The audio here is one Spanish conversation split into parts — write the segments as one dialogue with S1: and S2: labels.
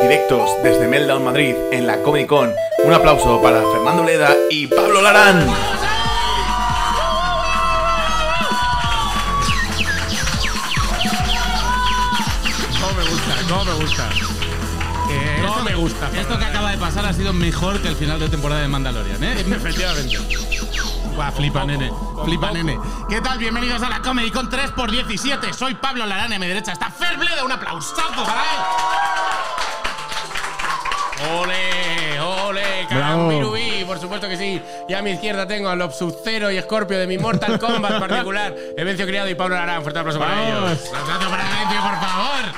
S1: Directos desde Meltdown Madrid en la Comic Con. Un aplauso para Fernando Leda y Pablo Larán.
S2: No me gusta, no me gusta. Eh,
S3: No
S2: esto me gusta.
S3: Esto que acaba de pasar ha sido mejor que el final de temporada de Mandalorian, ¿eh?
S2: Efectivamente.
S3: Buah, flipa, nene.
S2: poco.
S3: Flipa, nene. ¿Qué tal? Bienvenidos a la Comic Con 3x17. Soy Pablo Larán, y a mi derecha está Fer Bleda. Un aplausazo para él. ¡Ole! ¡Ole!
S2: Bravo.
S3: ¡Carambiruí!
S4: Por supuesto que sí. Y a mi izquierda tengo a Lob Sub-Zero y Scorpio de mi Mortal Kombat particular, Evencio Criado y Pablo Larán. Fuerte aplauso para
S3: ¡Vamos!
S4: ellos.
S3: ¡Un aplauso para Evencio, por favor!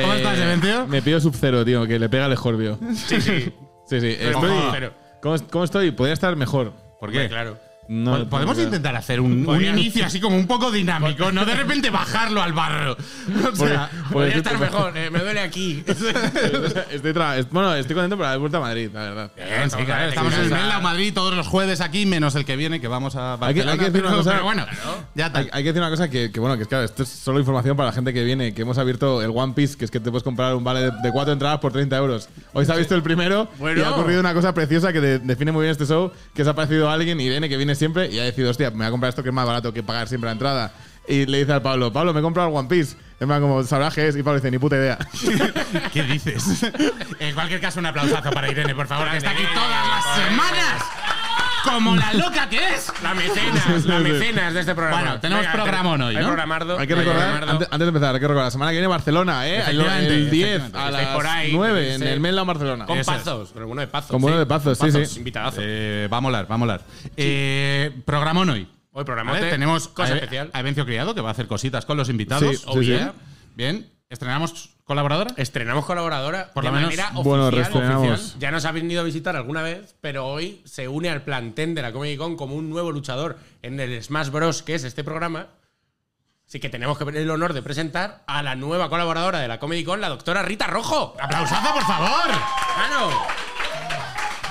S3: ¿Cómo
S2: Eh,
S3: estás, Evencio?
S2: Me pido sub-cero, tío, que le pega al Escorbio.
S4: Sí, sí.
S2: Sí, sí. Estoy,
S3: Ojo.
S4: Pero-
S2: ¿cómo, cómo estoy? Podría estar mejor.
S3: ¿Por
S4: Hombre,
S3: qué?
S4: claro.
S2: No-
S3: Pod- Podemos
S2: no-
S3: intentar hacer un, un
S4: Podríamos-
S3: inicio así como un poco dinámico, no de repente bajarlo al barro. O sea,
S2: Porque- porque
S4: Podría
S2: estoy-
S4: estar mejor. eh, me duele aquí.
S2: Estoy tra- est- bueno, estoy contento por haber vuelto a Madrid, la verdad.
S3: Bien, sí, claro,
S4: Sí,
S3: estamos
S4: sí,
S3: en
S4: sí.
S3: Melda Madrid todos los jueves aquí, menos el que viene, que vamos a
S2: Hay que-
S3: Barcelona.
S2: hay que decir
S3: pero,
S2: una cosa.
S3: pero bueno, ya está.
S2: Hay, hay que decir una cosa que, que, bueno, que es claro, esto es solo información para la gente que viene, que hemos abierto el One Piece, que es que te puedes comprar un vale de, de cuatro entradas por 30 euros. Hoy se ha visto el primero
S4: Bueno.
S2: y ha ocurrido una cosa preciosa que de- define muy bien este show, que se ha aparecido alguien, Irene, que viene siempre y ha decidido, hostia, me voy a comprar esto que es más barato que pagar siempre la entrada. Y le dice al Pablo, Pablo, me he comprado el One Piece. En plan, como, ¿sabrás qué es? Y Pablo dice, ni puta idea.
S3: ¿Qué dices? en cualquier caso, un aplausazo para Irene, por favor, que está aquí todas las semanas, como la loca que es.
S4: La mecenas, la mecenas de este programa.
S3: Bueno, tenemos
S4: Venga,
S3: programón hoy,
S4: Hay
S3: ¿no?
S4: programardo.
S2: Hay que recordar,
S4: programardo.
S2: antes, antes de empezar, hay que recordar, la semana que viene Barcelona, ¿eh? El,
S3: Efectivamente,
S2: el 10
S3: efectivamente.
S2: a
S4: Estáis
S2: las
S4: por ahí,
S2: 9 en
S4: sí.
S2: el Melda Barcelona.
S4: Con
S3: Eso es.
S4: pazos. Con alguno de pazos.
S2: Con bueno
S4: sí.
S2: de pazos, sí, sí.
S4: Invitadazo.
S3: Eh, va a molar, va a molar. Eh, programón hoy.
S4: Hoy programote,
S3: ¿Vale? Tenemos
S4: cosa
S3: a,
S4: especial.
S3: a Evencio Criado, que va a hacer cositas con los invitados.
S2: Sí, sí,
S3: Oh,
S2: sí.
S3: bien. Bien. ¿Estrenamos colaboradora?
S4: Estrenamos colaboradora
S3: Por
S4: por
S3: lo
S4: la
S3: menos,
S4: manera
S2: bueno,
S4: oficial.
S2: reestrenamos.
S4: oficial. Ya nos ha venido a visitar alguna vez, pero hoy se une al plantel de la Comic Con como un nuevo luchador en el Smash Bros, que es este programa. Así que tenemos que ver el honor de presentar a la nueva colaboradora de la Comic Con, la doctora Rita Rojo.
S3: ¡Aplausazo, por favor!
S4: ¡Claro!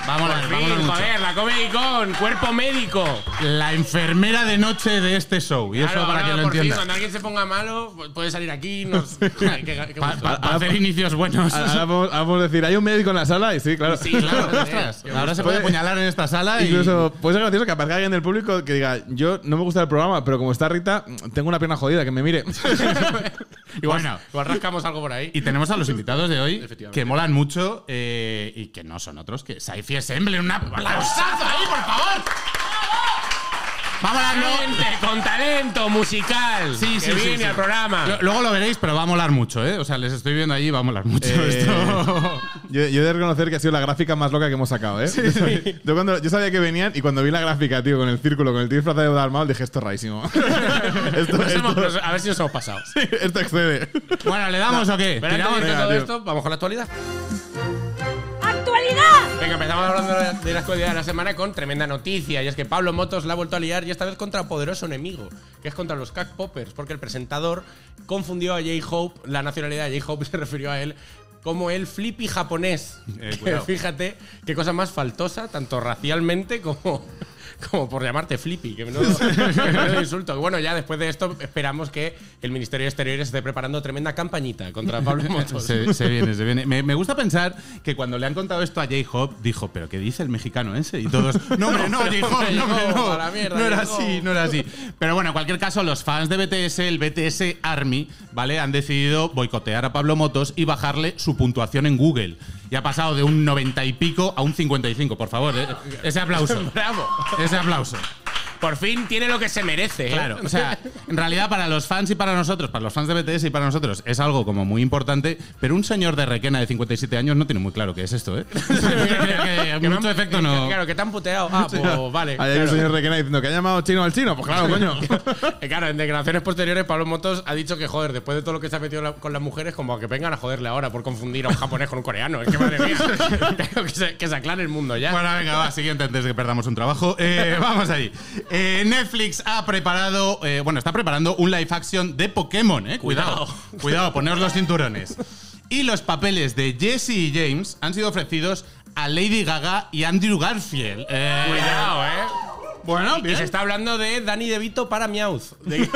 S3: Va a molar,
S4: Por
S3: va a
S4: fin,
S3: molar Pues mucho.
S4: joder, la Comic Con, cuerpo médico.
S3: La enfermera de noche de este show. Y
S4: Claro,
S3: eso para
S4: ahora,
S3: que lo
S4: por fin,
S3: entiendas.
S4: cuando alguien se ponga malo, pues, puede salir aquí. Nos... Qué- qué- qué
S3: Pa-
S4: gusto.
S3: pa- para hacer inicios buenos.
S2: Ahora ahora podemos, ahora podemos decir, hay un médico en la sala y sí, claro.
S4: Sí, claro. joder,
S3: Ostras,
S4: qué
S3: Ahora
S4: gusto.
S3: se puede apuñalar en esta sala y.
S2: Incluso puede ser gracioso que aparezca alguien del público que diga, yo no me gusta el programa, pero como está Rita, tengo una pierna jodida, que me mire.
S3: bueno,
S4: Igual rascamos algo por ahí.
S3: y tenemos a los invitados de hoy
S4: Efectivamente.
S3: que molan mucho eh, y que no son otros que Saifi Assembly. ¡Un aplausazo ahí, por favor! ¡Vamos a darlo!
S4: Gente con talento musical
S3: Sí,
S4: que
S3: sí, sí,
S4: viene
S3: sí.
S4: al programa.
S3: Lo- Luego lo veréis, pero va a molar mucho, ¿eh? O sea, les estoy viendo allí, va a molar mucho
S2: Eh,
S3: esto.
S2: Yo, yo he de reconocer que ha sido la gráfica más loca que hemos sacado, ¿eh? Yo, cuando, yo sabía que venían y cuando vi la gráfica, tío, con el círculo, con el tío disfrazado de Dalmau, dije, esto es rarísimo. esto,
S4: Nos hemos-
S2: esto,
S4: nos- a ver si nos hemos pasado.
S2: esto excede.
S3: Bueno, ¿le damos o qué?
S4: Pero antes
S3: ¿Tiramos?
S4: de
S2: venga,
S4: todo
S2: tío.
S4: esto, vamos con la actualidad.
S5: ¡Actualidad!
S4: Venga, empezamos hablando de la- de la actualidad de la semana con tremenda noticia. Y es que Pablo Motos la ha vuelto a liar y esta vez contra poderoso enemigo, que es contra los Cack Poppers, porque el presentador confundió a J-Hope, la nacionalidad de J-Hope se refirió a él como el flippy japonés.
S3: Eh,
S4: Que
S3: cuidado.
S4: fíjate qué cosa más faltosa, tanto racialmente como, como por llamarte flippy, que no, insulto. Bueno, ya después de esto esperamos que el Ministerio de Exteriores esté preparando tremenda campañita contra Pablo Motos.
S3: Se, se viene, se viene. Me, me gusta pensar que cuando le han contado esto a J-Hop, dijo, ¿pero qué dice el mexicano ese? Y todos, no, hombre, no,
S4: pero,
S3: J-Hop,
S4: hombre,
S3: no, hombre,
S4: no,
S3: no.
S4: a la mierda,
S3: No era
S4: J-Hope.
S3: así, no era así. Pero bueno, en cualquier caso, los fans de BTS, el BTS Army, ¿vale? Han decidido boicotear a Pablo Motos y bajarle su puntuación en Google. Y ha pasado de un 90 y pico a un 55, por favor. eh. Ese aplauso.
S4: Bravo.
S3: Ese aplauso.
S4: Por fin tiene lo que se merece. ¿eh?
S3: Claro, o sea, en realidad para los fans y para nosotros, para los fans de BTS y para nosotros, es algo como muy importante, pero un señor de Requena de 57 años no tiene muy claro qué es esto, ¿eh? que,
S4: Que me han-
S3: mucho efecto no.
S4: Claro, que te han puteado. Ah, pues vale.
S2: Ahí hay un
S4: claro.
S2: señor Requena diciendo que ha llamado chino al chino. Pues claro, coño.
S4: Eh, claro, en declaraciones posteriores, Pablo Motos ha dicho que, joder, después de todo lo que se ha metido la- con las mujeres, como a que vengan a joderle ahora por confundir a un japonés con un coreano. Es que madre mía. Claro, que, se, que se aclare el mundo ya.
S3: Bueno, venga, va, siguiente antes de que perdamos un trabajo. Eh, vamos ahí. Eh, Netflix ha preparado, eh, bueno, está preparando un live action de Pokémon, ¿eh? Cuidado,
S4: Cuidado.
S3: cuidado, poneos los cinturones. Y los papeles de Jesse y James han sido ofrecidos a Lady Gaga y Andrew Garfield. Eh,
S4: Cuidado, ¿eh?
S3: Bueno,
S4: Y se está hablando de Danny DeVito para Meowth. De-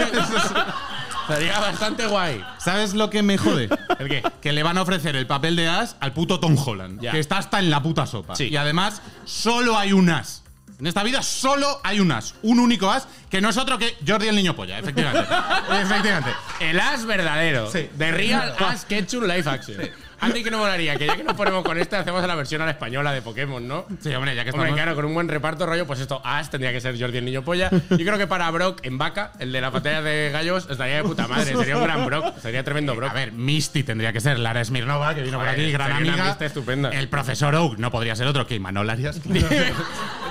S4: Sería bastante guay.
S3: ¿Sabes lo que me jode? ¿El qué? Que le van a ofrecer el papel de as al puto Tom Holland,
S4: Ya.
S3: que está hasta en la puta sopa.
S4: Sí.
S3: Y además, solo hay un as. En esta vida solo hay un as, un único as, que no es otro que Jordi el niño polla, efectivamente. efectivamente.
S4: El as verdadero.
S3: Sí.
S4: The Real As Ketchum Life Action. Antes que no molaría, que ya que nos ponemos con este, hacemos la versión a la española de Pokémon, ¿no?
S3: Sí, hombre, ya que
S4: Hombre,
S3: estamos-
S4: claro, con un buen reparto rollo, pues esto, As tendría que ser Jordi el niño polla. Yo creo que para Brock en vaca, el de la batalla de gallos, estaría de puta madre. Sería un gran Brock, sería tremendo Brock.
S3: A ver, Misty tendría que ser Lara Smirnova, que vino por
S4: Joder,
S3: aquí, gran
S4: sería una
S3: amiga.
S4: Misty estupenda.
S3: El profesor Oak no podría ser otro que Imanol Arias.
S4: dime,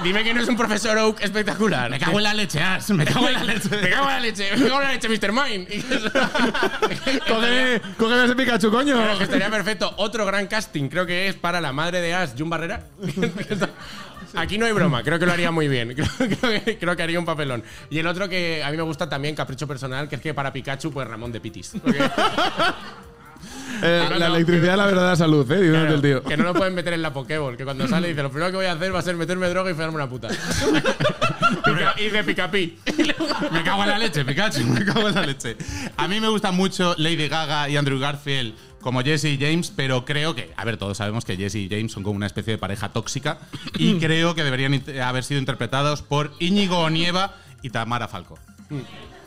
S4: dime que no es un profesor Oak espectacular.
S3: me cago en la leche, As. Me cago en la leche.
S4: Me cago en la leche, me cago en la leche, Mr. Mine.
S2: ¡Cógeme, cógeme ese Pikachu, coño!
S4: Claro, que estaría perfecto. Otro gran casting, creo que es para la madre de Ash, Jun Barrera. Aquí no hay broma, creo que lo haría muy bien. Creo, creo que, creo que haría un papelón. Y el otro que a mí me gusta también, capricho personal, que es que para Pikachu, pues Ramón de Pitis. Porque,
S2: Eh,
S4: Ah, no,
S2: la electricidad es la verdadera salud, ¿eh? Diciéndote el tío.
S4: que no lo pueden meter en la Pokéball, que cuando sale dice, lo primero que voy a hacer va a ser meterme droga y pegarme una puta. Pica- y de Picapí.
S3: Me cago en la leche, Pikachu, me cago en la leche. A mí me gustan mucho Lady Gaga y Andrew Garfield como Jesse y James, pero creo que, a ver, todos sabemos que Jesse y James son como una especie de pareja tóxica y creo que deberían int- haber sido interpretados por Íñigo Onieva y Tamara Falco.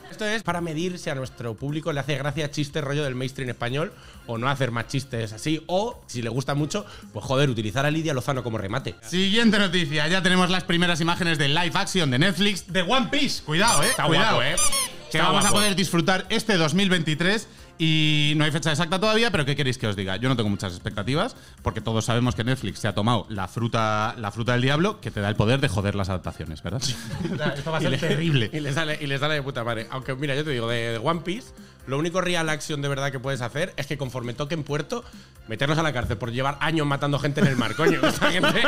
S4: Esto es para medir si a nuestro público le hace gracia chiste rollo del mainstream español o no hacer más chistes así. O, si le gusta mucho, pues joder, utilizar a Lidia Lozano como remate.
S3: Siguiente noticia, ya tenemos las primeras imágenes de live action de Netflix de One Piece. Cuidado, eh.
S4: Está
S3: cuidado,
S4: guapo, eh.
S3: Que
S4: Está
S3: vamos
S4: guapo.
S3: a poder disfrutar este 2023 y no hay fecha exacta todavía, pero ¿qué queréis que os diga? Yo no tengo muchas expectativas porque todos sabemos que Netflix se ha tomado la fruta, la fruta del diablo que te da el poder de joder las adaptaciones, ¿verdad? Esto va a ser
S4: Y
S3: terrible.
S4: le, sale, y le sale de puta madre. Aunque, mira, yo te digo, de, de One Piece, lo único real action de verdad que puedes hacer es que conforme toquen puerto, meterlos a la cárcel por llevar años matando gente en el mar, coño. Esa gente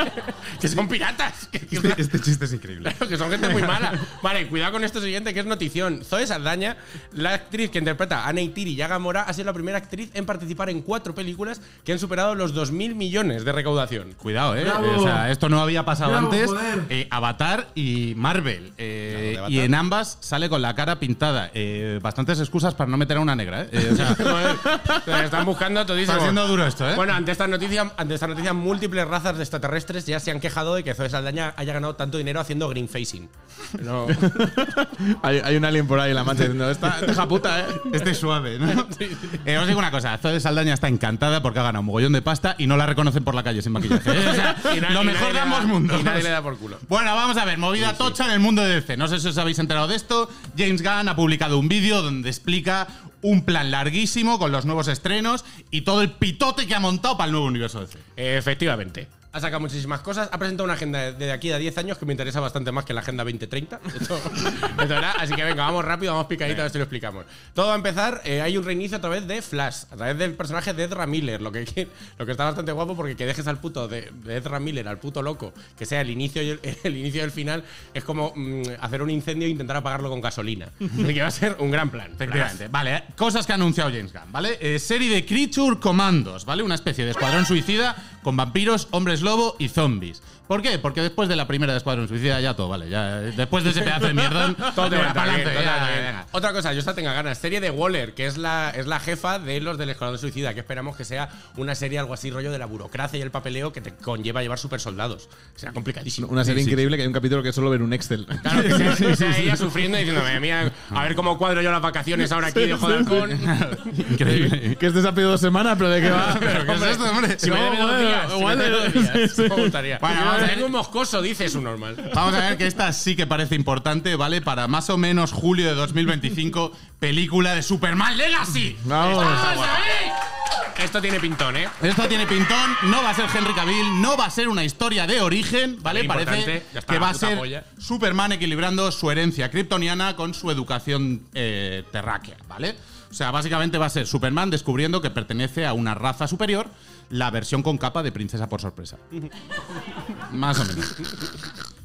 S4: que son piratas. que- que-
S3: Este, este chiste es increíble.
S4: Claro, que son gente muy mala. Vale, cuidado con esto siguiente, que es notición. Zoe Saldaña, la actriz que interpreta a Neytiri y Yaga Mora, ha sido la primera actriz en participar en cuatro películas que han superado los 2.000 millones de recaudación.
S3: Cuidado, ¿eh?
S5: Bravo.
S3: O sea, esto no había pasado
S5: Bravo,
S3: antes.
S5: joder.
S3: Eh, Avatar y Marvel. Eh,
S4: Claro, de
S3: y
S4: Avatar.
S3: en ambas sale con la cara pintada. Eh, bastantes excusas para no meter a una negra, ¿eh? Eh, o sea,
S4: Joder, o sea, están buscando todísimo.
S3: está siendo duro esto, ¿eh?
S4: Bueno, ante esta, noticia, ante esta noticia, múltiples razas de extraterrestres ya se han quejado de que Zoe Saldaña haya ganado tanto dinero haciendo green facing. No.
S2: Hay, hay un alien por ahí, la mancha, diciendo, esta, esta hija puta, ¿eh?
S3: Este es suave, ¿no? Eh, os digo una cosa, Zoe Saldaña está encantada porque ha ganado un mogollón de pasta y no la reconocen por la calle sin maquillaje. ¿eh? O sea,
S4: Y na-
S3: lo
S4: y nadie
S3: mejor de
S4: le da-
S3: ambos mundos.
S4: Y nadie le da por culo.
S3: Bueno, vamos a ver, movida tocha en el mundo de DC. No sé si os habéis enterado de esto. James Gunn ha publicado un vídeo donde explica un plan larguísimo con los nuevos estrenos y todo el pitote que ha montado para el nuevo universo DC.
S4: Efectivamente. Ha sacado muchísimas cosas. Ha presentado una agenda de de aquí a 10 años que me interesa bastante más que la agenda 2030. Esto, esto era. Así que venga, vamos rápido, vamos picadito, a ver si lo explicamos. Todo va a empezar. eh, hay un reinicio a través de Flash, a través del personaje de Ezra Miller. Lo que, que- lo que está bastante guapo porque que dejes al puto de, de Ezra Miller, al puto loco, que sea el inicio y el, el inicio y el final, es como mm, hacer un incendio e intentar apagarlo con gasolina. Así que va a ser un gran plan.
S3: Efectivamente. Vale, eh, cosas que ha anunciado James Gunn, ¿vale? Eh, serie de Creature Commandos, ¿vale? Una especie de escuadrón suicida con vampiros, hombres lobo y zombies. ¿Por qué? Porque después de la primera de Escuadrón Suicida ya todo, vale. Ya, eh, después de ese pedazo de mierdón,
S4: Todo te va
S3: venga,
S4: a estar bien,
S3: pa'lante,
S4: todo te va a
S3: ya,
S4: estar bien.
S3: venga.
S4: Otra cosa, yo esta tenga ganas. Serie de Waller, que es la, es la jefa de los del Escuadrón Suicida, que esperamos que sea una serie algo así rollo de la burocracia y el papeleo que te conlleva llevar super soldados. Será complicadísimo.
S2: Una serie increíble que hay un capítulo que es solo ver un Excel.
S4: Claro, que sea, que sea ella sufriendo y diciendo, "Madre mía, a ver cómo cuadro yo las vacaciones ahora aquí de joder
S3: Increíble.
S2: que este se ha pedido dos semanas, pero ¿de qué
S4: Ah,
S2: va?
S3: ¿Pero qué es esto, hombre?
S4: Si me debe dos
S2: Joder,
S4: días, si me debe dos
S2: Waller.
S4: días,
S2: Sí, sí.
S4: me gustaría.
S3: Bueno, vamos a ver.
S4: Tengo un moscoso, dice su normal.
S3: Vamos a ver que esta sí que parece importante, ¿vale? Para más o menos julio de 2025, película de Superman eh! Legacy.
S2: Vamos.
S4: Esto tiene pintón, ¿eh?
S3: Esto tiene pintón, no va a ser Henry Cavill, no va a ser una historia de origen, ¿vale?
S4: Vale,
S3: Parece
S4: importante, ya está,
S3: que va a
S4: puta
S3: ser
S4: polla.
S3: Superman equilibrando su herencia kryptoniana con su educación eh, terráquea, ¿vale? O sea, básicamente va a ser Superman descubriendo que pertenece a una raza superior, la versión con capa de princesa por sorpresa. Más o menos.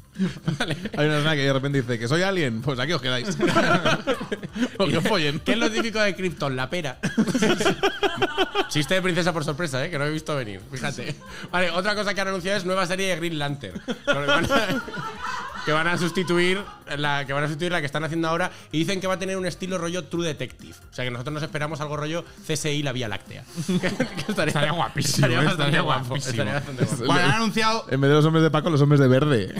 S2: Hay una persona que de repente dice que soy alien, pues aquí os quedáis. o que os follen.
S4: ¿Qué es lo típico de Krypton? La pera. Chiste de princesa por sorpresa, ¿eh? que no he visto venir. Fíjate. Vale, otra cosa que han anunciado es nueva serie de Green Lantern. Con- con- que van a sustituir la que van a sustituir la que están haciendo ahora y dicen que va a tener un estilo rollo True Detective. O sea que nosotros nos esperamos algo rollo CSI la Vía Láctea. Que estaría,
S3: Estaría guapísimo,
S4: Estaría bastante
S3: estaría
S4: guapo,
S3: guapísimo.
S4: estaría bastante guapo.
S3: Bueno, han anunciado,
S2: En vez de los hombres de Paco, los hombres de verde.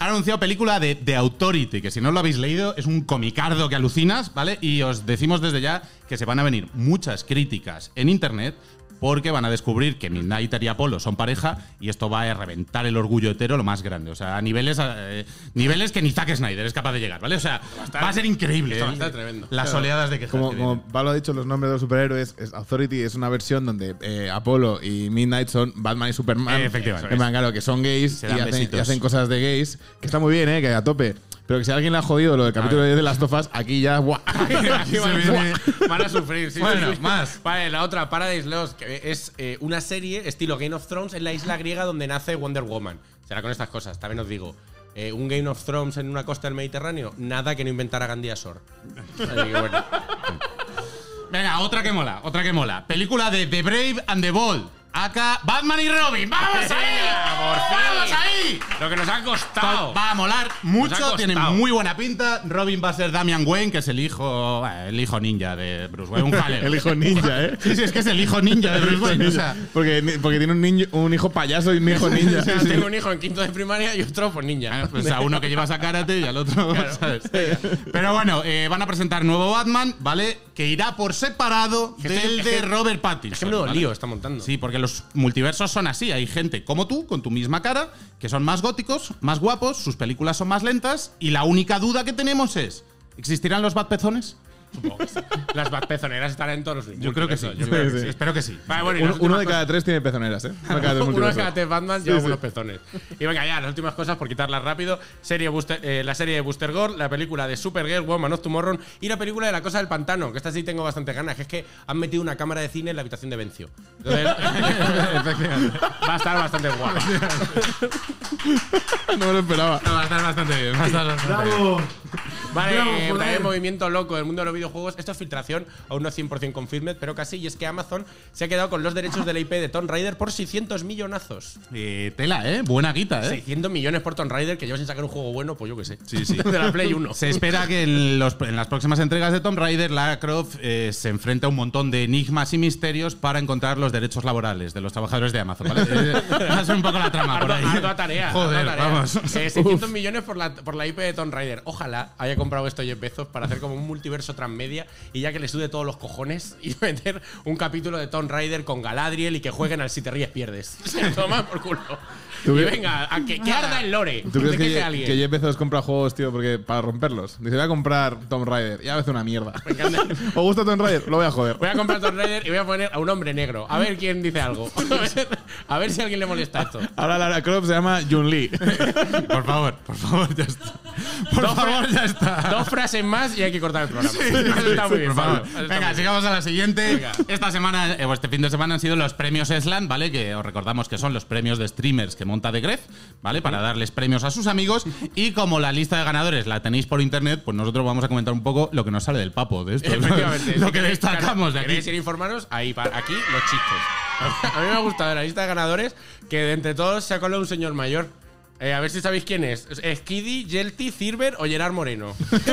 S3: han anunciado película de The Authority, que si no lo habéis leído, es un comicardo que alucinas, ¿vale? Y os decimos desde ya que se van a venir muchas críticas en internet porque van a descubrir que Midnighter y Apolo son pareja y esto va a reventar el orgullo hetero lo más grande. O sea, a niveles, eh, niveles que ni Zack Snyder es capaz de llegar, ¿vale? O sea, va a, ser increíble.
S4: esto va a
S3: eh,
S4: estar tremendo.
S3: Las oleadas de quejas
S2: Como,
S3: que
S2: como
S3: vienen.
S2: Pablo ha dicho, los nombres de los superhéroes, es Authority es una versión donde eh, Apolo y Midnight son Batman y Superman.
S3: Eh, efectivamente.
S2: En plan, claro, que son gays y
S3: Se dan
S2: hacen,
S3: besitos.
S2: y hacen cosas de gays, que está muy bien, ¿eh? que a tope. Pero que si alguien le ha jodido lo del capítulo 10 de las tofas, aquí ya. ¡buah!
S4: Aquí van, van a sufrir. sí,
S3: Bueno,
S4: sí.
S3: más.
S4: Vale, la otra, Paradise Lost, que es eh, una serie estilo Game of Thrones en la isla griega donde nace Wonder Woman. Será con estas cosas, también os digo. Eh, un Game of Thrones en una costa del Mediterráneo, nada que no inventara Gandía Sor. Así que bueno.
S3: Venga, otra que mola, otra que mola. Película de The Brave and the Bold. Acá, Batman y Robin. ¡Vamos ahí!
S4: Venga, por
S3: ¡Vamos
S4: fin!
S3: ahí! Pues
S4: Lo que nos ha costado.
S3: Va a molar
S4: Nos ha
S3: mucho,
S4: costado.
S3: tiene muy buena pinta. Robin va a ser Damian Wayne, que es el hijo, bueno, el hijo ninja de Bruce Wayne. Un jaleo.
S2: El hijo ninja, ¿eh?
S3: Sí, sí, es que es el hijo ninja de Bruce Wayne. o sea,
S2: porque, ni- porque tiene un, niño, un hijo payaso y un hijo ninja.
S4: O sea, Tengo un hijo en quinto de primaria y otro, pues niña.
S3: Pues a uno que llevas a karate y al otro, ¿sabes? Pero bueno, eh, van a presentar nuevo Batman, ¿vale? Que irá por separado
S4: Que estoy-
S3: del
S4: es
S3: de
S4: que-
S3: Robert Pattinson.
S4: Es que menudo
S3: ¿vale?
S4: lío está montando.
S3: Sí, porque los multiversos son así. Hay gente como tú, con tu misma cara, que son más góticos, más guapos, sus películas son más lentas y la única duda que tenemos es, ¿existirán los bad pezones?
S4: Supongo que sí. Las pezoneras estarán en todos los
S3: Yo creo que sí. yo creo que sí. Espero que sí.
S4: Vale, bueno, y
S2: Uno-
S4: las
S2: uno
S4: últimas
S2: de cada tres tiene pezoneras, ¿eh? Uno de cada tres
S4: Uno de
S2: multiversos.
S4: cada tres Batman lleva unos pezones. Y venga, ya, las últimas cosas por quitarlas rápido. Serie Booster- eh, la serie de Booster Gold, la película de Supergirl, Woman of Tomorrow y la película de La Cosa del Pantano, que esta sí tengo bastante ganas, que es que han metido una cámara de cine en la habitación de Bencio. Entonces, va a estar bastante guapo.
S2: No me lo esperaba.
S3: va a estar bastante bien. Va a estar bastante
S4: Vale,
S3: Bravo,
S4: eh,
S3: joder.
S4: también movimiento loco del mundo de los videojuegos. Esto es filtración, aún no 100% confirmed, pero casi. Y es que Amazon se ha quedado con los derechos de la IP de Tomb Raider por 600 millonazos.
S3: Eh, tela, ¿eh? Buena guita, ¿eh?
S4: 600 millones por Tomb Raider, que lleva sin sacar un juego bueno, pues yo qué sé.
S3: Sí, sí.
S4: De la Play 1.
S3: Se espera que en, los- en las próximas entregas de Tomb Raider, Lara Croft eh, se enfrenta a un montón de enigmas y misterios para encontrar los derechos laborales de los trabajadores de Amazon. ¿vale? Eh, Esa es un poco la trama por
S4: Ardua,
S3: ahí.
S4: ardua tarea.
S3: Joder,
S4: ardua tarea.
S3: vamos.
S4: Eh, 600 millones por la, por la IP de Tomb Raider. Ojalá haya comprado esto Jeff Bezos para hacer como un multiverso transmedia y ya que le sude todos los cojones y meter un capítulo de Tomb Raider con Galadriel y que jueguen al si te ríes pierdes. Se toma por culo. Y
S2: ¿Tú qué-
S4: venga, a que, que arda el lore.
S2: ¿Tú crees
S4: Que
S2: que,
S4: quede
S2: Ye-
S4: alguien.
S2: que Jeff Bezos compra juegos, tío, porque para romperlos? Dice, voy a comprar Tomb Raider. Ya veces una mierda. ¿O gusta Tomb Raider? Lo voy a joder.
S4: Voy a comprar Tomb Raider y voy a poner a un hombre negro. A ver quién dice algo. A ver, a ver si a alguien le molesta esto.
S2: Ahora Lara Croft se llama Jun Lee.
S3: Por favor, por favor, ya está. Por
S4: Dos
S3: favor,
S4: fra-
S3: ya está.
S4: Dos frases más y hay que cortar el programa. Eso está muy bien,
S3: Por favor.
S4: Pablo. Eso está muy
S3: Venga,
S4: bien.
S3: sigamos a la siguiente.
S4: Venga.
S3: Esta semana, eh, o este fin de semana han sido los premios Esland, ¿vale? Que os recordamos que son los premios de streamers que monta de Gref, ¿vale? Para darles premios a sus amigos. Y como la lista de ganadores la tenéis por internet, pues nosotros vamos a comentar un poco lo que nos sale del papo de esto. ¿no?
S4: Efectivamente.
S3: lo
S4: Si
S3: que
S4: queréis,
S3: destacamos de
S4: claro,
S3: aquí.
S4: ¿Queréis ir a informaros? Ahí, pa- aquí, los chistes. A mí me ha gustado la lista de ganadores que de entre todos se ha colado un señor mayor. Eh, a ver si sabéis quién es. ¿Es Skiddy, Yelty, Silver o Gerard Moreno?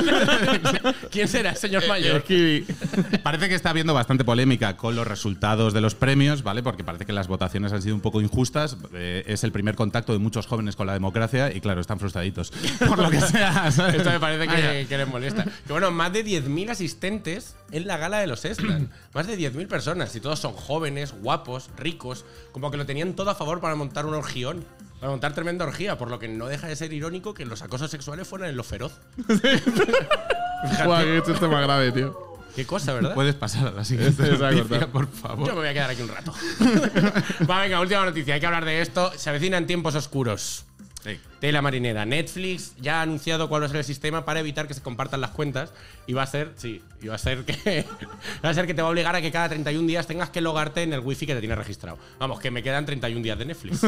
S4: ¿Quién será el
S3: Eh,
S4: señor mayor?
S3: Parece que está habiendo bastante polémica con los resultados de los premios, ¿vale? Porque parece que las votaciones han sido un poco injustas. Eh, es el primer contacto de muchos jóvenes con la democracia y, claro, están frustraditos. Por lo que sea. ¿sabes?
S4: Esto me parece
S3: Vaya.
S4: que, que les molesta. Que bueno, más de 10.000 asistentes en la gala de los Eslan. más de 10.000 personas. Y todos son jóvenes, guapos, ricos. Como que lo tenían todo a favor para montar un orgión. Para montar tremenda orgía. Por lo que no deja de ser irónico que los acosos sexuales fueran en lo feroz.
S2: Buah, que esto está más grave, tío.
S4: Qué cosa, ¿verdad?
S3: Puedes pasar a la siguiente
S2: Este se ha
S3: noticia,
S2: cortado.
S3: por
S4: Yo
S3: favor.
S4: me voy a quedar aquí un rato. Va, venga, última noticia. Hay que hablar de esto. Se avecinan tiempos oscuros. Tela marinera. Netflix ya ha anunciado cuál va a ser el sistema para evitar que se compartan las cuentas. Y va a ser, sí, y va a ser que va a ser que te va a obligar a que cada 31 días tengas que logarte en el wifi que te tiene registrado. Vamos, que me quedan 31 días de Netflix.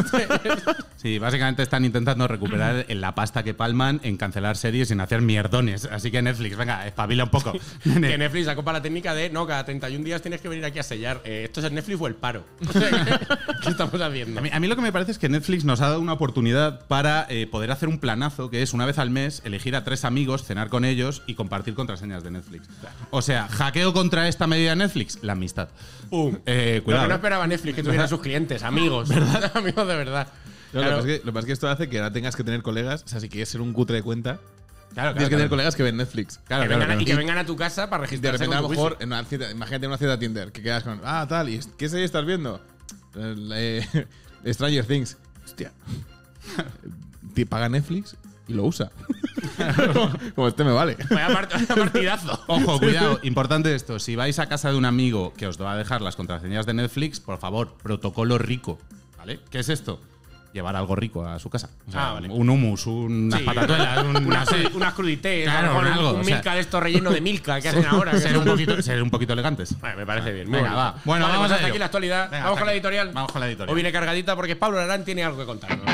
S3: Sí, básicamente están intentando recuperar en la pasta que palman en cancelar series sin hacer mierdones. Así que Netflix, venga, espabila un poco.
S4: que Netflix sacó para la técnica de no, cada 31 días tienes que venir aquí a sellar. Eh, ¿Esto es el Netflix o el paro? ¿Qué estamos haciendo?
S3: A mí, a mí lo que me parece es que Netflix nos ha dado una oportunidad para eh, de poder hacer un planazo que es una vez al mes elegir a tres amigos, cenar con ellos y compartir contraseñas de Netflix. O sea, hackeo contra esta medida de Netflix, la amistad.
S4: Pum.
S3: Eh,
S4: Lo
S3: cuidado.
S4: que no esperaba Netflix, que tuviera sus clientes, amigos. amigos de verdad.
S2: No,
S4: Claro.
S2: lo, que pasa es que, lo que pasa es que esto hace que ahora tengas que tener colegas. O sea, si quieres ser un cutre de cuenta,
S3: Claro, claro,
S2: tienes que tener
S3: claro.
S2: colegas que ven Netflix.
S3: Claro,
S4: Que
S3: claro,
S4: vengan a-
S3: claro.
S4: Y que vengan a tu casa para
S2: Y de
S4: registrarse.
S2: repente, a lo
S4: como
S2: mejor,
S4: juicio.
S2: en una cita- imagínate una cita Tinder, que quedas con, ah, tal, ¿y qué serie estás viendo? Eh, eh, Stranger Things. Hostia. Te paga Netflix y lo usa. como, como este me vale.
S4: Vaya part- vaya partidazo.
S3: Ojo, cuidado, importante esto. Si vais a casa de un amigo que os va a dejar las contraseñas de Netflix, por favor, protocolo rico. ¿Vale? ¿Qué es esto? Llevar algo rico a su casa. O sea,
S4: Ah, vale.
S3: Un humus, unas
S4: Sí.
S3: patatuelas, un, no
S4: Unas,
S3: sé.
S4: cru- unas crudités,
S3: Claro,
S4: a lo mejor
S3: algo,
S4: un
S3: o sea.
S4: milka de estos relleno de milka que hacen ahora. que
S3: ser,
S4: son-
S3: un poquito, ser un poquito elegantes.
S4: Vale, me parece bien. muy
S3: Venga,
S4: bonito.
S3: va. Bueno,
S4: Vale,
S3: vamos
S4: pues
S3: a
S4: hasta
S3: ello.
S4: aquí la actualidad. vamos
S3: Venga, hasta
S4: con la
S3: aquí.
S4: editorial.
S3: Vamos con la editorial.
S4: O viene cargadita porque Pablo Arán tiene algo que contarnos.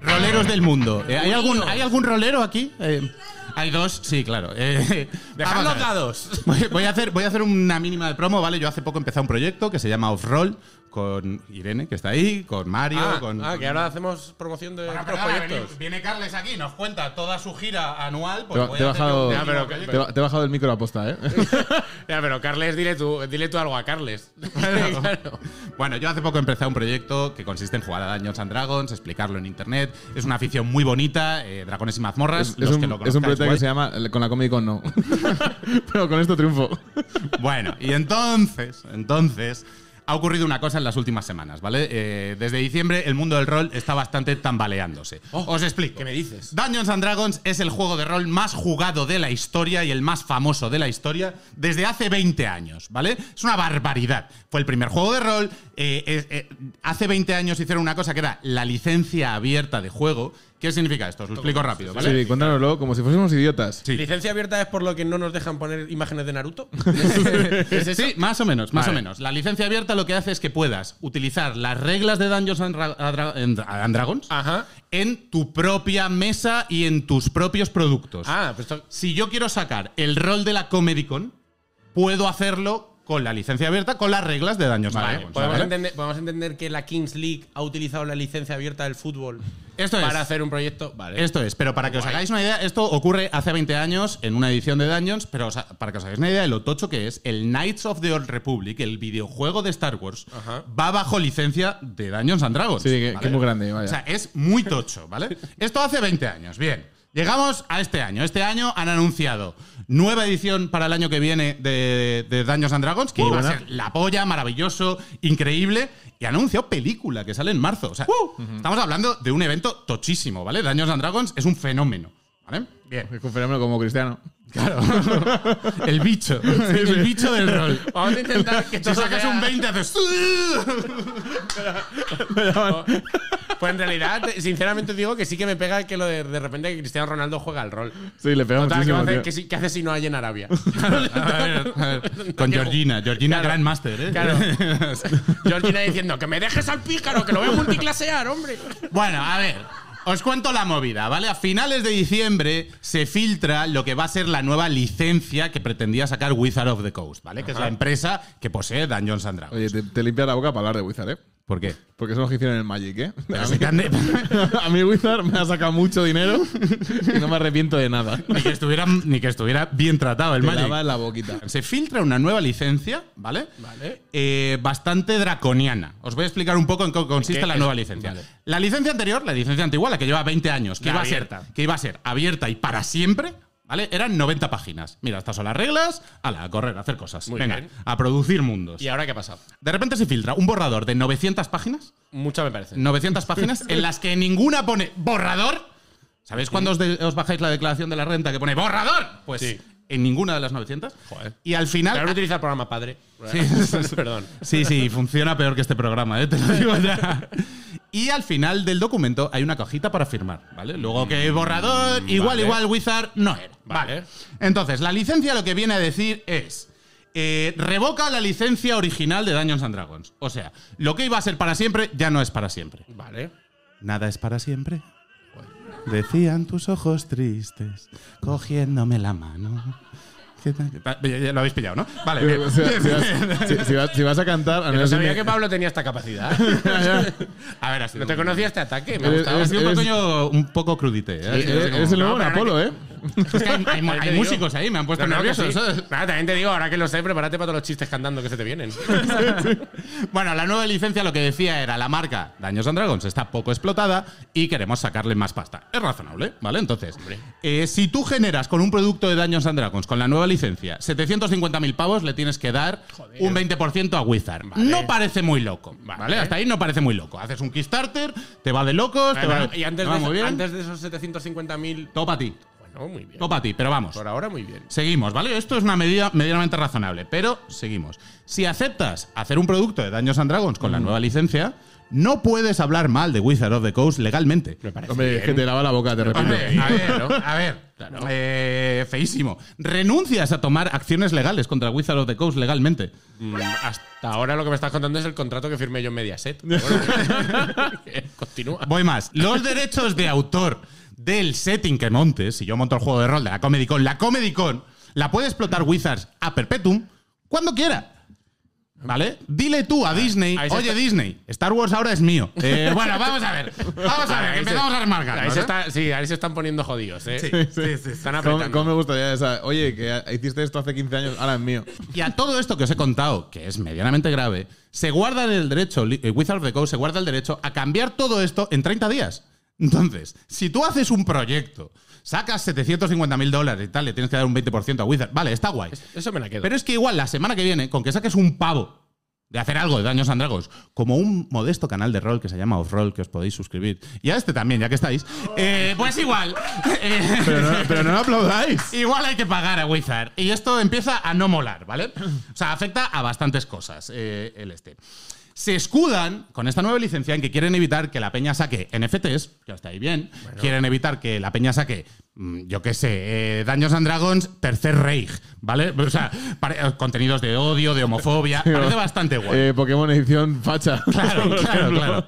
S3: Roleros del mundo. Eh, ¿hay, algún, ¿Hay algún rolero aquí? Eh, hay dos, sí, claro. Eh,
S4: Dejad
S3: vamos a ver.
S4: los dados.
S3: Voy, voy a hacer, voy a hacer una mínima de promo, ¿vale? Yo hace poco empecé un proyecto que se llama Off-Roll con Irene, que está ahí, con Mario,
S4: Ah,
S3: con...
S4: ah, que ahora hacemos promoción de
S3: Bueno,
S4: otros
S3: perdona,
S4: proyectos.
S3: venid- viene Carles aquí, nos cuenta toda su gira anual.
S2: Te,
S3: Pues
S2: te he bajado,
S3: Ya, pero,
S2: te, he bajado el micro aposta, ¿eh?
S4: Ya, pero Carles, dile tú, dile tú algo a Carles. Claro.
S3: Bueno, yo hace poco empecé un proyecto que consiste en jugar a Dungeons and Dragons, explicarlo en internet. Es una afición muy bonita, eh, Dragones y Mazmorras.
S2: Es,
S3: los
S2: un,
S3: que lo
S2: es
S3: conozcáis,
S2: un proyecto que
S3: guay.
S2: se llama eh, Con la Comedy Con No. Pero con esto triunfo.
S3: Bueno, y entonces, entonces, ha ocurrido una cosa en las últimas semanas, ¿vale? Eh, desde diciembre el mundo del rol está bastante tambaleándose. Os explico.
S4: ¿Qué me dices?
S3: Dungeons and Dragons es el juego de rol más jugado de la historia y el más famoso de la historia desde hace 20 años, ¿vale? Es una barbaridad. Fue el primer juego de rol. eh, es- eh, hace 20 años hicieron una cosa que era la licencia abierta de juego. ¿Qué significa esto? Os lo explico rápido, ¿vale?
S2: Sí, cuéntanoslo como si fuésemos idiotas.
S3: Sí.
S4: ¿Licencia abierta es por lo que no nos dejan poner imágenes de Naruto?
S3: Sí, más o menos, más
S4: Vale.
S3: o menos. La licencia abierta lo que hace es que puedas utilizar las reglas de Dungeons and, Dra- a Dra- en- a- and Dragons
S4: Ajá.
S3: en tu propia mesa y en tus propios productos.
S4: Ah, pues esto-
S3: Si yo quiero sacar el rol de la Comedy Con, puedo hacerlo con la licencia abierta, con las reglas de Dungeons and
S4: Vale,
S3: Dragons.
S4: podemos,
S3: ¿vale?
S4: entender, podemos entender que la Kings League ha utilizado la licencia abierta del fútbol
S3: Esto es.
S4: para hacer un proyecto. Vale.
S3: Esto es, pero para que os hagáis una idea, esto ocurre hace 20 años en una edición de Dungeons, pero os ha- para que os hagáis una idea de lo tocho que es, el Knights of the Old Republic, el videojuego de Star Wars,
S4: Ajá.
S3: va bajo licencia de Dungeons and Dragons.
S2: Sí, que, que
S3: ¿vale?
S2: es muy grande, vaya.
S3: O sea, es muy tocho, ¿vale? Esto hace 20 años, bien. Llegamos a este año. Este año han anunciado nueva edición para el año que viene de, de Dungeons and Dragons, que iba a ser la polla, maravilloso, increíble. Y ha anunciado película que sale en marzo. O sea, estamos hablando de un evento tochísimo, ¿vale? Dungeons and Dragons es un fenómeno, ¿vale? Bien.
S2: es un fenómeno como cristiano.
S3: Claro. el bicho. El bicho del rol.
S4: Vamos a intentar que
S3: Si
S4: esto
S3: sacas
S4: sea-
S3: un 20, haces.
S4: Pues en realidad, te- sinceramente digo que sí que me pega que lo de, de repente que Cristiano Ronaldo juega al rol.
S3: Ah,
S2: Sí, le pegamos
S4: Total, ¿qué, va a
S2: muchísimo,
S4: hacer?
S2: tío.
S4: ¿Qué si- qué hace si no hay en Arabia?
S3: A ver, a ver. Con Georgina. Georgina
S4: Claro.
S3: Grandmaster, ¿eh?
S4: Claro. Georgina diciendo que me dejes al pícaro, que lo voy a multiclasear, hombre.
S3: Bueno, a ver. Os cuento la movida, ¿vale? A finales de diciembre se filtra lo que va a ser la nueva licencia que pretendía sacar Wizard of the Coast, ¿vale? Que es la empresa que posee Dungeons and Dragons.
S2: Oye, te, te limpia la boca para hablar de Wizard, ¿eh?
S3: ¿Por qué?
S2: Porque son los que hicieron el Magic, ¿eh?
S3: Pero
S2: A
S3: si te han
S2: mí,
S3: de-
S2: a mí Wizard me ha sacado mucho dinero y no me arrepiento de nada.
S3: ni, que estuviera, ni que estuviera bien tratado el
S2: Te
S3: Magic.
S2: lava la boquita.
S3: Se filtra una nueva licencia, ¿vale?
S4: Vale.
S3: Eh, bastante draconiana. Os voy a explicar un poco en qué consiste
S4: ¿Qué
S3: la
S4: es?
S3: nueva licencia.
S4: Vale.
S3: La licencia anterior, la licencia antigua, la que lleva 20 años, que
S4: La
S3: iba, a ser,
S4: abierta.
S3: que iba a ser abierta y para siempre, ¿vale? Eran 90 páginas. Mira, estas son las reglas, ala, a correr, a hacer cosas.
S4: Muy
S3: Venga,
S4: bien.
S3: a producir mundos.
S4: ¿Y ahora qué ha pasado?
S3: De repente se filtra un borrador de 900 páginas,
S4: Mucho me parece.
S3: 900 páginas, en las que ninguna pone borrador. ¿Sabéis cuando os, de- os bajáis la declaración de la renta que pone borrador? Pues
S4: Sí.
S3: en ninguna de las 900.
S4: Joder.
S3: Y al final,
S4: Claro, no utiliza el programa padre. Perdón.
S3: Sí, sí, funciona peor que este programa, ¿eh? te lo digo ya. Y al final del documento hay una cajita para firmar, ¿vale? Luego que borrador, igual,
S4: Mm, vale.
S3: igual, Wizard no era. Vale.
S4: Vale.
S3: Entonces, la licencia lo que viene a decir es. eh, revoca la licencia original de Dungeons and Dragons. O sea, lo que iba a ser para siempre ya no es para siempre.
S4: Vale.
S3: Nada es para siempre. Decían tus ojos tristes, cogiéndome la mano. ¿Qué tal? Eh, Ya, ya lo habéis pillado, ¿no? Vale, bien.
S2: Si, Eh, si vas, si- si vas- si vas a cantar,
S4: Yo
S2: a
S4: no
S2: menos si
S4: sabía
S2: me- eh,
S4: que Pablo tenía esta capacidad.
S3: A ver, así.
S4: No te conocía este ataque. Me ha
S2: Eres-
S4: gustado.
S3: Ha sido un
S2: eres-
S3: pequeño un poco crudite. ¿eh?
S2: Eres- Eres el nuevo Napolo, ¿eh?
S3: Es que hay, hay- hay
S4: Te digo.
S3: músicos ahí, me han puesto
S4: No, no, que
S3: nervioso.
S4: sí.
S3: ¿sabes?
S4: Nada, también te digo, ahora que lo sé, prepárate para todos los chistes cantando que se te vienen.
S3: Bueno, la nueva licencia lo que decía era la marca Daños and Dragons está poco explotada y queremos sacarle más pasta. Es razonable, ¿vale? Entonces, eh, si tú generas con un producto de Daños and Dragons con la nueva licencia 750.000 pavos, le tienes que dar un 20% a Wizard. No parece muy loco, ¿vale? Hasta ahí no parece muy loco. Haces un Kickstarter, te va de locos, te va,
S4: y antes
S3: te va Ah, muy
S4: de,
S3: bien.
S4: antes de esos 750.000...
S3: Todo para ti,
S4: Bueno, muy bien.
S3: todo para ti, pero vamos.
S4: Por ahora muy bien.
S3: Seguimos, ¿vale? Esto es una medida medianamente razonable, pero seguimos. Si aceptas hacer un producto de Daños and Dragons con la nueva licencia, no puedes hablar mal de Wizard of the Coast legalmente.
S4: Me parece
S2: Hombre, es que te lava la boca, te repito.
S3: Hombre, a ver, ¿no? a ver. Eh, feísimo. Renuncias a tomar acciones legales contra Wizard of the Coast legalmente.
S4: Mm, Hasta ahora lo que me estás contando es el contrato que firmé yo en Mediaset. Pero bueno, Continúa.
S3: Voy más. Los derechos de autor del setting que montes, si yo monto el juego de rol de la Comedy Con, la Comedy Con la puede explotar Wizards a perpetuum cuando quiera. ¿Vale? Dile tú a Disney,
S4: ahí se
S3: oye
S4: está-
S3: Disney, Star Wars ahora es mío. Eh, bueno, vamos a ver. Vamos a ver, que
S4: Ahí se-
S3: empezamos a ¿eh? remarcar.
S4: Ahí se está, sí, ahí se están poniendo jodidos, ¿eh? Están
S2: ¿Cómo,
S4: apretando.
S2: cómo me gustaría esa? Oye, que ah, hiciste esto hace 15 años, ahora es mío.
S3: Y a todo esto que os he contado, que es medianamente grave, se guarda el derecho, li- eh, Wizard of the Coast se guarda el derecho a cambiar todo esto en 30 días. Entonces, si tú haces un proyecto, sacas 750 mil dólares y tal, le tienes que dar un 20% a Wizard, vale, está guay.
S4: Eso me la quedo.
S3: Pero es que igual la semana que viene, con que saques un pavo de hacer algo de Daños and Dragons, como un modesto canal de rol que se llama Off Roll, que os podéis suscribir, y a este también, ya que estáis, eh, pues igual. eh,
S2: Pero no, pero no lo aplaudáis.
S3: Igual hay que pagar a Wizard. Y esto empieza a no molar, ¿vale? O sea, afecta a bastantes cosas eh, el este. Se escudan con esta nueva licencia en que quieren evitar que la peña saque NFTs, que hasta ahí bien. Quieren evitar que la peña saque, mm, yo qué sé, eh, Daños and Dragons, Tercer Reich, ¿vale? O sea, pare- contenidos de odio, de homofobia. Parece bastante guay.
S2: Eh, Pokémon edición facha.
S3: Claro, claro, claro.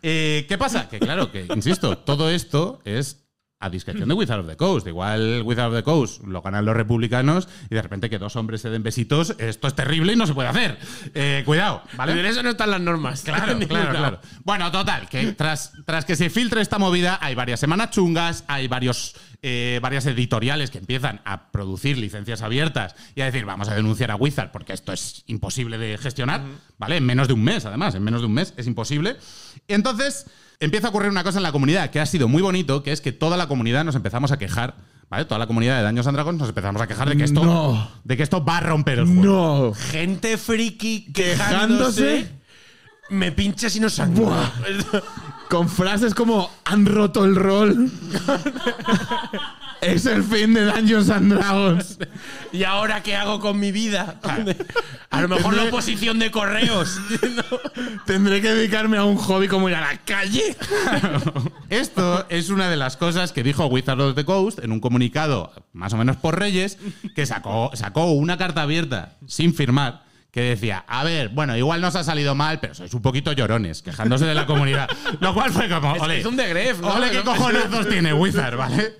S3: Eh, ¿Qué pasa? Que claro, que insisto, todo esto es a discreción de Wizard of the Coast. Igual Wizard of the Coast lo ganan los republicanos y de repente que dos hombres se den besitos, esto es terrible y no se puede hacer. Eh, cuidado, ¿vale?
S4: En eso no están las normas.
S3: Claro,
S4: Ni
S3: claro,
S4: nada.
S3: claro. Bueno, total, que tras, tras que se filtre esta movida, hay varias semanas chungas, hay varios, eh, varias editoriales que empiezan a producir licencias abiertas y a decir, vamos a denunciar a Wizard porque esto es imposible de gestionar, ¿vale? En menos de un mes, además, en menos de un mes es imposible. Y entonces empieza a ocurrir una cosa en la comunidad que ha sido muy bonito, que es que toda la comunidad nos empezamos a quejar, ¿vale? Toda la comunidad de Daños and Dragons nos empezamos a quejar de que esto,
S2: No.
S3: de que esto va a romper el juego.
S2: No.
S4: Gente friki
S2: Quejándose.
S4: quejándose. Me pinchas y no sangro.
S2: Con frases como han roto el rol. es el fin de Dungeons and Dragons.
S4: ¿Y ahora qué hago con mi vida? A lo mejor la oposición de correos.
S2: Tendré que dedicarme a un hobby como ir a la calle.
S3: Esto es una de las cosas que dijo Wizard of the Coast en un comunicado, más o menos por Reyes, que sacó, sacó una carta abierta sin firmar que decía, a ver, bueno, igual nos ha salido mal, pero sois un poquito llorones, quejándose de la comunidad. Lo cual fue como, ole,
S4: es un degref, ¿no?
S3: ole, qué
S4: No-
S3: cojonazos tiene Wizard, ¿vale?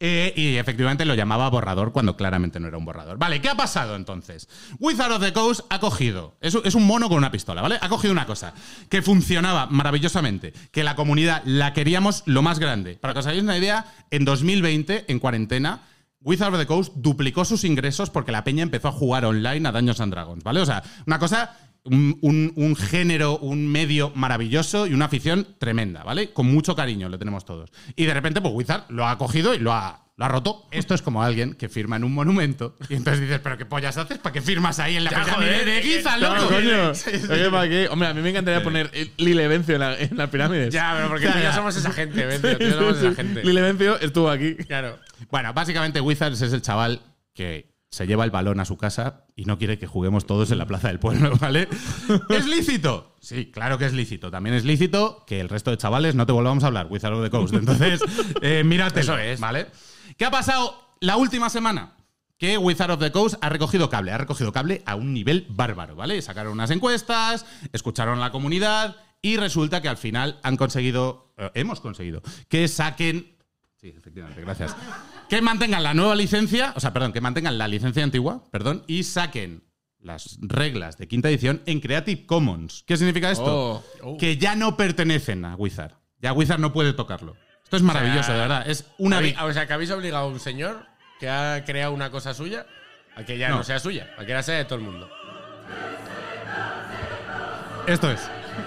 S3: Eh, y efectivamente lo llamaba borrador cuando claramente no era un borrador. Vale, ¿qué ha pasado entonces? Wizard of the Coast ha cogido, es, un- es un mono con una pistola, ¿vale? Ha cogido una cosa que funcionaba maravillosamente, que la comunidad la queríamos lo más grande. Para que os hagáis una idea, en 2020, en cuarentena, Wizard of the Coast duplicó sus ingresos porque la peña empezó a jugar online a Daños and Dragons, ¿vale? O sea, una cosa, un, un- un género, un medio maravilloso y una afición tremenda, ¿vale? Con mucho cariño lo tenemos todos. Y de repente, pues Wizard lo ha cogido y lo ha, lo ha roto. Esto es como alguien que firma en un monumento y entonces dices, ¿pero qué pollas haces? ¿Para qué firmas ahí en la pirámide
S4: joder,
S3: de Giza,
S4: no,
S3: loco?
S2: coño.
S3: Sí, sí.
S2: Oye, ¿para qué? Hombre, a mí me encantaría poner eh, Lile Vencio en, la- en las pirámides.
S4: Ya, pero porque
S3: Ya,
S4: tú y yo
S3: ya.
S4: somos esa gente, ven, tío, tú y yo somos esa gente.
S2: Lile Vencio estuvo aquí.
S4: Claro.
S3: Bueno, básicamente Wizards es el chaval que se lleva el balón a su casa y no quiere que juguemos todos en la plaza del pueblo, ¿vale? ¿Es lícito? Sí, claro que es lícito. También es lícito que el resto de chavales no te volvamos a hablar, Wizard of the Coast. Entonces, eh, mírate. Eso es. ¿Vale? ¿Qué ha pasado la última semana? que Wizard of the Coast ha recogido cable, ha recogido cable a un nivel bárbaro, ¿vale? Sacaron unas encuestas, escucharon a la comunidad y resulta que al final han conseguido, eh, hemos conseguido, que saquen Sí, efectivamente, gracias. Que mantengan la nueva licencia, o sea, perdón, que mantengan la licencia antigua, perdón, y saquen las reglas de quinta edición en Creative Commons. ¿Qué significa esto?
S2: Oh, oh.
S3: Que ya no pertenecen a Wizard. Ya Wizard no puede tocarlo. Esto es maravilloso, de verdad. Es una
S4: Habéis-
S3: vi-
S4: O sea, que habéis obligado a un señor que ha creado una cosa suya a que ya no,
S3: No.
S4: sea suya, a que ahora sea de todo el mundo.
S3: Esto es.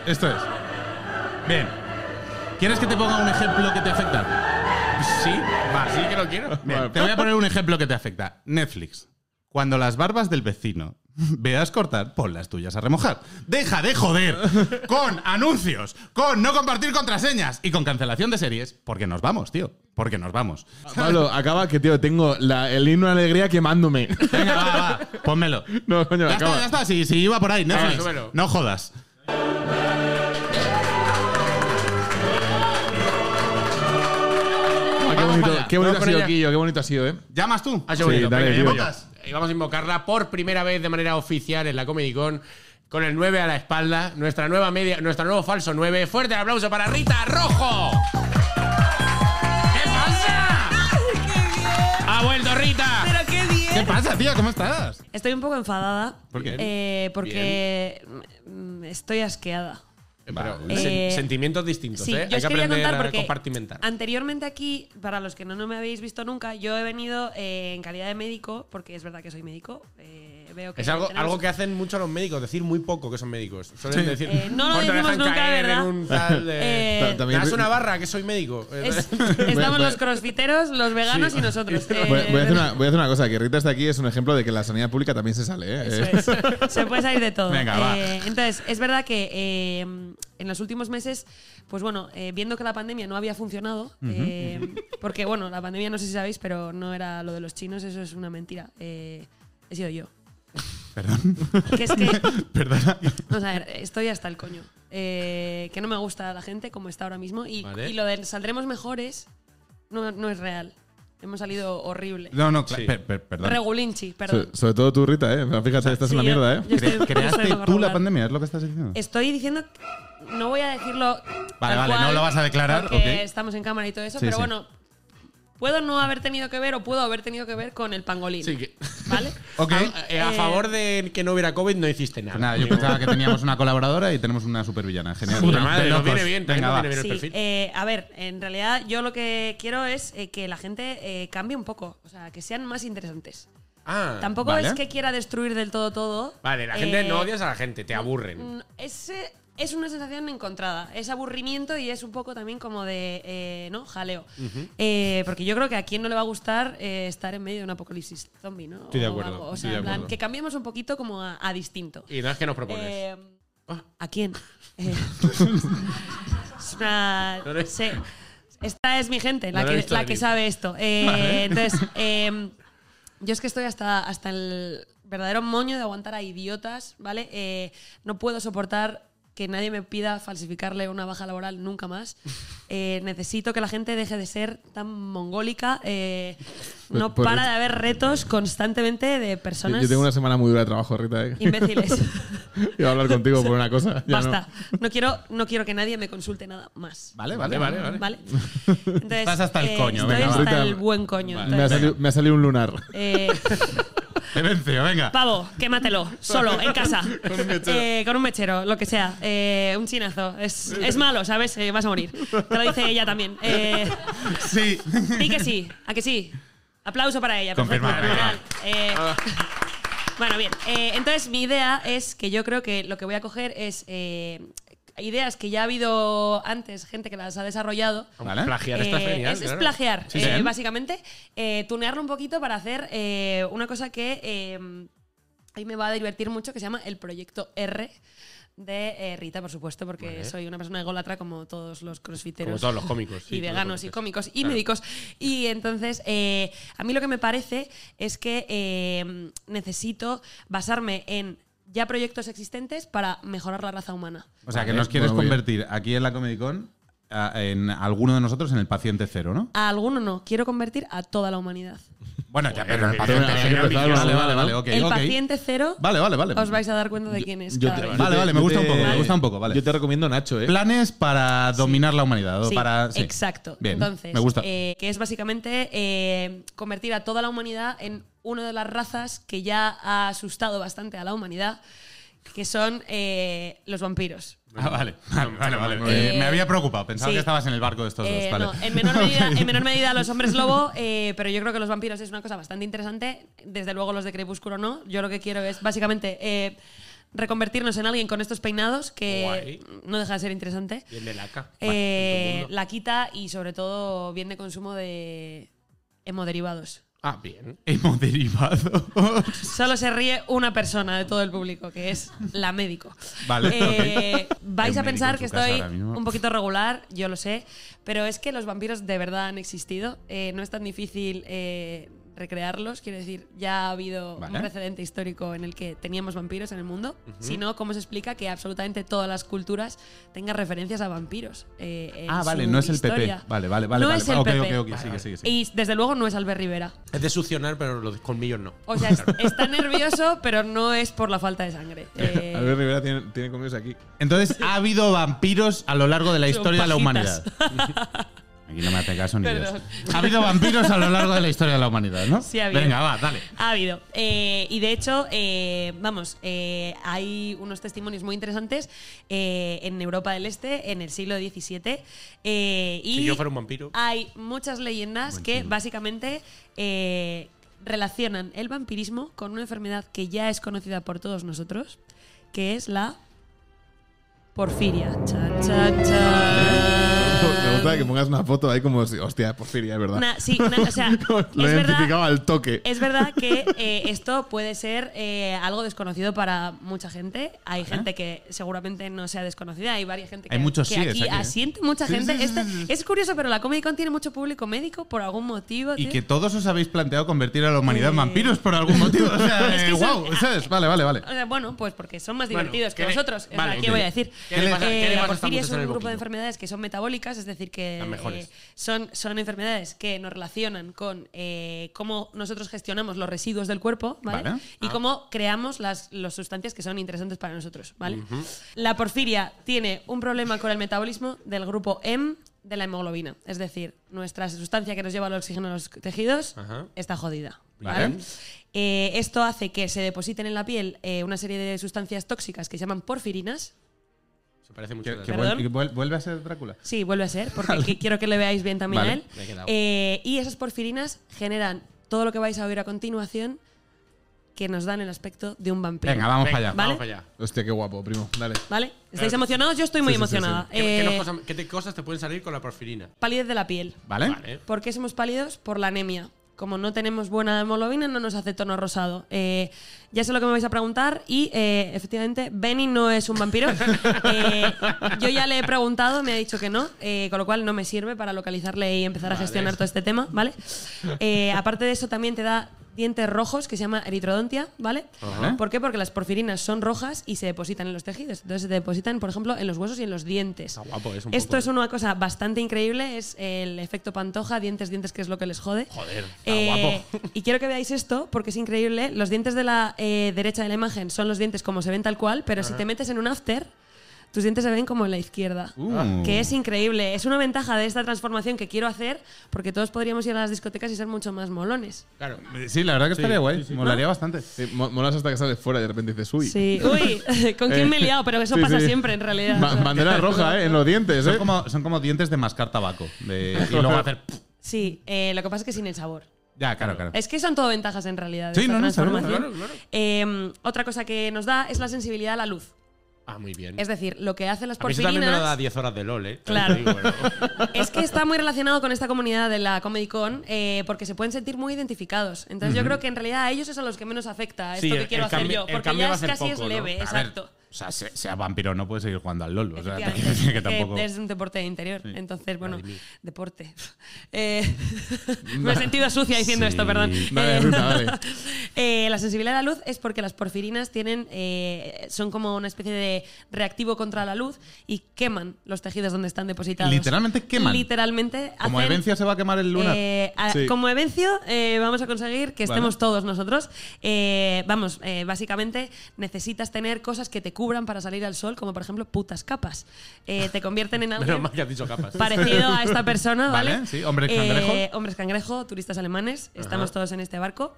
S3: Esto es. Bien. ¿Quieres que te ponga un ejemplo que te afecta?
S4: Sí, sí que lo quiero.
S3: Bien, te voy a poner un ejemplo que te afecta. Netflix. Cuando las barbas del vecino veas cortar, pon las tuyas a remojar. Deja de joder con anuncios, con no compartir contraseñas y con cancelación de series, porque nos vamos, tío. Porque nos vamos.
S2: Pablo, acaba que, tío, tengo la- el himno de alegría quemándome.
S3: Venga, va, va, pónmelo.
S2: No, coño,
S3: Ya
S2: acaba.
S3: está, ya está, si, si iba por ahí, Netflix.
S4: Ah, súbelo.
S3: no jodas.
S2: Ah, qué
S3: Vamos
S2: bonito,
S3: para allá.
S2: qué bonito
S4: Vamos
S2: ha
S4: con
S2: sido,
S4: ella.
S2: Quillo, qué bonito ha sido, ¿eh?
S3: ¿Llamas tú?
S4: Ah, sí,
S2: Sí,
S4: bonito.
S2: dale,
S4: Venga,
S2: tío.
S4: llamas. Y vamos a invocarla por primera vez de manera oficial en la Comedy Con con el 9 a la espalda, nuestra nueva media, nuestro nuevo falso 9. Fuerte el aplauso para Rita Rojo. ¿Qué pasa?
S5: ¡Qué bien!
S4: Ha vuelto Rita.
S5: ¡Pero qué
S3: ¿Qué
S5: bien!
S3: pasa, tía? ¿Cómo estás?
S5: Estoy un poco enfadada.
S3: ¿Por qué?
S5: eh, porque mm, estoy asqueada.
S4: Pero,
S3: Vale.
S4: sen-
S5: Eh,
S4: sentimientos distintos,
S5: Sí,
S4: ¿eh? Hay
S5: yo os
S4: que
S5: quería
S4: aprender
S5: contar
S4: a
S5: porque
S4: compartimentar.
S5: anteriormente aquí, para los que no, no me habéis visto nunca, yo he venido eh, en calidad de médico, porque es verdad que soy médico. eh, veo que
S4: Es algo,
S5: tenemos-
S4: algo que hacen mucho los médicos, decir muy poco que son médicos. Suelen decir,
S5: Eh, no lo
S4: "Pues te
S5: decimos
S4: dejan
S5: nunca,
S4: caer en
S5: ¿verdad?"
S4: un tal de-
S5: Eh,
S2: Ta-
S4: "Me
S2: también-
S4: das una barra que soy médico.
S5: es-
S2: Voy-
S5: estamos
S2: voy-
S5: los crossfiteros, los veganos
S4: Sí.
S5: y nosotros.
S2: Voy,
S5: Eh,
S2: voy a hacer una, voy a hacer una cosa, que Rita está aquí es un ejemplo de que la sanidad pública también se sale, ¿eh?
S5: Eso
S2: Eh,
S5: es. Se puede salir de todo.
S3: Venga, va.
S5: Eh, Entonces, es verdad que eh, en los últimos meses, pues bueno, eh, viendo que la pandemia no había funcionado, eh, porque bueno, la pandemia no sé si sabéis, pero no era lo de los chinos, eso es una mentira. Eh, he sido yo.
S3: Perdón.
S5: Que es que,
S3: Perdona.
S5: vamos a ver, estoy hasta el coño. Eh, que no me gusta la gente como está ahora mismo y,
S4: Vale.
S5: y lo de saldremos mejores no, no es real. Hemos salido horrible.
S3: No, no, cla-
S4: Sí.
S3: per- per- perdón.
S5: Regulinchi, perdón.
S2: so- sobre todo tú, Rita, ¿eh? Fíjate, estás
S5: sí,
S2: en la
S5: yo-
S2: mierda, ¿eh?
S5: yo estoy-
S3: Cre-
S5: estoy
S3: ¿Creaste
S5: poco
S3: tú la
S5: regular.
S3: pandemia? ¿Es lo que estás diciendo?
S5: Estoy diciendo. No voy a decirlo.
S3: Vale,
S5: tal
S3: vale, no
S5: cual,
S3: lo vas a declarar,
S5: Porque
S3: ok.
S5: estamos en cámara y todo eso,
S3: Sí,
S5: pero
S3: sí.
S5: bueno. Puedo no haber tenido que ver o puedo haber tenido que ver con el pangolín.
S4: Sí, que-
S5: ¿Vale?
S3: Ok.
S4: a, eh, a
S5: Eh,
S4: favor de que no hubiera COVID no hiciste nada.
S3: Pues nada, yo
S4: Digo,
S3: pensaba que teníamos una colaboradora y tenemos una supervillana. Genial.
S4: Puta
S3: De-
S4: madre,
S3: de
S4: nos
S3: locos.
S4: viene bien, también
S3: Venga,
S4: nos
S3: va.
S4: viene bien. el
S5: sí,
S4: perfil.
S5: eh, a ver, en realidad yo lo que quiero es eh, que la gente eh, cambie un poco, o sea, que sean más interesantes.
S4: Ah,
S5: Tampoco
S3: vale.
S5: es que quiera destruir del todo todo.
S4: Vale, la gente
S5: Eh,
S4: no odias a la gente, te aburren.
S5: Mm, Es, eh, es una sensación encontrada, es aburrimiento y es un poco también como de, eh, ¿no? Jaleo. Eh, porque yo creo que a quién no le va a gustar eh, estar en medio de un apocalipsis zombie, ¿no?
S4: Estoy de
S5: O
S4: acuerdo,
S5: algo. O
S4: estoy
S5: sea,
S4: de
S5: en plan,
S4: acuerdo.
S5: que cambiemos un poquito como a, a distinto.
S4: Y no es que nos propones.
S5: Eh,
S4: Ah.
S5: ¿A quién? Eh, es una-
S4: No lo-
S5: sé. esta es mi gente,
S4: No
S5: la,
S4: lo he
S5: que,
S4: visto
S5: la
S4: venir.
S5: que sabe esto. Eh, Entonces, eh, yo es que estoy hasta, hasta el verdadero moño de aguantar a idiotas, ¿vale? Eh, no puedo soportar que nadie me pida falsificarle una baja laboral nunca más. Eh, necesito que la gente deje de ser tan mongólica. eh, no
S2: Pues Por- por-
S5: para de haber retos constantemente de
S2: Yo,
S5: personas
S2: yo tengo una semana muy dura de trabajo, Rita, ¿eh?
S5: imbéciles.
S2: Iba a hablar contigo por una cosa. ya no.
S5: Basta. No. quiero, no quiero que nadie me consulte nada más.
S3: Vale, vale, vale. vale.
S5: ¿Vale? Entonces, eh,
S3: Estás hasta el coño,
S5: Estoy
S3: venga,
S5: hasta
S2: va.
S5: el buen coño.
S2: me, ha
S5: Entonces,
S2: salido, me ha salido un lunar.
S5: eh,
S3: Te venció, venga.
S5: pavo, quématelo, solo, en casa. Eh, con, un mechero, lo que sea. Eh, un chinazo. Es, es malo, ¿sabes? Eh, vas a morir. Te lo dice ella también. Eh,
S3: Sí.
S5: di que sí, a que sí. Aplauso para ella.
S3: Confirmado,
S5: perfecto,
S3: venga.
S5: fenomenal. Eh, bueno, bien. eh, entonces, mi idea es que yo creo que lo que voy a coger es eh, ideas que ya ha habido antes gente que las ha desarrollado.
S3: Vale.
S4: Plagiar está
S5: Eh,
S4: genial.
S5: es, es
S4: claro.
S5: plagiar,
S3: Sí,
S5: eh,
S3: bien.
S5: básicamente. Eh, tunearlo un poquito para hacer eh, una cosa que eh, a mí me va a divertir mucho, que se llama el proyecto R de eh, Rita, por supuesto, porque
S4: Vale.
S5: soy una persona ególatra como todos los crossfiteros.
S4: Como todos los cómicos, sí,
S5: y
S4: todos los
S5: veganos y
S4: cómicos.
S5: cómicos y
S4: Claro.
S5: médicos. Y entonces, eh, a mí lo que me parece es que eh, necesito basarme en ya proyectos existentes para mejorar la raza humana.
S3: O sea, que nos
S2: Vale,
S3: quieres
S2: muy bien.
S3: convertir aquí en la eh, Comedy Con a- en alguno de nosotros en el paciente cero, ¿no?
S5: A alguno no, quiero convertir a toda la humanidad.
S3: Bueno, ya, pero el
S2: que-
S3: paciente
S2: que-
S3: cero,
S2: que- que-
S3: vale,
S2: que-
S3: vale, vale, ok,
S5: el
S3: ok.
S5: paciente cero,
S3: Vale, vale, pues vale.
S5: os vais a dar cuenta de quién es.
S2: yo
S5: cada
S2: te-
S5: vez.
S3: Vale,
S2: Yo
S3: vale, me
S2: yo
S3: gusta un
S2: te-
S3: poco, me gusta un poco, vale.
S2: Yo te recomiendo Nacho, ¿eh?
S3: Planes para dominar la humanidad. o
S5: Sí,
S3: para, sí.
S5: Exacto.
S3: Bien,
S5: Entonces,
S3: me gusta.
S5: eh, que es básicamente eh, convertir a toda la humanidad en una de las razas que ya ha asustado bastante a la humanidad, que son eh, los vampiros.
S3: Ah, vale, vale, vale. vale.
S5: muy bien.
S3: Eh, me había preocupado, pensaba
S5: Sí.
S3: que estabas en el barco de estos
S5: Eh,
S3: dos. Vale.
S5: no, en menor, medida, en menor medida los hombres lobo, eh, pero yo creo que los vampiros es una cosa bastante interesante. Desde luego los de Crepúsculo no. Yo lo que quiero es básicamente eh, reconvertirnos en alguien con estos peinados que
S4: Guay.
S5: no deja de ser interesante.
S4: Y el de laca.
S5: Eh,
S4: Vale, en tu mundo.
S5: la quita y sobre todo bien de consumo de hemoderivados.
S4: Ah, bien.
S3: Hemos derivado.
S5: Solo se ríe una persona de todo el público, que es la médico.
S3: Vale,
S5: Eh, Vais
S3: El médico
S5: a
S3: en
S5: pensar
S3: su
S5: que
S3: casa
S5: estoy
S3: ahora mismo.
S5: un poquito regular, yo lo sé, pero es que los vampiros de verdad han existido. Eh, no es tan difícil eh, recrearlos. Quiero decir, ya ha habido
S3: Vale.
S5: un precedente histórico en el que teníamos vampiros en el mundo. Si no, ¿cómo se explica que absolutamente todas las culturas tengan referencias a vampiros? eh, en
S3: ah, vale,
S5: su
S3: no es el
S5: historia?
S3: PP. Vale, vale, vale.
S5: No
S3: vale,
S5: es el
S3: ok,
S5: PP.
S3: ok, ok, sigue, sigue, sigue.
S5: Y desde luego no es Albert Rivera.
S4: Es de succionar, pero los colmillos no.
S5: O sea, es- está nervioso, pero no es por la falta de sangre. Eh,
S2: Albert Rivera tiene, tiene conmigo aquí.
S3: Entonces, ha habido vampiros a lo largo de la
S5: Son
S3: historia de la humanidad.
S5: pajitas.
S3: Aquí no me hace caso ni Dios.
S5: Perdón.
S3: Ha habido vampiros a lo largo de la historia de la humanidad, ¿no?
S5: Sí, ha habido.
S3: Venga, va, dale.
S5: Ha habido. Eh, y de hecho, eh, vamos, eh, hay unos testimonios muy interesantes eh, en Europa del Este, en el siglo XVII. eh, y
S4: Si yo fuera un vampiro.
S5: Hay muchas leyendas que básicamente eh, relacionan el vampirismo con una enfermedad que ya es conocida por todos nosotros, que es la porfiria. Chan, chan, chan.
S2: Me gusta que pongas una foto ahí como si, hostia, Porfiria, es verdad.
S5: Na- sí, na- o sea,
S2: Lo
S5: es
S2: he
S5: verdad
S2: identificado al toque.
S5: es verdad que eh, esto puede ser eh, algo desconocido para mucha gente. Hay gente que seguramente no sea desconocida. Hay varias gente que,
S3: Hay muchos
S5: que
S3: síes
S5: aquí,
S3: aquí, ¿eh?
S5: asiente mucha
S3: Sí,
S5: gente.
S3: sí, sí,
S5: Este-
S3: sí, sí.
S5: Es curioso, pero la Comic Con tiene mucho público médico por algún motivo.
S3: Y
S5: tío.
S3: que todos os habéis planteado convertir a la humanidad en
S5: Eh.
S3: vampiros por algún motivo. O sea,
S5: Es que
S3: eh,
S5: son-
S3: wow,
S5: Ah.
S3: ¿sabes? Vale, vale, vale.
S5: O sea, bueno, pues porque son más
S4: Bueno,
S5: divertidos
S4: ¿qué
S5: que
S4: le-
S5: nosotros. Es
S4: vale,
S5: la que
S4: ok.
S5: voy a decir.
S4: ¿Qué le pasa-
S5: Eh,
S4: qué le
S5: la
S4: pasa a
S5: porfiria es
S4: muchos en
S5: un
S4: el
S5: grupo de
S4: boquillo?
S5: enfermedades que son metabólicas, es decir, que
S4: Las mejores.
S5: eh, son, son enfermedades que nos relacionan con eh, cómo nosotros gestionamos los residuos del cuerpo, ¿vale?
S3: Vale.
S4: Ah.
S5: Y cómo creamos las los sustancias que son interesantes para nosotros, ¿vale? La porfiria tiene un problema con el metabolismo del grupo M de la hemoglobina, es decir, nuestra sustancia que nos lleva el oxígeno a los tejidos
S4: Ajá.
S5: está jodida,
S3: Vale.
S5: ¿vale? Eh, esto hace que se depositen en la piel eh, una serie de sustancias tóxicas que se llaman porfirinas.
S4: Se parece mucho
S3: Que,
S4: a
S3: que
S5: Perdón.
S3: vuel- que vuel- vuelve a ser Drácula.
S5: Sí, vuelve a ser, porque que- quiero que le veáis bien también
S3: Vale.
S5: a él.
S4: Me he quedado.
S5: Eh, y esas porfirinas generan todo lo que vais a oír a continuación que nos dan el aspecto de un vampiro.
S3: Venga, vamos
S4: Venga,
S3: para allá.
S5: ¿Vale?
S4: Vamos allá.
S2: Hostia, qué guapo, primo. Dale.
S5: ¿Vale? ¿Estáis emocionados? Yo estoy muy
S2: Sí, sí, sí,
S5: emocionada.
S4: ¿Qué, qué
S5: Eh,
S4: nos cosa- qué te- cosas te pueden salir con la porfirina?
S5: Palidez de la piel.
S3: ¿Vale?
S4: Vale.
S5: ¿Por qué somos pálidos? Por la anemia. Como no tenemos buena hemoglobina, no nos hace tono rosado. Eh, ya sé lo que me vais a preguntar y eh, efectivamente Benny no es un vampiro. Eh, yo ya le he preguntado, me ha dicho que no, eh, con lo cual no me sirve para localizarle y empezar a gestionar todo este tema, ¿vale? Eh, aparte de eso, también te da dientes rojos que se llama eritrodontia, ¿vale?
S3: Ajá.
S5: ¿Por qué? Porque las porfirinas son rojas y se depositan en los tejidos. Entonces se depositan, por ejemplo, en los huesos y en los dientes.
S4: Está guapo, es un
S5: Esto
S4: poco-
S5: es una cosa bastante increíble, es el efecto pantoja, dientes, dientes, que es lo que les jode.
S4: Joder, está
S5: Eh,
S4: guapo.
S5: Y quiero que veáis esto porque es increíble. Los dientes de la eh, derecha de la imagen son los dientes como se ven tal cual, pero si te metes en un after, tus dientes se ven como en la izquierda.
S3: Uh.
S5: Que es increíble. Es una ventaja de esta transformación que quiero hacer porque todos podríamos ir a las discotecas y ser mucho más molones.
S4: Claro.
S3: Eh, Sí, la verdad que estaría guay. Molaría bastante.
S2: Sí, Eh, mo- molas hasta que sales fuera y de repente dices, uy.
S5: Sí. Uy, ¿con quién me he liado? Pero eso
S2: Sí,
S5: pasa
S2: sí.
S5: siempre en realidad.
S2: Ba-
S5: O sea,
S2: bandera roja, ¿eh? En los dientes,
S3: Son
S2: ¿eh?
S3: como, son como dientes de mascar tabaco. de- y luego hacer.
S5: Sí, eh, lo que pasa es que sin el sabor.
S3: Ya, claro, claro.
S5: Es que son todo ventajas en realidad. de
S3: Sí,
S5: esta
S3: no, no, sabemos,
S5: transformación. Eh, otra cosa que nos da es la sensibilidad a la luz.
S4: Ah, muy bien.
S5: Es decir, lo que hacen las
S4: a mí eso también me lo da
S5: porfirinas
S4: 10 horas de LOL, ¿eh?
S5: Claro.
S4: Te digo, bueno.
S5: es que está muy relacionado con esta comunidad de la Comic Con eh, porque se pueden sentir muy identificados. Entonces yo creo que en realidad a ellos es a los que menos afecta esto
S4: Sí,
S5: que
S4: el-
S5: quiero
S4: el
S5: hacer
S4: cambio-
S5: yo,
S4: el
S5: porque
S4: cambio
S5: ya
S4: va a
S5: es
S4: ser
S5: casi
S4: poco,
S5: es
S4: ¿no?
S5: leve,
S4: A ver,
S5: exacto.
S3: O sea, se- sea vampiro o no, puede seguir jugando al LOL. O sea,
S5: Efectivamente.
S3: que,
S5: Que
S3: tampoco.
S5: es un deporte de interior. Entonces, bueno,
S4: Vladimir.
S5: deporte. Eh, me he sentido sucia diciendo
S3: Sí.
S5: esto, perdón.
S2: Vale,
S5: Eh,
S2: Rita, vale.
S5: eh, la sensibilidad a la luz es porque las porfirinas tienen, eh, son como una especie de reactivo contra la luz y queman los tejidos donde están depositados.
S3: Literalmente queman.
S5: Literalmente
S3: Como
S5: hacen-
S3: Evencia se va a quemar el lunar.
S5: eh, a-
S2: Sí.
S5: Como Evencio, eh, vamos a conseguir que
S3: Vale.
S5: estemos todos nosotros. Eh, vamos, eh, básicamente necesitas tener cosas que te cubran para salir al sol, como por ejemplo putas capas. Eh, te convierten en
S4: Menos
S5: alguien
S4: mal que has dicho capas.
S5: parecido a esta persona,
S3: Vale,
S5: ¿vale? Eh,
S3: sí, hombres cangrejo.
S5: hombres cangrejo, turistas alemanes, estamos todos en este barco.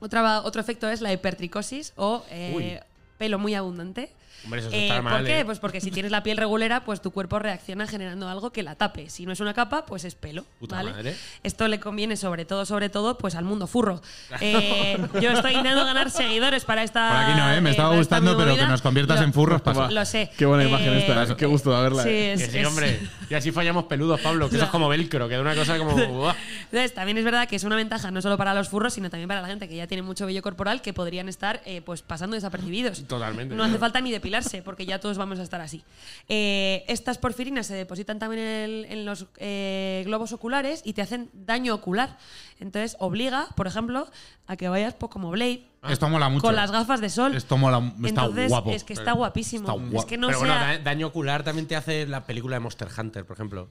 S5: Otra, otro efecto es la hipertricosis o eh,
S4: Uy.
S5: pelo muy abundante.
S4: Hombre, eso está mal,
S5: ¿Por qué?
S4: eh.
S5: Pues porque si tienes la piel regulera, pues tu cuerpo reacciona generando algo que la tape. Si no es una capa, pues es pelo.
S4: Puta
S5: ¿vale?
S4: madre.
S5: Esto le conviene sobre todo, sobre todo, pues al mundo furro. Eh, yo estoy intentando ganar seguidores para esta.
S3: Por aquí no,
S5: Ah,
S3: ¿eh? Me estaba
S5: para esta
S3: gustando, pero
S5: movida.
S3: que nos conviertas
S5: Lo-
S3: en furros pasa.
S5: Lo sé. Eh,
S2: Qué buena imagen esta, ¿eh? qué gusto de verla,
S5: Sí,
S2: eh.
S5: es-
S4: Que sí,
S5: es-
S4: hombre. Y así fallamos peludos, Pablo, que eso es como velcro, que da una cosa como. ¡buah!
S5: Entonces, también es verdad que es una ventaja no solo para los furros, sino también para la gente que ya tiene mucho vello corporal que podrían estar eh, pues pasando desapercibidos.
S4: Totalmente.
S5: No hace falta ni depilarse, porque ya todos vamos a estar así. Eh, estas porfirinas se depositan también en, el- en los eh, globos oculares y te hacen daño ocular. Entonces, obliga, por ejemplo, a que vayas pues, como Blade.
S3: Esto mola mucho.
S5: Con las gafas de sol.
S3: Esto mola- está
S5: Entonces,
S3: guapo.
S5: Es que está guapísimo.
S3: Está guapo.
S5: Es que no
S4: Pero
S5: sea-
S4: bueno, da- daño ocular también te hace la película de Monster Hunter, por ejemplo.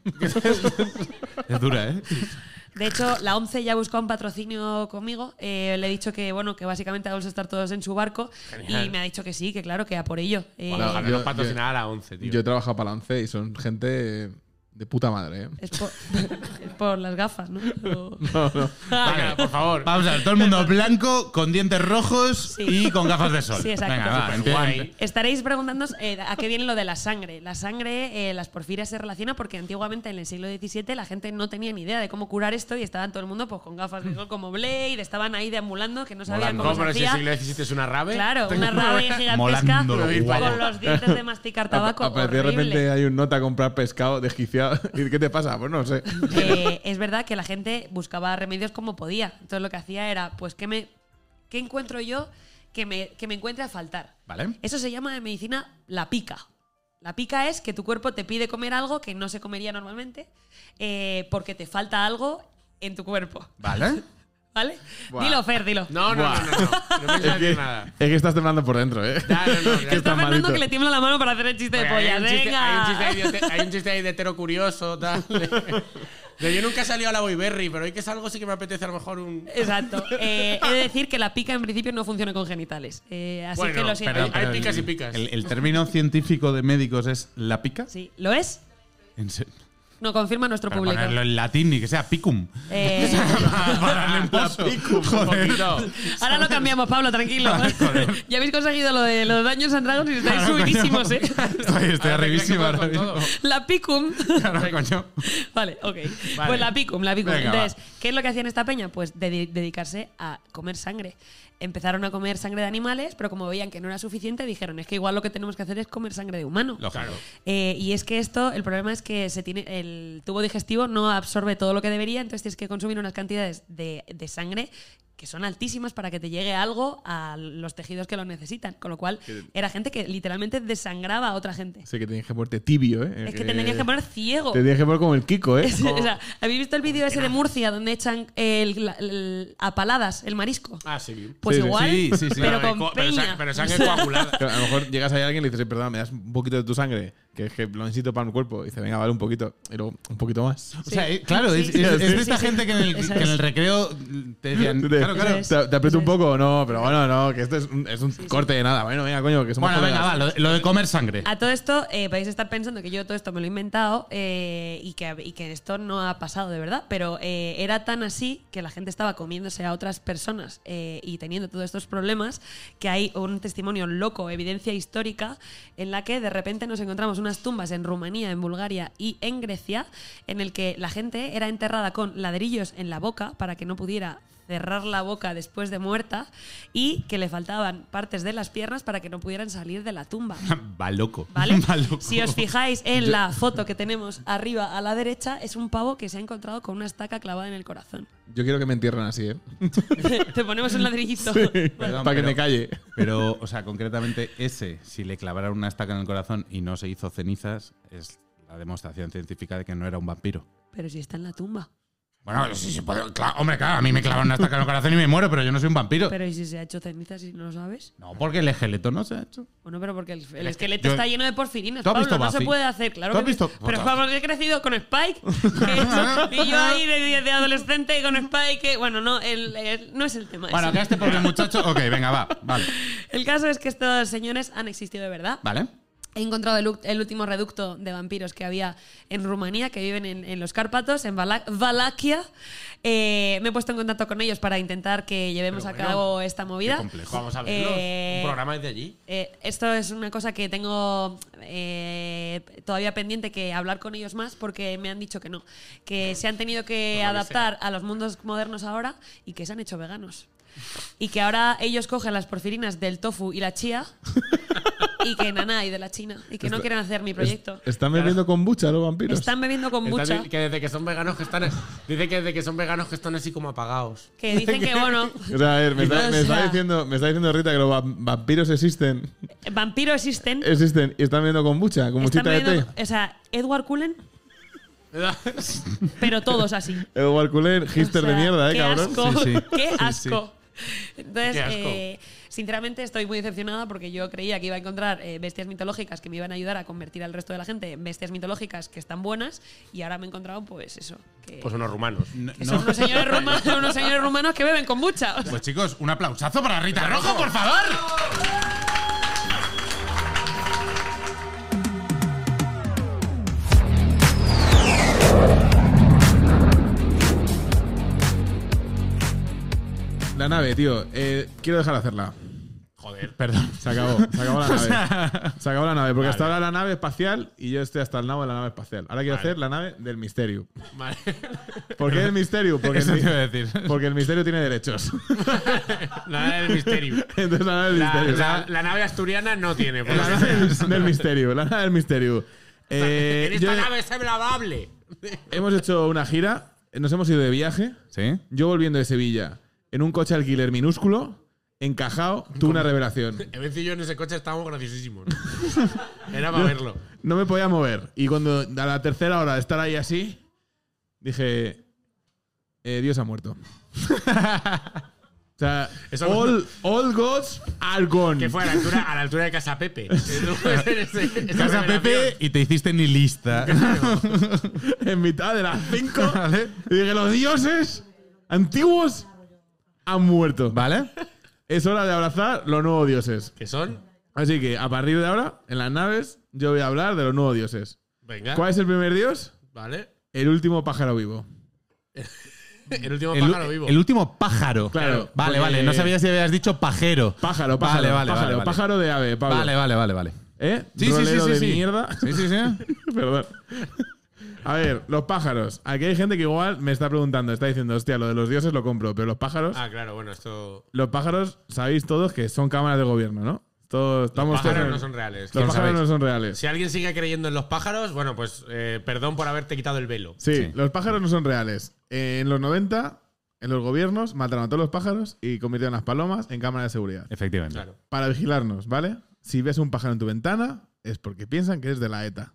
S3: Es dura, ¿eh?
S5: De hecho, la ONCE ya buscó un patrocinio conmigo. Eh, le he dicho que, bueno, que básicamente vamos a estar todos en su barco.
S4: Genial.
S5: Y me ha dicho que sí, que claro, que a por ello. Eh,
S2: Bueno,
S4: Ojalá
S2: yo-
S4: nos patrocinara la 11, tío.
S2: Yo he trabajado para Lance y son gente eh, de puta madre, ¿eh?
S5: es, por, es por las gafas, ¿no? O-
S4: Venga, por favor.
S3: Vamos a ver, todo el mundo blanco, con dientes rojos
S5: Sí.
S3: y con gafas de sol.
S5: Sí, exacto.
S3: Venga, va,
S5: Súper
S3: entiendo.
S4: guay.
S5: Estaréis preguntándoos eh, a qué viene lo de la sangre. La sangre, eh, las porfirias se relaciona porque antiguamente en el siglo XVII la gente no tenía ni idea de cómo curar esto y estaban todo el mundo pues, con gafas de sol como Blade, estaban ahí deambulando que no sabían
S4: Molando.
S5: cómo
S4: ¿Cómo, pero si
S5: se
S4: el
S5: hacía.
S4: siglo XVII es una rave?
S5: Claro, una rave gigantesca
S3: Molando lo
S4: guapo.
S5: con los dientes de masticar tabaco.
S2: A- apareció de
S5: horrible.
S2: repente hay un nota a comprar pescado desquiciado. ¿Y qué te pasa? Pues no sé.
S5: Eh, es verdad que la gente buscaba remedios como podía. Entonces lo que hacía era, pues, ¿qué, me, qué encuentro yo que me, que me encuentre a faltar?
S3: Vale.
S5: Eso se llama en medicina la pica. La pica es que tu cuerpo te pide comer algo que no se comería normalmente eh, porque te falta algo en tu cuerpo.
S3: Vale.
S5: ¿Vale?
S2: Buah.
S5: Dilo, Fer, dilo.
S4: No, no, no, no, no. No me sabes
S2: Es que,
S4: decir nada.
S2: es que estás temblando por dentro, ¿eh?
S4: Ya, no, no, ya.
S2: Que
S5: Está
S2: está
S5: Fernando
S2: malito.
S5: que le tiembla la mano para hacer el chiste de
S4: Porque
S5: pollas.
S4: Hay un chiste- hay un chiste ahí de
S5: Venga.
S4: hetero- hay un chiste ahí de hetero curioso, tal. Yo yo nunca he salido a la Boyberry, pero hoy que salgo sí que me apetece a lo mejor un.
S5: Exacto. Eh, he de decir que la pica en principio no funciona con genitales. Eh, así
S4: Bueno,
S5: que lo siento.
S4: Hay- hay picas y picas.
S3: El, el término científico de médicos es la pica.
S5: Sí, ¿lo es?
S3: En serio.
S5: No confirma nuestro
S3: Para
S5: público.
S3: ponerlo en latín y que sea picum.
S5: Eh,
S3: Ah, Para darle un pozo. Joder.
S5: ahora lo cambiamos, Pablo, tranquilo. ya habéis conseguido lo de los daños and dragons y estáis
S3: Claro, coño.
S5: subidísimos, ¿eh?
S3: Estoy, estoy
S4: Ahora me crees que
S3: arribísimo
S4: puedo
S3: ahora
S4: con
S3: mismo.
S4: todo.
S5: La picum.
S3: Claro, coño.
S5: vale, ok. Pues la picum, la picum.
S3: Venga,
S5: Entonces, ¿qué es lo que hacían esta peña? Pues dedi- dedicarse a comer sangre. Empezaron a comer sangre de animales, pero como veían que no era suficiente, dijeron, es que igual lo que tenemos que hacer es comer sangre de humano.
S3: Lógico.
S5: Eh, y es que esto, el problema es que se tiene, el tubo digestivo no absorbe todo lo que debería, entonces tienes que consumir unas cantidades de, de sangre que son altísimas para que te llegue algo a los tejidos que lo necesitan. Con lo cual, era gente que literalmente desangraba a otra gente.
S2: Sé que tenías que ponerte tibio, ¿eh?
S5: Es que te tenías que poner ciego.
S2: Te tenías que poner como el Kiko, ¿eh?
S5: O sea, ¿Habéis visto el vídeo ese de Murcia donde echan el- la- el- a paladas el marisco?
S4: Ah, sí.
S5: Pues
S2: sí, sí.
S5: igual,
S3: Sí, sí, sí.
S5: pero
S4: de
S5: con
S4: co- pero,
S5: peña.
S4: sa- pero sangre coagulada.
S2: Que A lo mejor llegas ahí a alguien y le dices, "Eh, perdona, me das un poquito de tu sangre, que es que lo necesito para mi cuerpo. Y dice, venga, vale, un poquito. Y luego, un poquito más.
S3: O sea,
S5: Sí.
S3: eh, claro, es,
S5: Sí,
S3: es-
S5: sí,
S3: es de
S5: sí,
S3: esta
S5: sí,
S3: gente
S5: sí.
S3: que en, el,
S5: Eso
S3: que en el
S5: es.
S3: recreo te decían.
S2: Tú te-
S3: Claro, claro.
S5: Eso es.
S2: ¿Te, te aprieto un
S5: Eso es.
S2: poco o no? Pero bueno, no, que esto es un, es un corte de nada. Bueno, venga, coño, que somos
S3: Bueno, venga,
S2: colegas.
S3: va, lo, de- lo de comer sangre.
S5: A todo esto eh, podéis estar pensando que yo todo esto me lo he inventado eh, y, que, y que esto no ha pasado de verdad, pero eh, era tan así que la gente estaba comiéndose a otras personas eh, y teniendo todos estos problemas que hay un testimonio loco, evidencia histórica, en la que de repente nos encontramos unas tumbas en Rumanía, en Bulgaria y en Grecia, en el que la gente era enterrada con ladrillos en la boca para que no pudiera cerrar la boca después de muerta y que le faltaban partes de las piernas para que no pudieran salir de la tumba.
S3: Va loco.
S5: ¿Vale?
S3: Va loco.
S5: Si os fijáis en la foto que tenemos arriba a la derecha, es un pavo que se ha encontrado con una estaca clavada en el corazón.
S2: Yo quiero que me entierren así, ¿eh?
S5: Te ponemos un ladrillito.
S3: Perdón,
S2: Para que
S3: pero-
S2: me calle.
S3: Pero, o sea, concretamente ese, si le clavaran una estaca en el corazón y no se hizo cenizas, es la demostración científica de que no era un vampiro.
S5: Pero si está en la tumba.
S3: Bueno, sí se puede. cla- hombre, claro, a mí me clavan una estaca en el corazón y me muero, pero yo no soy un vampiro.
S5: Pero ¿y si se ha hecho cenizas y no lo sabes?
S3: no, porque el esqueleto no se ha hecho.
S5: Bueno, pero porque el, el
S3: Pero es que
S5: esqueleto
S3: yo-
S5: está lleno de porfirinas.
S3: ¿Tú has
S5: Pablo,
S3: visto
S5: no se
S3: Buffy?
S5: puede hacer, claro.
S3: ¿Tú has
S5: que-
S3: visto-
S5: Pero
S3: Puta.
S5: Pablo, he crecido con Spike. que- y yo ahí de, de adolescente con Spike. que- bueno, no, el- el- no es el tema.
S3: Bueno,
S5: ese.
S3: que este pobre muchacho. Ok, venga, va. Vale.
S5: El caso es que estos señores han existido de verdad.
S3: Vale.
S5: He encontrado el, u- el último reducto de vampiros que había en Rumanía, que viven en, en los Cárpatos, en Vala- Valaquia. Eh, me he puesto en contacto con ellos para intentar que llevemos
S4: Pero
S5: a
S4: bueno,
S5: cabo esta movida.
S4: Vamos a verlos.
S5: Eh,
S4: Un programa desde allí.
S5: Eh, esto es una cosa que tengo eh, todavía pendiente que hablar con ellos más porque me han dicho que no, que se han tenido que adaptar a los mundos modernos ahora y que se han hecho veganos. Y que ahora ellos cogen las porfirinas del tofu y la chía y que naná y de la China y que no quieren hacer mi proyecto.
S2: Es- ¿Están bebiendo kombucha los vampiros?
S5: Están bebiendo
S4: Están-
S5: kombucha
S4: Que desde que son veganos que están. Dice que desde que son veganos que están así como apagados.
S5: que dicen que bueno,
S2: O sea, a ver, me está, me
S5: O
S2: está
S5: sea-
S2: diciendo, me está diciendo Rita que los va- vampiros existen.
S5: vampiros existen.
S2: Existen y están bebiendo kombucha,
S5: Están
S2: kombuchita de té.
S5: bebiendo- o sea, Edward Cullen, pero todos así.
S2: Edward Cullen, hister
S5: O sea,
S2: Eh, de mierda, eh,
S5: qué
S2: cabrón.
S5: Asco,
S3: Sí, sí.
S5: Qué
S3: Sí,
S5: asco. Entonces,
S4: Qué asco.
S5: eh, sinceramente estoy muy decepcionada porque yo creía que iba a encontrar eh, bestias mitológicas que me iban a ayudar a convertir al resto de la gente en bestias mitológicas que están buenas y ahora me he encontrado pues eso. Que,
S4: Pues unos rumanos.
S3: No-
S5: que son
S3: no.
S5: unos, señores rumanos, unos señores rumanos que beben kombucha. O sea,
S3: Pues chicos, un aplausazo para Rita Rojo, por favor.
S2: La nave, tío. Eh, quiero dejar de hacerla.
S3: Joder, perdón.
S2: Se acabó, se acabó la nave. Se acabó la nave, porque hasta ahora la nave espacial y yo estoy hasta el nabo de la nave espacial. Ahora quiero hacer la nave del misterio.
S4: Vale.
S2: ¿Por qué el misterio? Porque,
S3: Eso
S2: el,
S3: te iba
S2: mi-
S3: a decir.
S2: porque el misterio tiene derechos.
S4: Nada del Eh, misterio.
S2: Entonces la nave del
S4: La,
S2: misterio.
S4: la- la nave asturiana no tiene. por
S2: La
S4: lo
S2: nave
S4: que sea.
S2: del, del misterio, la nave del misterio. Eh,
S4: en esta
S2: yo-
S4: nave es lavable.
S2: hemos hecho una gira, nos hemos ido de viaje.
S3: ¿Sí?
S2: Yo volviendo de Sevilla, en un coche alquiler minúsculo, encajado, tuve una revelación.
S4: Ebencio y yo en ese coche estábamos graciosísimos. Era para verlo.
S2: No me podía mover. Y cuando a la tercera hora de estar ahí así, dije, eh, Dios ha muerto. o sea,
S4: Eso no-
S2: all, all gods are gone.
S4: Que fue a la altura, a la altura de Casa Pepe.
S3: Estás
S4: Casa
S3: a Pepe y te hiciste ni lista.
S2: en mitad de las cinco. Y dije, los dioses antiguos han muerto.
S3: ¿Vale?
S2: Es hora de abrazar los nuevos dioses.
S4: ¿Qué son?
S2: Así que a partir de ahora, en las naves, yo voy a hablar de los nuevos dioses.
S4: Venga.
S2: ¿Cuál es el primer dios?
S4: ¿Vale?
S2: El último pájaro vivo.
S4: El último
S3: El,
S4: pájaro vivo.
S3: el último pájaro.
S2: Claro,
S3: Vale,
S2: porque-
S3: vale. No sabía si habías dicho pajero.
S2: Pájaro, pájaro.
S3: Vale, vale,
S2: pájaro,
S3: vale, vale.
S2: pájaro de ave, Pablo.
S3: Vale, vale, vale, vale.
S2: ¿Eh?
S3: Sí, sí,
S2: Rolero
S3: sí, sí,
S2: de
S3: sí.
S2: mierda.
S3: Sí, sí, sí.
S2: Perdón. A ver, los pájaros. Aquí hay gente que igual me está preguntando, está diciendo, hostia, lo de los dioses lo compro, pero los pájaros,
S4: Ah, claro, bueno, esto.
S2: los pájaros sabéis todos que son cámaras de gobierno, ¿no? Todos estamos
S4: Los pájaros
S2: todos en-
S4: no son reales.
S2: Los
S3: lo
S2: pájaros
S3: sabéis.
S2: no son reales.
S4: Si alguien sigue creyendo en los pájaros, bueno, pues eh, perdón por haberte quitado el velo.
S2: Sí,
S3: Sí.
S2: los pájaros no son reales. Eh, en los 90, en los gobiernos mataron a todos los pájaros y convirtieron las palomas en cámaras de seguridad.
S3: Efectivamente.
S4: Claro.
S2: Para vigilarnos, ¿vale? Si ves un pájaro en tu ventana, es porque piensan que eres de la ETA.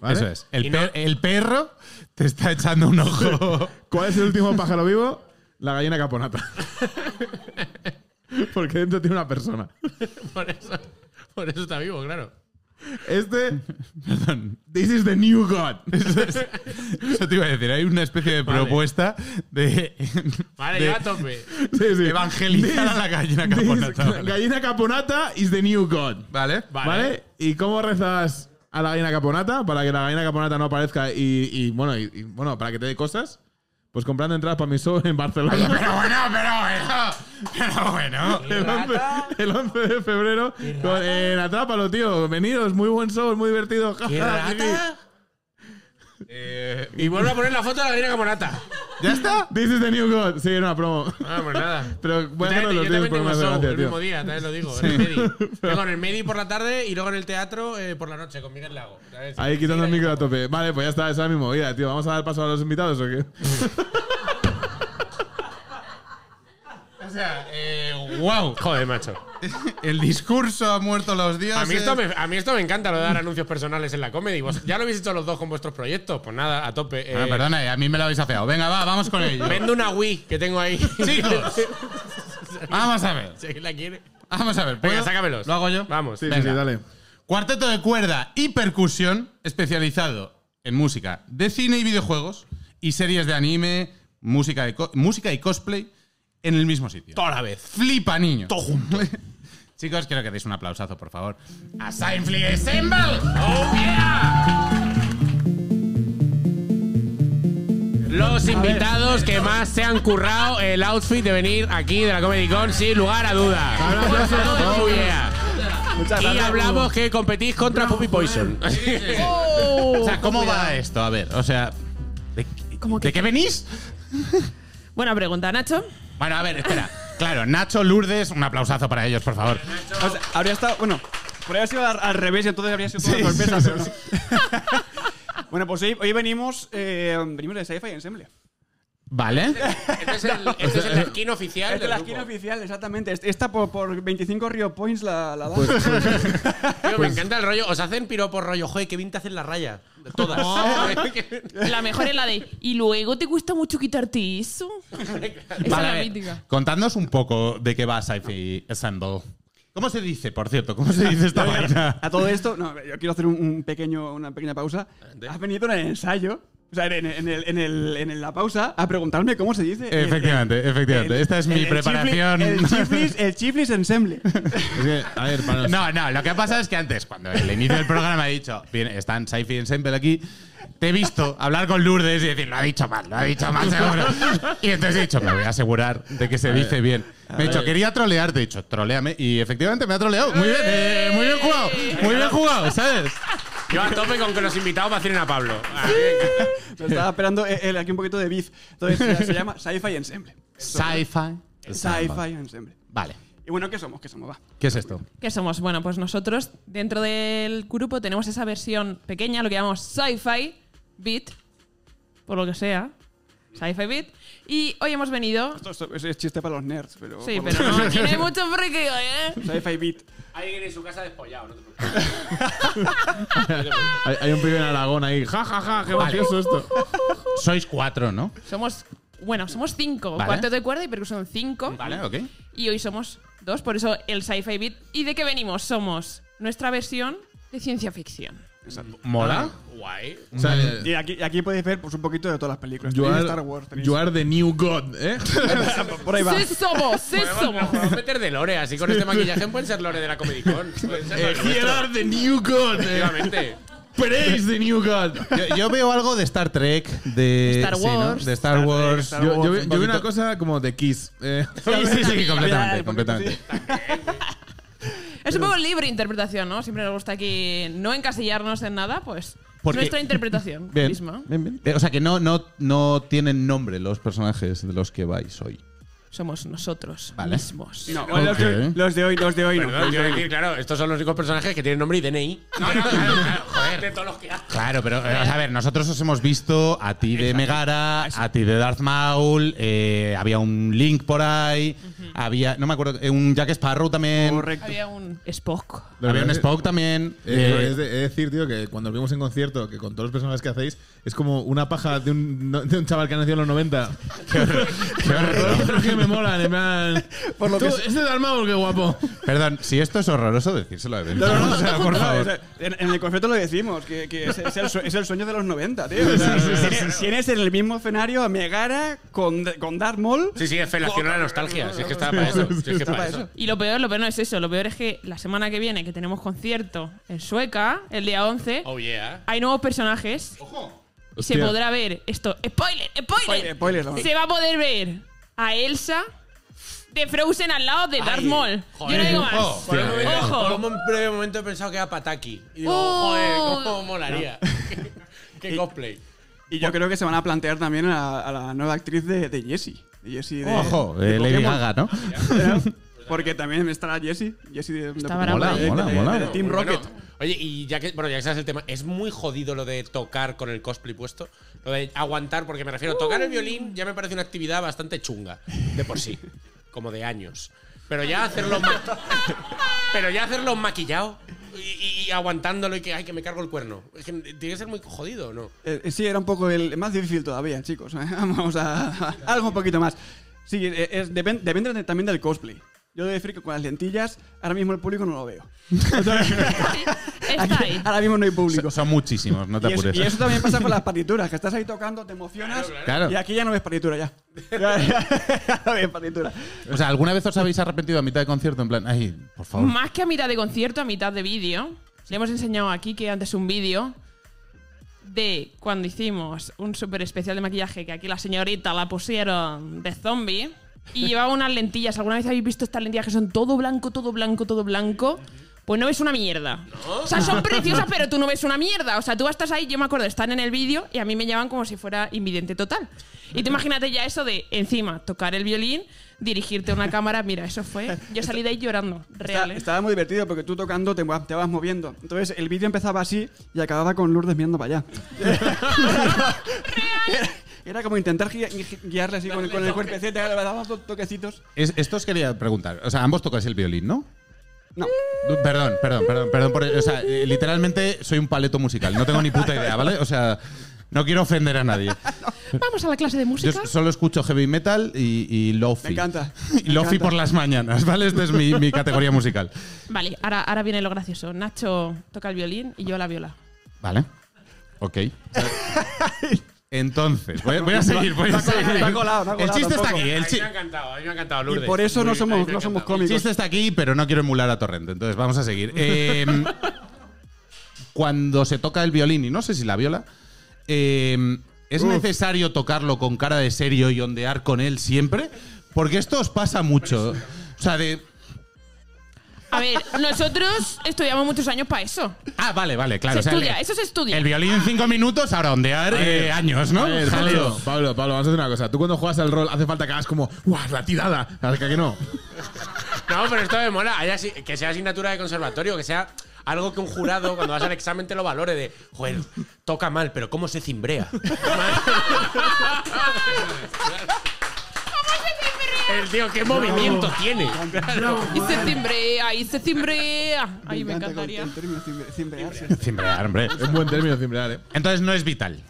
S2: ¿Vale?
S3: Eso es.
S4: Y
S3: El,
S4: no-
S3: per- el perro te está echando un ojo.
S2: ¿Cuál es el último pájaro vivo? La gallina caponata. Porque dentro tiene una persona.
S4: Por eso, por eso está vivo, claro.
S2: Este. This is the new god.
S3: Eso te iba a decir. Hay una especie de propuesta de,
S4: Vale,
S3: de
S4: yo a tope.
S2: Sí, sí.
S3: evangelizar a la gallina
S2: This-
S3: caponata. Vale.
S2: Gallina caponata is the new god.
S3: Vale.
S2: ¿Vale? ¿Y cómo rezas a la gallina caponata para que la gallina caponata no aparezca y, y, bueno, y, y, bueno, para que te dé cosas? Pues comprando entradas para mi show en Barcelona.
S3: Pero bueno, pero bueno. Pero bueno.
S2: El 11, el 11 de febrero. Con, en Atrápalo, tío. Venidos, muy buen show, muy divertido. Ja,
S4: ¿Qué
S2: ja, jiji.
S4: rata? Eh, Y vuelvo a poner la foto de la gallina camonata.
S3: ¿Ya está?
S2: This is the new god. Sí, era una promo.
S4: Ah, pues nada.
S2: Pero voy a
S4: Yo
S2: hacerlo
S4: también-
S2: los
S4: yo
S2: días
S4: también
S2: por
S4: tengo
S2: más
S4: show
S2: gracia,
S4: el mismo
S2: tío.
S4: día, también lo digo, en el Medi. Tengo en el Medi por la tarde y luego en el teatro eh, por la noche con Miguel Lago. ¿sabes?
S2: Ahí quitando el micro a tope. Vale, pues ya está, esa es mi movida, tío. Vamos a dar paso a los invitados o qué?
S3: sea, eh, wow.
S4: Joder, macho.
S3: El discurso ha muerto los dioses.
S4: A mí, esto me, a mí esto me encanta, lo de dar anuncios personales en la comedy. Vos- ya lo habéis hecho los dos con vuestros proyectos. Pues nada, a tope. Eh,
S3: Ah, perdona, eh, a mí me lo habéis afeado. Venga, va, vamos con ello.
S4: Vendo una Wii que tengo ahí.
S3: Chicos. Vamos a ver.
S4: Si alguien la quiere.
S3: Vamos a ver.
S4: Venga,
S3: ¿puedo?
S4: sácamelos.
S3: ¿Lo hago yo?
S4: Vamos.
S2: Sí, sí,
S3: Venga.
S2: sí, dale.
S3: Cuarteto de cuerda y percusión especializado en música de cine y videojuegos y series de anime, música, de co- música y cosplay en el mismo sitio.
S4: Toda la vez.
S3: Flipa, niño. Todo junto. Chicos, quiero que deis un aplausazo, por favor. ¡A Seinfeld Ensemble! ¡Oh, yeah!
S4: Los invitados que más se han currado el outfit de venir aquí de la Comedy Con, sin lugar a dudas. Oh, yeah.
S6: Muchas
S4: Y
S6: gracias.
S4: hablamos que competís contra Puppy Poison.
S3: O sea, ¿cómo va esto? A ver, o sea. ¿De,
S7: ¿Cómo que-
S3: ¿de qué venís?
S5: Buena pregunta, Nacho.
S3: Bueno, a ver, espera. Claro, Nacho, Lourdes, un aplausazo para ellos, por favor.
S6: O sea, habría estado. Bueno, podría haber sido al, al revés y entonces habría sido toda una sorpresa. pero no. bueno, pues hoy, hoy venimos, eh, venimos de Sci-Fi Ensemble.
S3: ¿Vale?
S4: Este es el, este es el esquino oficial.
S6: Esta es
S4: del
S6: la
S4: grupo.
S6: esquina oficial, exactamente. Est- Esta por, por 25 Rio Points la, la da.
S3: Pues,
S4: Tío, me encanta el rollo. Os hacen piropos rollo. Joder, qué bien te hacen la raya. Todas.
S5: La mejor es la de. Y luego te cuesta mucho quitarte eso. Esa
S3: Vale,
S5: es
S3: a
S5: la
S3: ver,
S5: mítica.
S3: Contadnos un poco de qué va Sci-Fi Assemble. ¿Cómo se dice, por cierto? ¿Cómo se dice esta vaina?
S6: A todo esto, no, yo quiero hacer un, un pequeño, una pequeña pausa. Has venido en el ensayo, o sea, en, en el- en el- en el- la pausa, a preguntarme cómo se dice. el-
S3: Efectivamente,
S6: el-
S3: efectivamente. Esta es mi
S6: chifli-
S3: preparación.
S6: El chiflis, el chiflis ensemble.
S2: Es que, a ver, para los-
S3: No, no, lo que ha pasado es que antes, cuando el inicio del programa he dicho, bien, están Sci-Fi Ensemble aquí, te he visto hablar con Lourdes y decir, lo ha dicho mal, lo ha dicho mal seguro. Y entonces he dicho, me voy a asegurar de que se dice bien. Me he dicho, quería trolearte, he dicho, troleame. Y efectivamente me ha troleado. Muy bien, eh, muy bien jugado, muy bien jugado, ¿sabes?
S4: Yo a tope con que los invitados vacilen a Pablo.
S6: Me estaba esperando el- el- aquí un poquito de beef. Entonces se, se llama Sci-Fi Ensemble.
S3: Sci-Fi.
S6: Sci-Fi Ensemble.
S3: Vale.
S6: Y bueno, ¿qué somos? ¿Qué somos? Va.
S3: ¿Qué es esto?
S5: ¿Qué somos? Bueno, pues nosotros dentro del grupo tenemos esa versión pequeña, lo que llamamos Sci-Fi Beat, por lo que sea. Sci-Fi Beat. Y hoy hemos venido.
S6: Esto, esto- eso es chiste para los nerds, pero.
S5: Sí, pero no tiene mucho friqueo, ¿eh?
S6: Sci-Fi Beat.
S4: Alguien en su casa despollado, no te preocupes.
S2: hay, hay un pibe en Aragón ahí. Ja, ja, ja, qué gracioso esto.
S3: Sois cuatro, ¿no?
S5: Somos. Bueno, somos cinco.
S3: Vale.
S5: Cuarteto de cuerda y percusión cinco.
S3: Vale, ok.
S5: Y hoy somos dos, por eso el Sci-Fi Beat. ¿Y de qué venimos? Somos nuestra versión de ciencia ficción.
S3: Mola.
S4: Guay.
S2: O sea, eh,
S6: Y aquí, y aquí podéis ver pues, un poquito de todas las películas.
S2: you,
S6: Tenéis
S2: are,
S6: Star Wars, tenéis.
S2: you are the new god, ¿eh?
S6: Por ahí va.
S5: ¡Sí somos! ¡Sí somos!
S4: Podemos, podemos meter de lore, así con este maquillaje pueden ser lore de la Comedy Con. Pueden ser
S2: Eh,
S4: lore
S2: Here
S4: nuestro.
S2: are the new god. eh.
S4: Efectivamente.
S2: Praise the new god.
S3: Yo, yo veo algo de Star Trek, de
S5: Star
S3: sí, ¿no?
S5: Wars.
S3: de Star Wars.
S6: Star
S2: Yo, yo vi,
S3: un
S2: yo vi una
S3: poquito.
S2: cosa como de Kiss. eh.
S3: Sí, sí, sí, completamente,
S6: Cuidado, un poquito,
S3: completamente.
S6: sí.
S5: Es un poco libre interpretación, ¿no? Siempre nos gusta aquí no encasillarnos en nada, pues
S3: Porque-
S5: nuestra interpretación
S3: Bien,
S5: misma.
S3: bien, bien. Eh, O sea que no, no, no tienen nombre los personajes de los que vais hoy.
S5: Somos nosotros
S3: Vale.
S5: mismos.
S6: No,
S3: Ok.
S6: los, de, los de hoy, los de hoy no.
S4: Perdón, quiero decir, claro, estos son los únicos personajes que tienen nombre y DNI. No, no, claro, claro, joder. De todos los que hay.
S3: Claro, pero eh, o sea, a ver, nosotros os hemos visto a ti de Megara, a ti de Darth Maul, eh, había un Link por ahí, había, no me acuerdo, eh, un Jack Sparrow también,
S6: Correcto.
S5: Había un Spock.
S2: Lo
S3: había
S2: que
S3: un
S2: es-
S3: Spock también.
S2: Eh,
S3: eh,
S2: es de, he de decir, tío, que cuando vimos en concierto, que con todos los personajes que hacéis, es como una paja de un, no- de un chaval que nació en los 90.
S3: qué horror, qué horror.
S2: Todos los que me molan, en plan.
S6: Por lo
S2: tú,
S6: que
S2: ese es Darth Maul, qué guapo.
S3: Perdón, si esto es horroroso, decírselo a Evelyn.
S6: No, no, no,
S3: O sea, por
S6: no,
S3: favor.
S6: o sea, en, en el concierto lo decimos, que, que es, es el, sue- es el sueño de los 90, tío. O sea, tienes- Tienes en el mismo escenario a Megara con, con Darth Maul.
S4: Sí, sí, es felación a la nostalgia. Si es que estaba para eso. Si es que para eso.
S5: Y lo peor, lo peor no es eso, lo peor es que la semana que viene, que tenemos concierto en Sueca, el día 11,
S4: Oh, yeah.
S5: hay nuevos personajes. Y se
S2: Hostia.
S5: podrá ver esto. ¡Spoiler! ¡Spoiler!
S6: Spoiler, spoiler, no.
S5: se va a poder ver a Elsa de Frozen al lado de Darth Maul. Yo no digo más.
S3: Ojo.
S4: Por un, momento,
S5: Ojo.
S4: por un breve momento he pensado que era Pataki. Y digo,
S5: Oh.
S4: joder, cómo molaría. Qué cosplay.
S6: Y yo creo que se van a plantear también a, a la nueva actriz de, de Jessie. De Jessie de,
S3: Ojo,
S6: de
S3: eh, Lady
S6: Pokémon.
S3: Gaga, ¿no?
S6: Eh, Porque también estará Jessie. Jessie de, de
S5: Está
S6: Pokémon.
S5: Mola,
S6: De-
S3: eh. mola,
S6: de-
S3: mola.
S6: de- de Team
S4: Bueno,
S6: Rocket.
S4: oye, y ya que, bueno, ya que sabes el tema, es muy jodido lo de tocar con el cosplay puesto. Lo de aguantar, porque me refiero, tocar el violín ya me parece una actividad bastante chunga, de por sí. como de años. Pero ya hacerlo ma- Pero ya hacerlo maquillado y, y aguantándolo y que, ay, que me cargo el cuerno. Es que tiene que ser muy jodido, ¿no?
S6: Eh, eh, sí, era un poco el más difícil todavía, chicos. ¿eh? Vamos a, a algo un poquito más. Sí, eh, es- depen- depende de- también del cosplay. Yo he de decir que con las lentillas, ahora mismo el público no lo veo.
S5: Está ahí.
S6: Ahora mismo no hay
S3: Son,
S6: público.
S3: son muchísimos, no te
S6: y, eso,
S3: apures.
S6: y eso también pasa con las partituras, que estás ahí tocando, te emocionas
S3: Claro.
S6: y aquí ya no ves partitura ya. Ya, ya- ya no ves partitura.
S3: O sea, ¿alguna vez os habéis arrepentido a mitad de concierto? En plan, ay, por favor.
S5: Más que a mitad de concierto, a mitad de vídeo. Le hemos enseñado aquí que antes un vídeo de cuando hicimos un super especial de maquillaje que aquí la señorita la pusieron de zombie y llevaba unas lentillas. ¿Alguna vez habéis visto estas lentillas que son todo blanco, todo blanco, todo blanco? Pues no ves una mierda. O sea, son preciosas, pero tú no ves una mierda. O sea, tú estás ahí, yo me acuerdo, están en el vídeo y a mí me llevan como si fuera invidente total. Y tú imagínate ya eso de, encima, tocar el violín, dirigirte a una cámara. Mira, eso fue. Yo salí de ahí llorando. Real.
S6: Está-
S5: ¿eh?
S6: estaba muy divertido porque tú tocando te, mu- te vas moviendo. Entonces el vídeo empezaba así y acababa con Lourdes mirando para allá. era, era como intentar gui- gui- guiarle así con, con el cuerpecete, le daba dos toquecitos.
S3: Es- esto os quería preguntar. O sea, ambos tocáis el violín, ¿no?
S6: No.
S3: Du- Perdón, perdón, perdón, perdón. por- o sea, eh, literalmente soy un paleto musical. No tengo ni puta idea, ¿vale? O sea, no quiero ofender a nadie.
S5: Vamos a la clase de
S3: Yo
S5: música.
S3: solo escucho heavy metal y, y lofi.
S6: Me encanta,
S3: Y
S6: Mm, me
S3: lofi
S6: encanta.
S3: por las mañanas, ¿vale? Esta es mi, mi categoría musical.
S5: Vale, ahora, ahora viene lo gracioso. Nacho toca el violín y yo la viola.
S3: ¿Vale? Ok. Entonces, voy, a- voy a seguir, voy a seguir.
S6: me ha colado, me ha
S3: el
S6: colado
S3: chiste está
S6: tampoco.
S3: aquí,
S4: A
S3: el,
S4: mí
S3: chi-
S4: me ha encantado, a mí me ha encantado,
S6: Y
S4: Lourdes.
S6: por eso
S4: Muy bien,
S6: no
S4: a mí
S6: somos,
S4: me ha
S6: no somos
S4: encantado.
S3: el
S6: cómicos.
S3: chiste está aquí, pero no quiero emular a Torrente, entonces vamos a seguir. Eh, cuando se toca el violín, y no sé si la viola, eh, ¿es necesario tocarlo con cara de serio y ondear con él siempre? Porque esto os pasa mucho. O sea, de...
S5: A ver, nosotros estudiamos muchos años para eso.
S3: Ah, vale, vale, claro.
S5: se
S3: o sea,
S5: estudia,
S3: el-
S5: eso se estudia.
S3: El violín cinco minutos, ahora ondear eh, años, ¿no?
S2: A ver, Pablo,
S3: Jaleo.
S2: Pablo, Pablo, vamos a hacer una cosa. Tú cuando juegas al rol hace falta que hagas como, ¡guau! La tirada. ¿A que no?
S4: No, pero esto me mola. Hay asi- que sea asignatura de conservatorio, que sea algo que un jurado cuando vas al examen te lo valore de, joder, toca mal, pero ¿cómo se cimbrea? El tío, ¿qué movimiento tiene?
S5: Y se cimbrea, y se cimbrea. Ay, me
S6: encanta con-
S5: encantaría.
S6: el término cimbre- cimbrearse.
S3: Cimbrear, hombre.
S2: Es un buen término cimbrear, ¿eh?
S3: Entonces no es vital.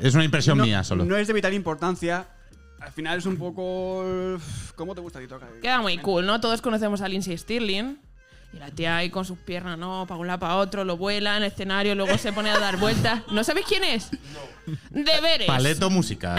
S3: Es una impresión mía solo.
S6: No es de vital importancia. Al final es un poco. uf, ¿Cómo te gusta que toca?
S5: Queda muy cool, ¿no? Todos conocemos a Lindsay Stirling. Y la tía ahí con sus piernas, ¿no? Para un lado, para otro, lo vuela en el escenario, luego se pone a dar vueltas. ¿No sabéis quién es? Deberes.
S3: Paleto música.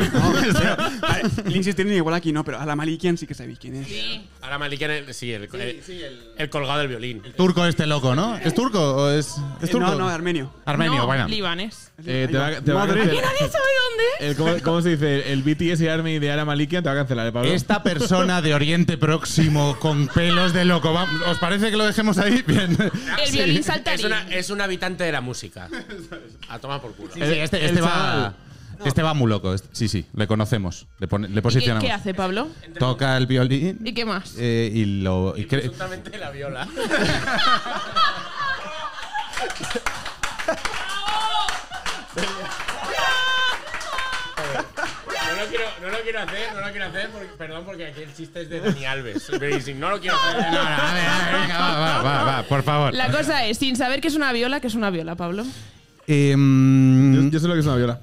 S6: Lindsay Stirling igual aquí no, pero a la Malikian sí que sabéis quién es.
S5: Sí.
S4: Ahora Malikian, el- sí, el, el- el colgado del violín.
S3: turco este loco, ¿no? ¿Es turco o es, es
S6: Eh,
S3: turco?
S6: No, no, armenio.
S3: Armenio,
S5: no,
S3: bueno.
S5: libanes.
S2: Eh, te va, te va a
S6: Madre.
S2: cancelar.
S5: Nadie sabe dónde es.
S2: El- ¿cómo, cómo se dice? El BTS y Army de Ara Malikian te va a cancelar, ¿eh, Pablo?
S3: Esta persona de Oriente Próximo con pelos de loco. va- ¿Os parece que lo dejemos ahí? Bien.
S5: El violín saltarín.
S4: Eh, Es, una- es un habitante de la música. A tomar por culo.
S3: Sí, sí, este, este va. Este va muy loco. Este- Sí, sí, le conocemos. Le, pone- le
S5: ¿Y qué,
S3: posicionamos.
S5: qué hace, Pablo?
S3: Toca el violín.
S5: ¿Y qué más?
S3: eh, y lo. y cre-
S4: Absolutamente la viola. No lo, quiero, no lo quiero hacer, no lo quiero hacer, porque- perdón, porque aquí el chiste es de Dani Alves. Pero y si no lo quiero hacer.
S3: No, no, a ver, a ver, venga, va, va, va, va, por favor.
S5: La cosa es, sin saber que es una viola, que es una viola, Pablo.
S3: Em,
S2: Yo, yo sé lo que es una viola.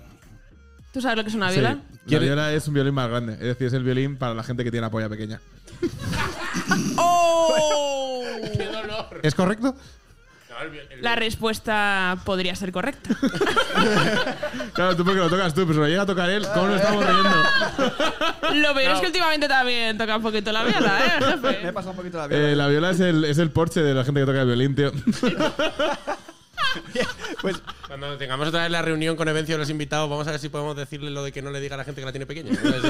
S5: ¿Tú sabes lo que es una
S2: Sí.
S5: viola?
S2: La viola es un violín más grande. Es decir, es el violín para la gente que tiene la polla pequeña.
S5: ¡Oh!
S4: ¡Qué dolor!
S3: ¿Es correcto?
S4: No, el viol- el-
S5: La respuesta podría ser correcta.
S2: Claro, tú porque lo tocas tú, pero si lo llega a tocar él, ¿cómo nos estamos riendo?
S5: Lo peor es que últimamente también toca un poquito la viola, ¿eh,
S6: Me he
S5: jefe?
S6: pasado un poquito la vida.
S2: Eh, la viola es el, es el Porsche de la gente que toca el violín, tío.
S6: Pues
S4: Cuando tengamos otra vez la reunión con Evencio de los invitados, vamos a ver si podemos decirle lo de que no le diga a la gente que la tiene pequeña. A ver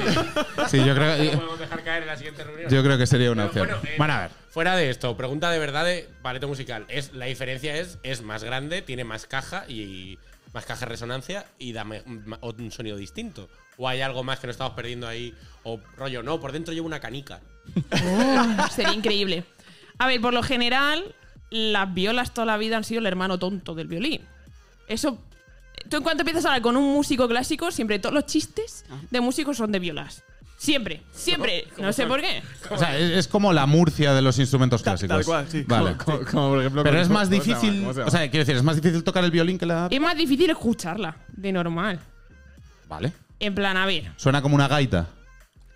S4: si
S3: Sí, yo creo,
S4: lo
S3: yo,
S4: podemos dejar caer en la siguiente reunión.
S3: eh, yo creo que sería una
S4: Pero
S3: opción.
S4: bueno, eh,
S3: Bueno, a ver.
S4: Fuera de esto, pregunta de verdad de paleto musical. Es, la diferencia es, es más grande, tiene más caja y más caja de resonancia y da me- ma- un sonido distinto. O hay algo más que nos estamos perdiendo ahí. O rollo, no, por dentro llevo una canica.
S5: Oh, sería increíble. A ver, por lo general, las violas toda la vida han sido el hermano tonto del violín. Eso. Tú en cuanto empiezas a hablar con un músico clásico, siempre todos los chistes de músicos son de violas.
S8: Siempre, siempre. No sé por qué.
S3: O sea, es, es como la Murcia de los instrumentos clásicos.
S6: tal cual, sí.
S3: Vale.
S2: Como, como, por ejemplo,
S3: Pero
S2: con-
S3: es más
S2: ¿cómo se llama?
S3: difícil.
S2: ¿Cómo se
S3: O
S2: llama?
S3: sea, quiero decir, es más difícil tocar el violín que la.
S8: Es más difícil escucharla, de normal.
S3: Vale.
S8: En plan, a ver,
S3: Suena como una gaita.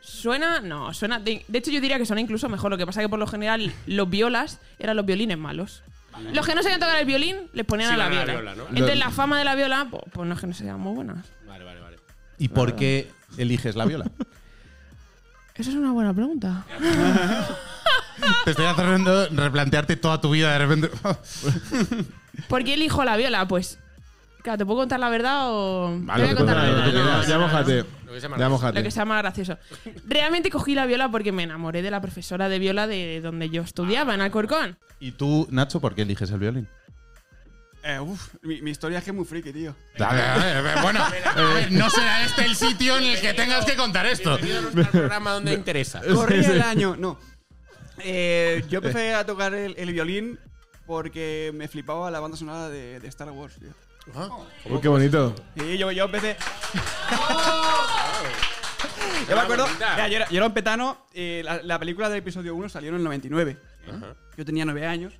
S8: suena, no, suena. De, de hecho, yo diría que suena incluso mejor. Lo que pasa que por lo general los violas eran los violines malos. Los que no sabían tocar el violín les ponían
S4: Sí,
S8: a la
S4: van a la
S8: viola.
S4: viola, ¿no?
S8: Entonces, la fama de la viola, pues, pues no es que no sean muy buenas.
S4: Vale, vale, vale.
S3: ¿Y por qué eliges la viola?
S8: Esa es una buena pregunta.
S3: Te estoy haciendo replantearte toda tu vida de repente.
S8: ¿Por qué elijo la viola? Pues. Claro, ¿te puedo contar la verdad o.?
S2: Vale,
S8: Te voy
S2: lo que
S8: a contar
S2: tú
S8: la
S2: quieras,
S8: verdad.
S2: lo que
S8: No,
S2: quieras. Ya
S8: no,
S2: mojate.
S4: Lo que sea más
S2: Ya
S4: gracioso.
S8: Lo que
S2: mojate.
S8: sea más gracioso. Realmente cogí la viola porque me enamoré de la profesora de viola de donde yo estudiaba, en Alcorcón.
S3: ¿Y tú, Nacho, por qué eliges el violín?
S6: Eh, uf, mi, mi historia es que es muy friki, tío.
S3: bueno, eh, no será este el sitio en el que tengas que contar esto.
S4: Bienvenidos al programa donde interesa.
S6: Corría el año, no. Eh, yo empecé a tocar el, el violín porque me flipaba la banda sonora de, de Star Wars, tío.
S2: Uy, qué bonito.
S6: Sí, yo, yo empecé. yo me acuerdo. mira, yo, era, yo era un petano. eh, la, la película del episodio 1 salió en el 99. Yo tenía 9 años.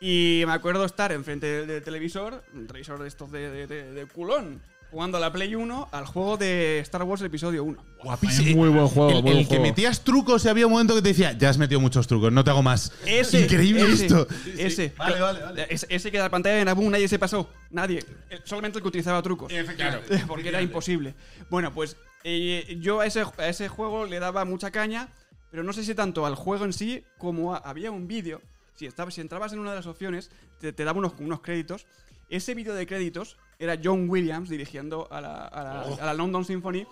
S6: Y me acuerdo estar enfrente del, del televisor, un televisor de estos de, de- de- de culón, jugando a la Play 1 al juego de Star Wars el episodio 1.
S3: Guapísimo.
S2: Muy buen juego,
S3: El,
S2: muy buen
S3: el que
S2: juego.
S3: metías trucos y había un momento que te decía, ya has metido muchos trucos, no te hago más.
S6: Ese,
S3: Increíble
S6: ese,
S3: esto.
S6: Ese. Vale, vale, vale. Ese, ese que la pantalla era boom, nadie se pasó. Nadie. El- Solamente el que utilizaba trucos. Efectivamente. Porque era imposible. Bueno, pues eh, yo a ese, a ese juego le daba mucha caña, pero no sé si tanto al juego en sí como a- había un vídeo. Si, estabas, si entrabas en una de las opciones, te, te daba unos, unos créditos. Ese vídeo de créditos era John Williams dirigiendo a la, a la- a la London Symphony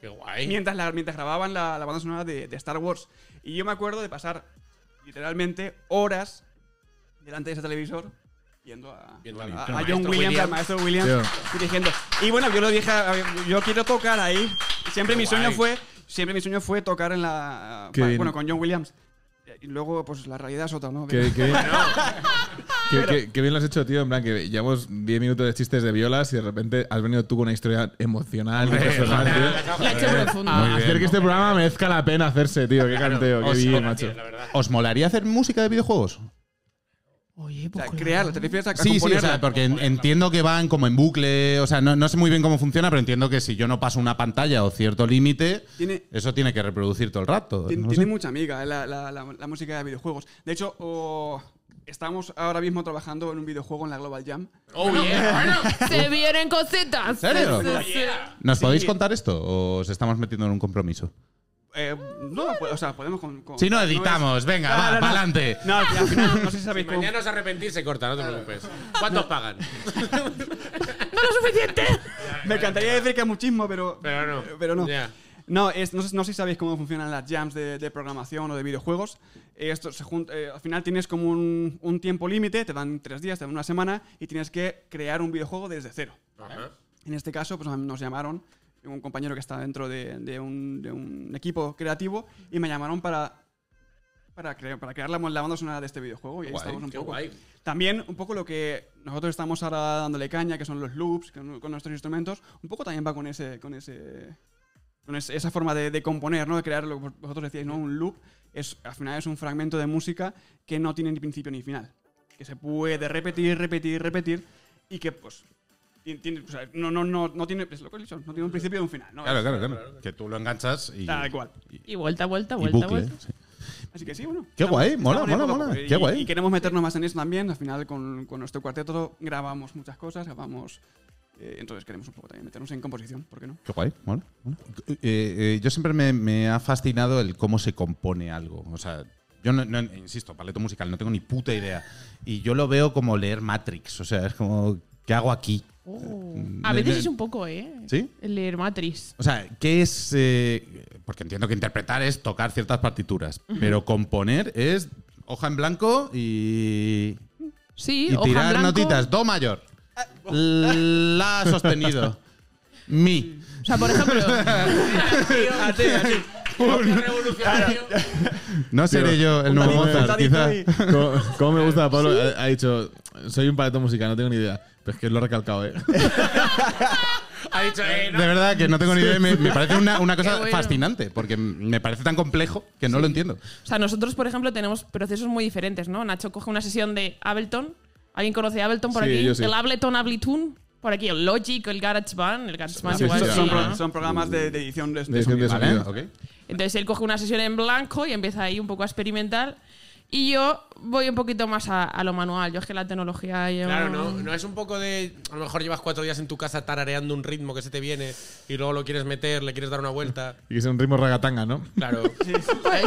S4: Qué guay.
S6: mientras, la- mientras grababan la, la banda sonora de, de Star Wars. Y yo me acuerdo de pasar literalmente horas delante de ese televisor viendo a,
S4: Viendo
S6: a-
S4: al-
S6: a-
S4: al
S6: a
S4: maestro
S6: John Williams,
S4: Williams.
S6: al maestro Williams, dirigiendo. Y bueno, yo lo dije, a- yo quiero tocar ahí. Siempre mi sueño fue, siempre mi sueño fue tocar en la,
S2: Qué
S6: pa-
S2: bien.
S6: bueno, con John Williams. Y luego, pues la realidad es otra, ¿no?
S2: Qué, qué- qué- qué- qué bien lo has hecho, tío. En plan, que llevamos 10 minutos de chistes de violas y de repente has venido tú con una historia emocional. y personal, tío. Eh,
S8: La he hecho profunda.
S3: Muy bien.
S2: Hacer que este programa merezca la pena hacerse, tío. Qué canteo, qué
S3: os-
S2: bien,
S3: ahora,
S2: macho.
S3: ¿Os molaría hacer música de videojuegos?
S8: Oye,
S6: O
S8: pues.
S6: sea,
S8: claro.
S6: crearla, te refieres a, a
S3: Sí, sí, o
S6: componerla.
S3: sea, porque en- entiendo que van como en bucle, o sea, no, no sé muy bien cómo funciona, pero entiendo que si yo no paso una pantalla o cierto límite,
S6: Tiene-
S3: eso tiene que reproducir todo el rato.
S6: Tien-
S3: Pues no
S6: tiene
S3: sé.
S6: mucha amiga eh, la, la- la- la música de videojuegos. De hecho, oh, estamos ahora mismo trabajando en un videojuego en la Global Jam.
S4: Oh, yeah.
S8: Se vienen cositas. ¿En
S3: serio? ¿Nos
S6: Sí.
S3: podéis contar esto o os estamos metiendo en un compromiso?
S6: Eh, no, pues, o sea, podemos con. con-
S3: Si no
S6: es-
S3: editamos, venga,
S6: No,
S3: va,
S6: no, no.
S3: pa'lante.
S6: No, al final, no sé si
S4: Si
S6: sabéis cómo.
S4: mañana os arrepentís, se corta, no te preocupes. ¿Cuántos pagan?
S8: No lo suficiente.
S6: Me encantaría decir que es muchismo, pero.
S4: Pero no.
S6: Pero no.
S4: Ya.
S6: No, es- no, sé, no sé si sabéis cómo funcionan las jams de, de programación o de videojuegos. Eh, Esto se jun- eh, al final tienes como un, un tiempo límite, te dan tres días, te dan una semana y tienes que crear un videojuego desde cero.
S4: Ajá.
S6: En este caso, pues nos llamaron un compañero que está dentro de, de un, de un equipo creativo y me llamaron para para, cre- para crear la, la banda sonora de este videojuego y ahí estamos un
S4: qué
S6: poco.
S4: guay.
S6: También un poco lo que nosotros estamos ahora dándole caña, que son los loops con, con nuestros instrumentos, un poco también va con ese con ese con es- esa forma de, de componer, ¿no? De crear lo que vos- vosotros decíais, ¿no? Un loop es al final es un fragmento de música que no tiene ni principio ni final, que se puede repetir, repetir, repetir y que pues tien- tiene, o sea, no, no, no, no tiene, es lo que he dicho, no tiene un principio y un final, ¿no?
S3: Claro, claro, claro. Que tú lo enganchas y,
S6: Tal cual.
S8: Y vuelta, vuelta,
S3: y
S8: vuelta,
S3: bucle.
S8: vuelta.
S3: sí.
S6: Así que sí, bueno.
S3: Qué guay, mola,
S6: en
S3: mola,
S6: época,
S3: mola,
S6: porque-
S3: qué
S6: y-
S3: guay.
S6: Y queremos meternos más en eso también. Al final, con, con nuestro cuarteto grabamos muchas cosas, grabamos. eh, entonces, queremos un poco también meternos en composición, ¿por qué no?
S3: Qué guay, mola, mola. Eh, eh, yo siempre me, me ha fascinado el cómo se compone algo. O sea, yo no, no- insisto, paleto musical, no tengo ni puta idea. Y yo lo veo como leer Matrix. O sea, es como, ¿qué hago aquí?
S8: A veces
S3: Eh,
S8: es un poco, ¿eh?
S3: ¿Sí?
S8: El leer Matrix.
S3: O sea, ¿qué es...? eh, porque entiendo que interpretar es tocar ciertas partituras, pero componer es hoja en blanco y,
S8: Sí,
S3: y
S8: hoja en
S3: tirar
S8: blanco. Ah, oh.
S3: notitas. Do mayor. La sostenido. Mi.
S8: O sea, por ejemplo,
S4: Otro revolucionario.
S3: No seré yo el nuevo
S2: Una
S3: Mozart,
S6: libreta
S3: quizá.
S6: ahí.
S2: ¿Cómo, cómo me gusta, Pablo? Ha, ha dicho, soy un paleto musical, no tengo ni idea. Pero es que lo ha recalcado, ¿eh?
S4: Ha dicho, eh, no.
S3: De verdad que no tengo ni idea. Me, me parece una, una cosa
S8: Qué bueno.
S3: fascinante, porque me parece tan complejo que no lo entiendo.
S8: O sea, nosotros, por ejemplo, tenemos procesos muy diferentes, ¿no? Nacho coge una sesión de Ableton. ¿Alguien conoce Ableton por
S2: Sí, yo
S8: aquí?
S2: sí.
S8: El Ableton, Ableton, por aquí. El Logic, el GarageBand. El GarageBand
S2: Sí,
S8: igual
S2: sí,
S6: Son,
S8: sí,
S6: son
S8: ¿no?
S6: pro- son programas de, de edición de, de
S2: De edición de
S6: sonido.
S2: sonido.
S3: ¿Vale?
S2: Sonido.
S3: ok.
S8: Entonces él coge una sesión en blanco y empieza ahí un poco a experimentar. Y yo voy un poquito más a, a lo manual. Yo es que la tecnología... yo-
S4: Claro, ¿no? No es un poco de. A lo mejor llevas cuatro días en tu casa tarareando un ritmo que se te viene y luego lo quieres meter, le quieres dar una vuelta.
S2: Y que sea un ritmo ragatanga, ¿no?
S4: Claro.
S8: Pues,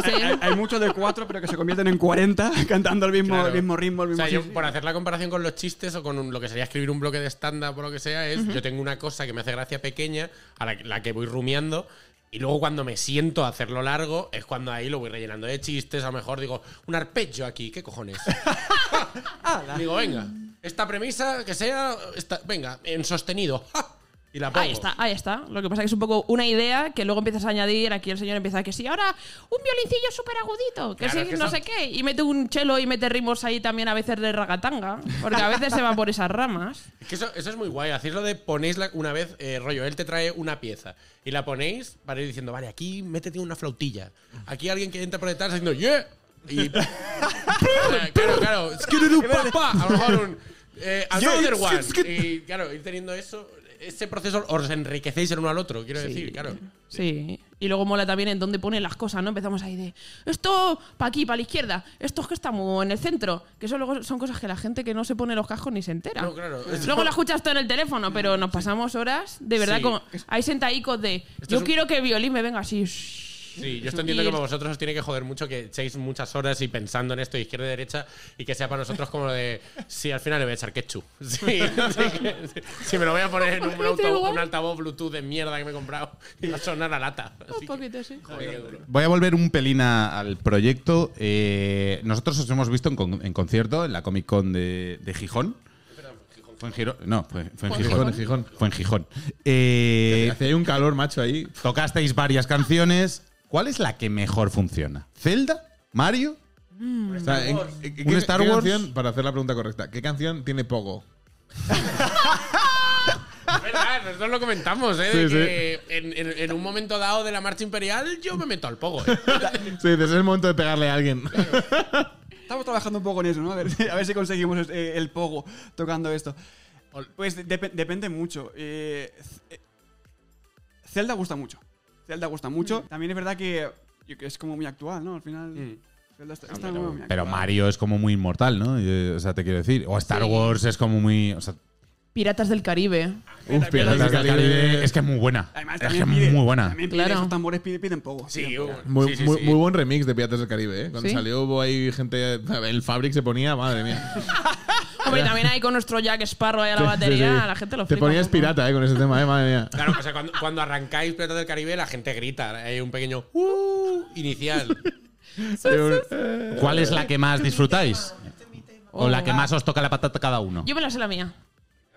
S8: eh,
S6: Hay, hay muchos de cuatro, pero que se convierten en 40 cantando el mismo,
S4: Claro.
S6: el mismo ritmo,
S4: O
S6: el mismo
S4: sea, yo,
S6: chiste.
S4: por hacer la comparación con los chistes o con un- lo que sería escribir un bloque de stand-up o lo que sea, es yo tengo una cosa que me hace gracia pequeña, a la, la que voy rumiando, y luego cuando me siento a hacerlo largo, es cuando ahí lo voy rellenando de chistes, a lo mejor digo, un arpeggio aquí, ¿qué cojones? digo, venga, esta premisa que sea, esta- venga, en sostenido. ¡ja! Y la pongo.
S8: Ahí está, ahí está. Lo que pasa que es un poco una idea que luego empiezas a añadir. Aquí el señor empieza que sí, ahora un violincillo súper agudito, que
S4: Claro,
S8: sí,
S4: es que
S8: no
S4: eso-
S8: sé qué. Y mete un chelo y mete ritmos ahí también a veces de ragatanga, porque a veces se va por esas ramas.
S4: Es que eso, eso es muy guay. Hacéis lo de ponéis la- una vez, eh, rollo, él te trae una pieza y la ponéis para ir diciendo, vale, aquí métete una flautilla. Aquí alguien que entra por detrás diciendo, yeah. Y. claro, claro. "Skididú, pa, pa". A lo mejor un. eh, another one. Y claro, ir teniendo eso. Ese proceso os enriquecéis el uno al otro, quiero decir, claro.
S8: Sí. Y luego mola también en dónde pone las cosas, ¿no? Empezamos ahí de esto para aquí, para la izquierda, esto es que está muy en el centro. Que eso luego son cosas que la gente que no se pone los cascos ni se entera.
S4: No, claro.
S8: Luego lo escuchas todo en el teléfono, pero nos pasamos horas, de verdad,
S4: Sí.
S8: como hay sentaicos de
S4: Esto
S8: yo
S4: es un-
S8: quiero que el violín me venga así. shh,
S4: Sí, yo esto entiendo que
S8: ir-
S4: como vosotros os tiene que joder mucho que echéis muchas horas y pensando en esto de izquierda y derecha y que sea para nosotros como de sí, al final le voy a echar ketchup. Sí, sí, que- sí, sí, me lo voy a poner en un,
S8: Un poquito
S4: auto-
S8: igual.
S4: un altavoz Bluetooth de mierda que me he comprado y va a sonar a lata. Así
S8: Un
S4: que-
S8: poquito, sí.
S4: joder, qué duro.
S3: Voy a volver un pelín a- al proyecto. Eh, nosotros os hemos visto en, con- en concierto en la Comic Con de, de Gijón. Fue en Gijón. No, fue, fue en
S8: ¿Fue en
S3: Gijón.
S2: Gijón?
S3: Fue en Gijón. Eh,
S2: Hacía un calor, macho, ahí.
S3: tocasteis varias canciones. ¿Cuál es la que mejor funciona? ¿Zelda? ¿Mario?
S8: Pues
S2: O sea, en- en-
S3: Un
S2: ¿qué-
S3: Star
S2: qué
S3: Wars.
S2: canción- para hacer la pregunta correcta, ¿qué canción tiene Pogo?
S4: Es verdad, nosotros lo comentamos, ¿eh? de
S2: Sí,
S4: que En, en- en un momento dado de la marcha imperial yo me meto al pogo. ¿eh?
S2: Sí, dices, es el momento de pegarle a alguien.
S6: Estamos trabajando un poco en eso, ¿no? A ver, a ver si conseguimos eh, el pogo tocando esto. Pues depe- depende mucho. Eh, Z- eh, Zelda gusta mucho. Zelda gusta mucho. También es verdad que yo que es como muy actual, ¿no? Al final. Zelda está, está muy actual.
S3: Pero Mario es como muy inmortal, ¿no? Eh, O sea, te quiero decir. O Star
S8: Sí.
S3: Wars es como muy. O sea,
S8: Piratas del Caribe.
S2: Uf,
S3: Piratas del Caribe es
S2: Es
S3: que es muy buena.
S6: Además,
S3: es que es
S6: también pide,
S3: muy buena.
S6: También pide
S8: Claro.
S6: esos tambores pide- piden pogo.
S4: Sí,
S6: Piden pogo.
S4: un-
S2: muy,
S4: sí, sí,
S2: muy,
S4: sí.
S2: muy buen remix de Piratas del Caribe, ¿eh? Cuando
S8: ¿Sí?
S2: salió hubo ahí gente. El Fabric se ponía, madre mía.
S8: Hombre, también hay con nuestro Jack Sparrow ahí a la batería, la gente lo
S2: Te
S8: flipa
S2: ponías
S8: un poco.
S2: pirata, ¿eh? Con ese tema, ¿eh? Madre mía.
S4: Claro, o sea, cuando, cuando arrancáis Piratas del Caribe la gente grita, hay un pequeño "Uh", inicial.
S3: ¿Cuál es la que más disfrutáis? ¿O la que más os toca la patata cada uno?
S8: Yo me la sé la mía.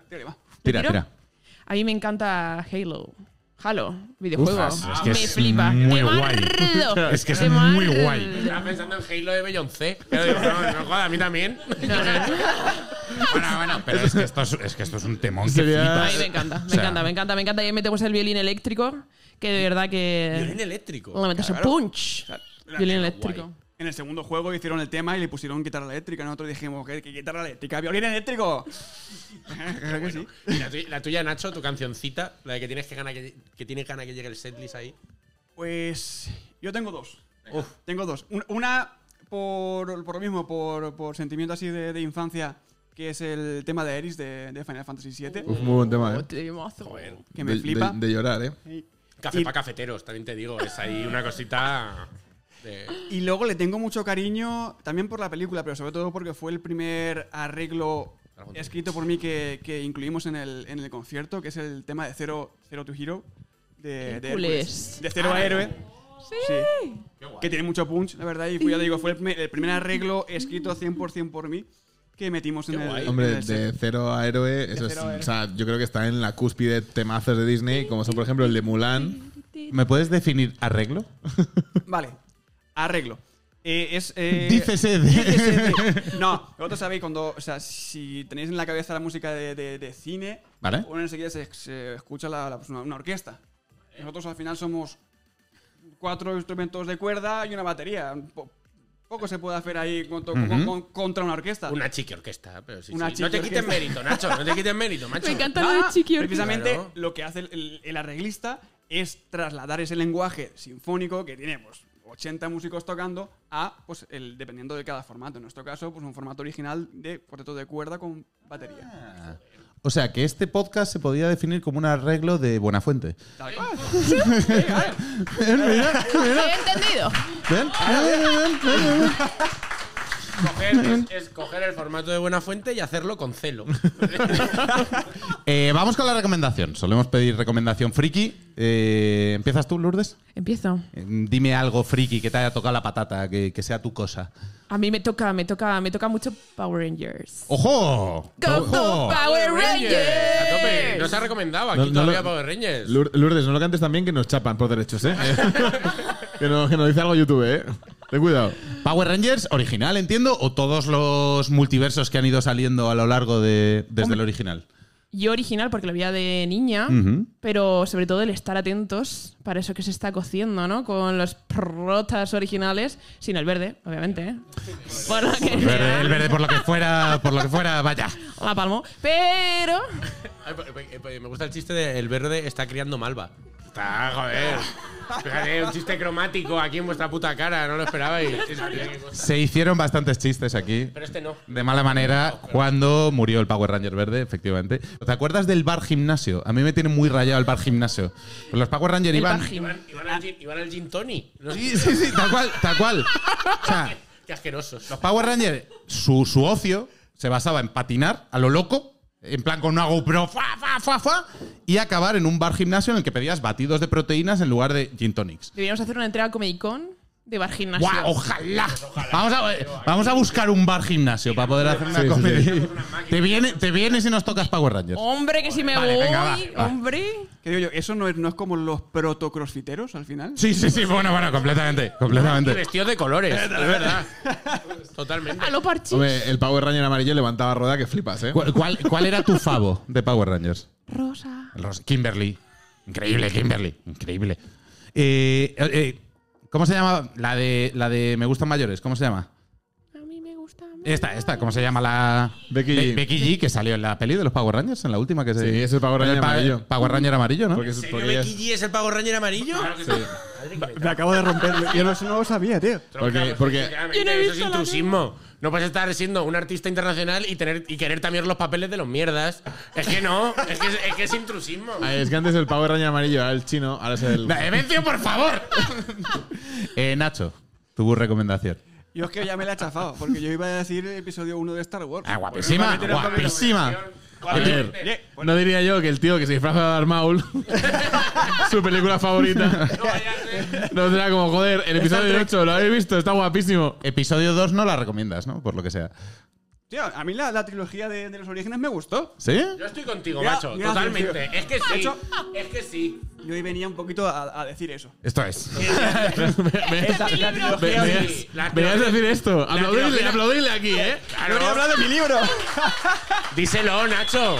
S6: Tírale, va.
S3: Tira,
S8: tiro?
S3: tira.
S8: A mí me encanta Halo. Halo, videojuego.
S3: Ufas, es que
S8: me
S3: es
S8: flipa.
S3: muy guay.
S8: Temardo.
S3: Es que es
S8: Temardo.
S3: muy guay.
S4: Estaba pensando en Halo de Beyoncé. Pero digo, no, no joda, a mí también.
S8: No, no, no.
S3: Bueno, bueno, pero es que esto es, es que esto es un temón que
S2: Sería-
S3: flipas.
S8: A mí me encanta, me
S3: O sea,
S8: encanta, me encanta, me encanta. Y ahí metemos el violín eléctrico, que de verdad
S4: Violín
S8: que.
S4: eléctrico.
S8: Le metes un
S6: Claro.
S8: punch. Violín eléctrico.
S6: En el segundo juego hicieron el tema y le pusieron guitarra eléctrica. Nosotros dijimos, ¿qué, qué guitarra eléctrica? ¡Violín eléctrico! Creo que sí.
S4: Y la, tu- la tuya, Nacho, tu cancioncita, la de que tienes que ganar que, que tienes ganas que llegue el setlist ahí.
S6: Pues yo tengo dos.
S4: Uf.
S6: Tengo dos. Un- Una por, por lo mismo, por, por sentimiento así de, de infancia, que es el tema de Eris de, de Final Fantasy VII,
S2: Uf, muy buen tema, ¿eh?
S8: Temazo.
S6: que me
S2: De-
S6: flipa.
S2: De, de llorar, ¿eh?
S4: Café
S6: Y-
S4: para cafeteros, también te digo. Es ahí una cosita. de-
S6: Y luego le tengo mucho cariño también por la película, pero sobre todo porque fue el primer arreglo escrito por mí que, que incluimos en el, en el concierto, que es el tema de Zero, Zero to Hero. De, de,
S8: Hércules.
S6: Hércules. de Cero a Héroe. Sí. Que tiene mucho punch, la verdad. Y fue, ya te digo, fue el, primer- el primer arreglo escrito 100% por mí que metimos en el, en
S2: Hombre,
S6: el set.
S2: de cero a héroe, eso es.
S6: cero a
S2: O sea, yo creo que está en la cúspide de temazos de Disney, como son, por ejemplo, el de Mulan.
S3: ¿Me puedes definir arreglo?
S6: Vale, arreglo. eh, es. eh,
S9: Dícese de-
S6: dícese de- No, vosotros sabéis cuando. O sea, si tenéis en la cabeza la música de, de- de cine,
S9: Vale.
S6: uno enseguida se, se escucha la, la- pues una, una orquesta. Nosotros al final somos cuatro instrumentos de cuerda y una batería. Po- poco se puede hacer ahí con- con- con- contra una orquesta.
S4: Una chiqui orquesta. Pero sí,
S6: Una
S4: sí. No te
S6: chiqui
S4: quiten
S6: orquesta.
S4: mérito, Nacho. No te quiten mérito, macho.
S8: Me encanta
S6: No,
S8: lo de
S6: no,
S8: Chiqui Ortiz.
S6: Precisamente
S4: Claro.
S6: lo que hace el, el- el arreglista es trasladar ese lenguaje sinfónico que tiene pues, 80 músicos tocando a, pues, el, dependiendo de cada formato. En nuestro caso, pues, un formato original de cuarteto de cuerda con batería.
S3: O sea, que este podcast se podía definir como un arreglo de Buenafuente.
S6: Tal cual.
S8: He entendido.
S3: ¿Ven? ¿Ven? ¿Ven? ¿Ven? ¿Ven?
S4: Coger, es, es coger el formato de buena fuente y hacerlo con celo.
S3: Eh, vamos con la recomendación. Solemos pedir recomendación friki. Eh, ¿Empiezas tú, Lourdes?
S8: Empiezo.
S3: Eh, Dime algo friki que te haya tocado la patata, que, que sea tu cosa.
S8: A mí me toca, me toca, me toca mucho Power Rangers.
S3: ¡Ojo!
S8: Go, go,
S3: ¡Ojo!
S8: Power
S4: A tope.
S8: Rangers.
S4: No se ha recomendado aquí
S2: No, no
S4: todavía
S2: lo-
S4: Power Rangers.
S2: Lour- Lourdes, no lo cantes también que nos chapan por derechos, ¿eh? que, nos, que nos dice algo YouTube, ¿eh? Ten cuidado.
S3: Power Rangers original, entiendo, o todos los multiversos que han ido saliendo a lo largo de desde el original.
S8: Yo original porque lo veía de niña,
S3: Ujú.
S8: pero sobre todo el estar atentos para eso que se está cociendo, ¿no? Con los protas originales, sin el verde, obviamente, ¿eh? Por lo que
S9: El verde,
S8: sea,
S9: el verde por lo que fuera, por lo que fuera, vaya.
S8: la palmo. Pero
S4: Ay, pues, pe- pe- pe- Me gusta el chiste de el verde está criando malva. Está, joder. Fíjate, un chiste cromático aquí en vuestra puta cara, no lo esperabais.
S3: Se hicieron bastantes chistes aquí.
S4: este Pero este no.
S3: De mala manera, cuando murió el Power Ranger verde, efectivamente. ¿Te acuerdas del bar gimnasio? A mí me tiene muy rayado el bar gimnasio. Pues los Power Ranger
S8: el
S3: iban.
S8: Pajim.
S4: Iban, iban al, gin, iban al gin Tony. No,
S3: Sí, sí, sí, tal cual, tal cual. O sea,
S4: Qué asquerosos.
S3: los Power Rangers, su, su ocio se basaba en patinar a lo loco, en plan con una GoPro, fa, fa, fa, fa, y acabar en un bar gimnasio en el que pedías batidos de proteínas en lugar de gin tonics.
S8: Deberíamos hacer una entrega Comic Con de Bar Gimnasio.
S3: ¡Guau! Ojalá. Vamos a, eh, vamos a buscar un bar gimnasio para poder hacer una
S2: Sí, sí,
S3: comedia. Te, viene, te vienes y nos tocas Power Rangers.
S8: Hombre, que si me
S3: Vale,
S8: voy,
S3: venga, va, va.
S8: hombre.
S6: Que digo yo, ¿eso no es, no es como los proto-crossfiteros al final?
S3: Sí, sí, sí, bueno, bueno, completamente.
S4: Y
S3: Completamente.
S4: vestidos de colores. Es verdad. Totalmente.
S8: A lo parchís.
S2: Hombre, el Power Ranger amarillo levantaba rueda que flipas, ¿eh?
S3: ¿Cuál, cuál, cuál era tu favo de Power Rangers?
S8: Rosa.
S3: Los Kimberly. Increíble, Kimberly. Increíble. Eh, eh, eh, ¿Cómo se llama? La de, la de Me gustan mayores. ¿Cómo se llama?
S8: A mí me gusta. más.
S3: Esta, esta. ¿Cómo se llama la.
S2: Becky
S3: Be-
S2: G.
S3: Becky G, que salió en la peli de los Power Rangers, en la última que se.
S2: Sí, es el Power Ranger
S3: pa-
S2: amarillo.
S3: Power Ranger amarillo, ¿no?
S2: Porque, es-
S4: ¿En serio,
S2: porque ella
S4: Becky
S2: es-
S4: G es el Power Ranger amarillo?
S6: Me acabo de romper. Yo no, no lo sabía, tío.
S2: porque, porque
S8: Yo no
S4: eso
S8: he
S4: es
S8: visto la
S4: intrusismo. No puedes estar siendo un artista internacional y tener y querer también los papeles de los mierdas. Es que no, es que es, es que es intrusismo.
S2: Ah, Es que antes el Power Ranger amarillo era el chino, ahora es el.
S3: ¡Evencio, por favor! eh, Nacho, tu recomendación.
S6: Yo es que ya me la he chafado, porque yo iba a decir episodio 1 de Star Wars.
S3: Ah, guapísima,
S4: Bueno, vale,
S3: guapísima.
S2: A ver,
S6: Oye, pues, bueno,
S2: no diría yo que el tío que se disfraza de Darth Maul, su película favorita, no será como, joder, el episodio 8, lo habéis visto, está guapísimo.
S3: Episodio 2 no la recomiendas, ¿no? Por lo que sea.
S6: tío, a mí la, la trilogía de, de los orígenes me gustó.
S3: ¿Sí?
S4: Yo estoy contigo,
S6: Ya,
S4: macho,
S6: gracias,
S4: totalmente.
S6: tío.
S4: Es que
S6: De
S4: sí,
S6: hecho-
S4: es que sí.
S6: Yo hoy venía un poquito a, a decir eso.
S3: Esto es.
S6: Esa, la
S2: Ve-
S6: trilogía
S2: veas-
S4: sí, la
S2: Veas
S4: trilogía-
S2: decir esto,
S4: la
S2: aplaudidle,
S4: trilogía-
S2: aplaudidle aquí, ¿eh?
S4: Claro,
S6: de mi libro!
S4: díselo, Nacho.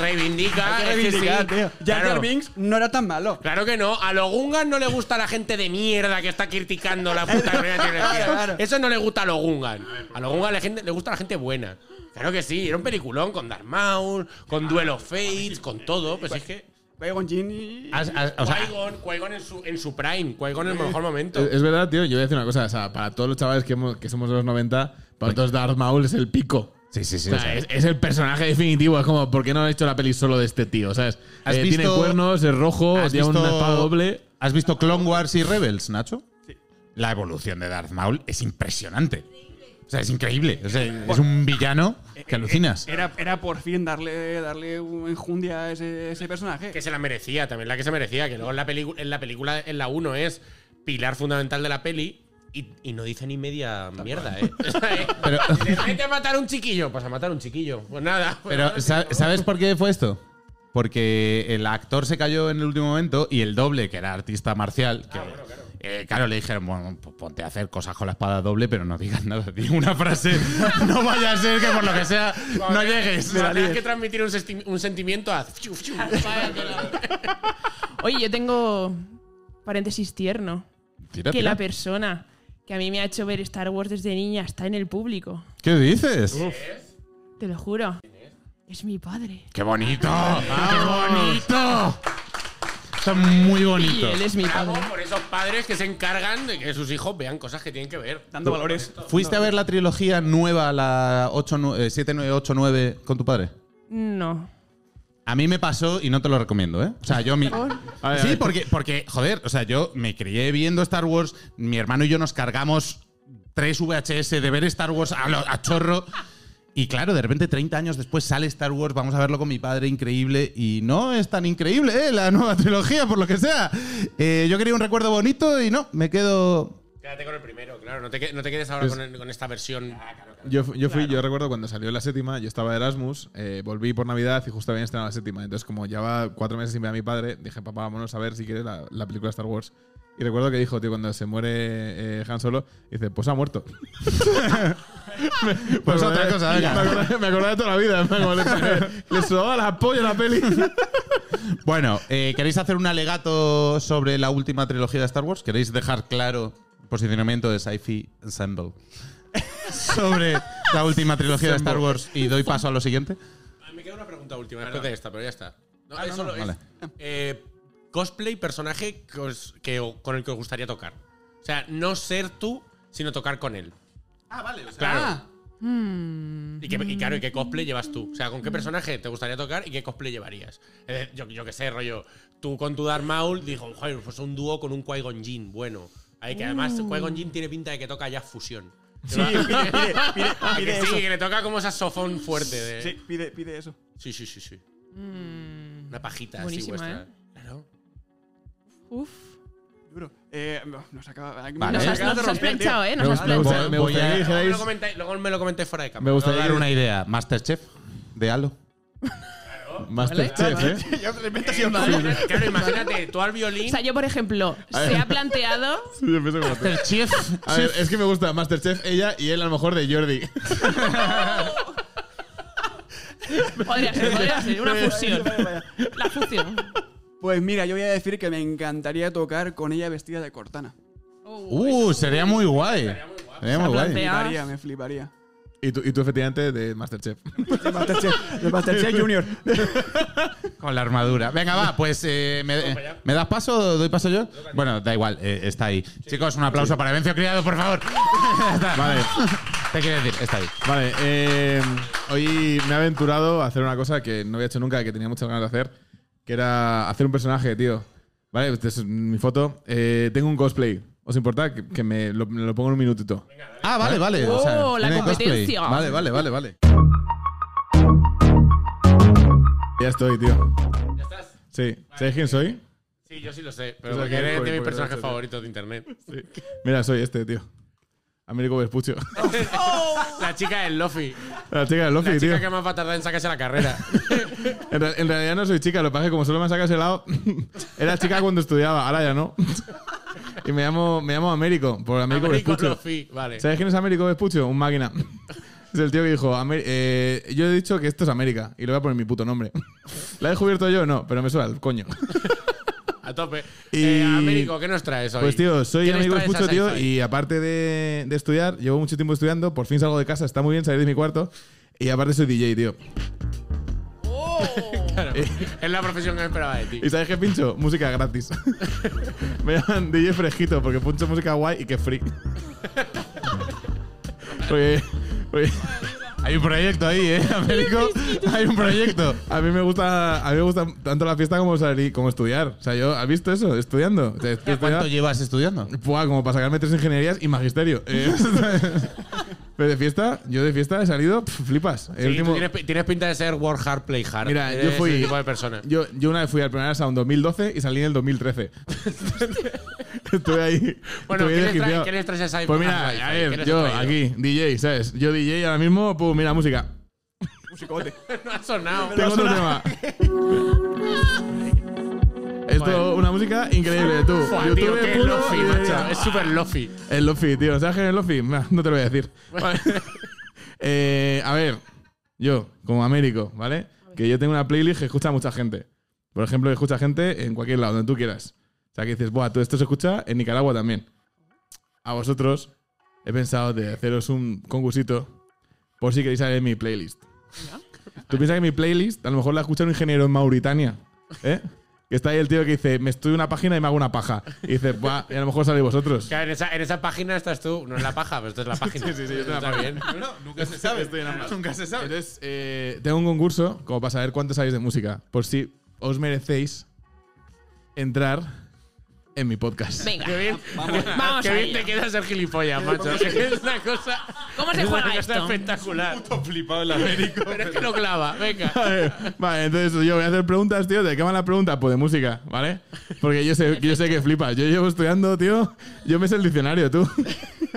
S4: Reivindica.
S6: Hay que
S4: es que
S6: reivindicar,
S4: sí.
S6: tío. Jar
S4: Claro.
S6: Jar Binks no era tan malo.
S4: Claro que no, a los Gungas no le gusta la gente de mierda que está criticando la puta primera trilogía.
S6: claro.
S4: Eso no le gusta a los Gungan. A los Gungan la gente, le gusta la gente buena. Claro que sí, era un peliculón con Darth Maul, con Duelo of Fates, con todo. Pues es que.
S6: Qui-Gon Jinn y...
S3: Has- has- o sea, Eh,
S4: Qui-Gon, Qui-Gon en su, en su prime, Qui-Gon en el mejor momento.
S2: Es es verdad, tío, yo voy a decir una cosa, o sea, para todos los chavales que, hemos- que somos de los 90, para todos Darth Maul es el pico.
S3: sí, sí, sí.
S2: O
S3: o sea,
S2: sea, es, es el personaje definitivo, es como, ¿por qué no han hecho la peli solo de este tío? ¿Sabes?
S3: ¿Has
S2: Eh, tiene
S3: visto-
S2: cuernos, es rojo,
S3: ¿has
S2: tiene un
S3: visto-
S2: espada doble.
S3: ¿Has visto Clone Wars y Rebels, Nacho? Sí. La evolución de Darth Maul es impresionante. O sea, es increíble. O sea, es un villano
S4: eh,
S3: que alucinas.
S6: Era, era por fin darle, darle un enjundia a ese, ese personaje.
S4: Que se la merecía también, la que se merecía. Que luego en la, pelicu- en la película, en la 1, es pilar fundamental de la peli. Y, y no dice ni media mierda, ¿eh? Pero, vete a matar a un chiquillo. Pues a matar a un chiquillo. Pues nada. pues
S3: Pero, ah, ¿sa- ¿sabes por qué fue esto? Porque el actor se cayó en el último momento y el doble, que era artista marcial, que Eh, claro, le dijeron, bueno, pues ponte a hacer cosas con la espada doble, pero no digas nada. Di una frase, no vaya a ser que por lo que sea no llegues.
S4: Cuando tengas pues que transmitir un, sesti- un sentimiento, haz. fiu, fiu.
S8: Oye, yo tengo paréntesis tierno.
S3: Tira,
S8: que
S3: tira.
S8: la persona que a mí me ha hecho ver Star Wars desde niña está en el público.
S3: ¿Qué dices?
S8: Te lo juro. Es mi padre.
S3: ¡Qué bonito! ¡Qué bonito! Está muy
S8: Y
S3: bonito.
S8: él es mi
S4: Bravo
S8: padre.
S4: por esos padres que se encargan de que sus hijos vean cosas que tienen que ver.
S6: Dando valores.
S3: ¿Fuiste a ver la trilogía nueva, la 8, nu- eh, 7989, con tu padre?
S8: No.
S3: A mí me pasó y no te lo recomiendo, ¿eh? O sea, yo mi...
S2: A ver, a
S3: Sí,
S2: ver.
S3: porque, porque, joder, o sea, yo me crié viendo Star Wars, mi hermano y yo nos cargamos tres VHS de ver Star Wars a, lo- a chorro. Y claro, de repente 30 años después sale Star Wars, vamos a verlo con mi padre, increíble. Y no es tan increíble, ¿eh? La nueva trilogía, por lo que sea. Eh, yo quería un recuerdo bonito y no, me quedo...
S4: Quédate con el primero, claro. No te, que- no te quedes ahora con, el- con esta versión.
S2: Yo, fu- yo fui, yo recuerdo cuando salió la séptima, yo estaba de Erasmus, eh, volví por Navidad y justo había estrenado la séptima. Entonces, como llevaba cuatro meses sin ver a mi padre, dije, papá, vámonos a ver si quieres la, la película Star Wars. Y recuerdo que dijo, tío, cuando se muere eh, Han Solo, dice, pues ha muerto. Me-
S3: Pues
S2: me
S3: otra
S2: acordé-
S3: cosa, venga.
S2: Me acordé, me acordé de toda la vida. me acordé- Le sudaba la polla la peli.
S3: Bueno, eh, ¿queréis hacer un alegato sobre la última trilogía de Star Wars? ¿Queréis dejar claro el posicionamiento de Sci-Fi Ensemble sobre la última trilogía de Star Wars? Y doy paso a lo siguiente.
S4: Ah, Me queda una pregunta última después de esta, pero ya está. No, es
S3: Ah, no,
S4: solo-
S3: no,
S4: es,
S3: vale.
S4: eh, cosplay, personaje que os- que o- con el que os gustaría tocar. O sea, no ser tú, sino tocar con él.
S3: Ah, vale.
S4: Claro. Y, que, y claro, ¿y qué cosplay llevas tú? O sea, ¿con qué personaje te gustaría tocar y qué cosplay llevarías? Eh, yo, yo qué sé, rollo. Tú con tu Darth Maul, dijo, joder, pues un dúo con un Qui-Gon Jinn, bueno. Ahí que además Qui-Gon Jinn tiene pinta de que toca ya fusión. Sí, que sí, que le toca como saxofón fuerte. de-
S6: Ah, Sí, pide, pide eso.
S4: Sí, sí, sí, sí. Una pajita
S8: Mm. Buenísima,
S4: así vuestra.
S8: ¿eh?
S4: Claro.
S8: Uf.
S6: Duro. Eh, no, nos acaba.
S3: Vale.
S8: Nos
S6: nos
S8: has,
S6: acaba
S8: nos
S6: de
S8: has
S6: romper, tío.
S8: planchado, ¿eh? Nos
S2: Me
S8: has
S2: gusta- me
S8: planchado.
S2: gusta- me
S3: Voy a-
S2: gustaría que
S4: Luego me, lo
S2: dijerais-
S4: comentáis- luego me lo comentáis fuera de
S2: me
S4: cámara.
S2: gustaría
S3: dar una idea. Masterchef, de Halo.
S2: Masterchef, ¿eh?
S4: Claro, imagínate, tú al
S8: O
S4: violín.
S8: sea, yo, por ejemplo, se ha planteado.
S2: Sí, yo pienso como tú.
S3: Masterchef.
S2: A ver, es que me gusta Masterchef ella y él a lo mejor de Jordi.
S8: Podría ser, podría ser. Una fusión.
S6: Vaya, vaya.
S8: La fusión.
S6: Pues mira, yo voy a decir que me encantaría tocar con ella vestida de Cortana.
S3: Uh, sería muy guay. Sería muy guay.
S6: Me
S8: Plantea-
S6: fliparía, me fliparía.
S2: Y tú, y tú efectivamente, de Masterchef.
S6: De Masterchef, de Masterchef Junior.
S3: Con la armadura. Venga, va, pues eh, me, eh, ¿me das paso o doy paso yo? Bueno, da igual, eh, está ahí. Chicos, un aplauso para Vencio Criado, por favor. Ya está.
S2: Vale.
S3: Te quiero decir, está ahí.
S2: Vale, eh, hoy me he aventurado a hacer una cosa que no había hecho nunca, que tenía muchas ganas de hacer, que era hacer un personaje, tío. Vale, esta es mi foto. Eh, tengo un cosplay. ¿Os importa que, que me, lo, me lo pongo en un minutito?
S3: Ah, vale, vale.
S8: Oh,
S3: o sea,
S8: la
S3: tiene cosplay.
S8: competencia.
S3: Vale, vale, vale, vale.
S2: Ya estoy, tío.
S4: ¿Ya estás?
S2: Sí. ¿Sabéis quién soy?
S4: Sí, yo sí lo sé, pero
S2: O sea,
S4: porque
S2: que-
S4: eres
S2: porque-
S4: de mis
S2: porque-
S4: personajes
S2: porque-
S4: favoritos de internet.
S2: Sí. Mira, soy este, tío. Américo Vespucio.
S8: Oh.
S4: La chica del Lofi.
S2: La chica de Lofi,
S4: La
S2: tío.
S4: chica que más va a tardar en sacarse la carrera.
S2: En, re- en realidad no soy chica, lo que pasa es que como solo me sacas el lado, era chica cuando estudiaba, ahora ya no. y me llamo, me llamo Américo, por Américo,
S4: Américo
S2: Vespucio.
S4: Lofi, vale.
S2: ¿Sabes quién es Américo Vespucio? Un máquina. Es el tío que dijo, "Amer- eh, yo he dicho que esto es América y le voy a poner mi puto nombre. ¿La he descubierto yo? No, pero me suena el coño.
S4: A tope.
S2: Y-
S4: Eh, Américo, ¿qué nos traes hoy?
S2: Pues tío, soy
S4: ¿Qué nos
S2: amigo
S4: traes a
S2: Vespucio, tío,
S4: Sci-Fi?
S2: y aparte de, de estudiar, llevo mucho tiempo estudiando, por fin salgo de casa, está muy bien salir de mi cuarto, y aparte soy DJ, tío.
S4: Claro, es la profesión que me esperaba de ti.
S2: eh, ¿Y sabes qué pincho? Música gratis. Me llaman DJ Frejito porque pincho música guay y que free. Porque- porque
S3: Hay un proyecto ahí, ¿eh? Américo, hay un proyecto.
S2: a mí me gusta a mí me gusta tanto la fiesta como salir como estudiar. O sea, yo ¿has visto eso? Estudiando. O sea, estoy
S3: ¿Cuánto
S2: estudiando-
S3: llevas estudiando?
S2: Buah, como para sacarme tres ingenierías y magisterio. Eh, Pero de fiesta, yo de fiesta he salido, pf, flipas. El
S4: Sí, tú
S2: último-
S4: tienes, pi- tienes pinta de ser work hard, play hard.
S2: Mira,
S4: Eres
S2: yo fui-
S4: ese tipo de persona.
S2: Yo, yo una vez fui al primer Sound 2012 y salí en el 2013. Estuve ahí.
S4: Bueno, ¿qué
S2: estuve
S4: les,
S2: desquiciado.
S4: trae, ¿qué les traes a Sci-Fi?
S2: Pues mira,
S4: Sci-Fi?
S2: a
S4: ¿Qué
S2: ver,
S4: les
S2: yo
S4: has traído?
S2: aquí, DJ, ¿sabes? Yo DJ ahora mismo, pues mira, música.
S6: Musicote.
S4: No ha sonado.
S2: Tengo otro tema. Esto, una música increíble, tú.
S4: Fua, tío,
S2: YouTube
S4: qué
S2: puro
S4: eh, lofi,
S2: y de-
S4: macho. Es súper lofi.
S2: El Luffy, tío. ¿Sabes quién es el Luffy? Nah, no te lo voy a decir. Vale. Eh, a ver, yo, como Américo, ¿vale? Que yo tengo una playlist que escucha mucha gente. Por ejemplo, que escucha gente en cualquier lado, donde tú quieras. O sea, que dices, buah, todo esto se escucha en Nicaragua también. A vosotros he pensado de haceros un concursito por si queréis saber mi playlist. ¿Tú piensas que mi playlist a lo mejor la escucha un ingeniero en Mauritania? ¿Eh? Que está ahí el tío que dice, me estudio una página y me hago una paja. Y dice, buah, y a lo mejor saléis vosotros.
S4: Claro, en, esa, en esa página estás tú. No es la paja, pero esto es la página. sí, sí, sí. Está bien.
S2: Nunca se sabe, estoy enamorado. Nunca se sabe. Entonces, eh, tengo un concurso como para saber cuánto sabéis de música. Por si os merecéis entrar en mi podcast.
S8: Venga,
S4: Qué bien,
S8: Vamos
S4: qué
S8: a
S4: bien
S8: ello.
S4: te queda ser gilipollas, macho. Es una cosa.
S8: ¿Cómo se
S4: es una
S8: juega
S4: cosa
S8: esto?
S4: espectacular. Puto flipado el Américo. Pero es que lo clava, venga.
S2: Vale, vale, entonces yo voy a hacer preguntas, tío. ¿De qué van las preguntas? Pues de música, ¿vale? Porque yo sé, yo sé que flipas. Yo llevo estudiando, tío. Yo me sé el diccionario, tú.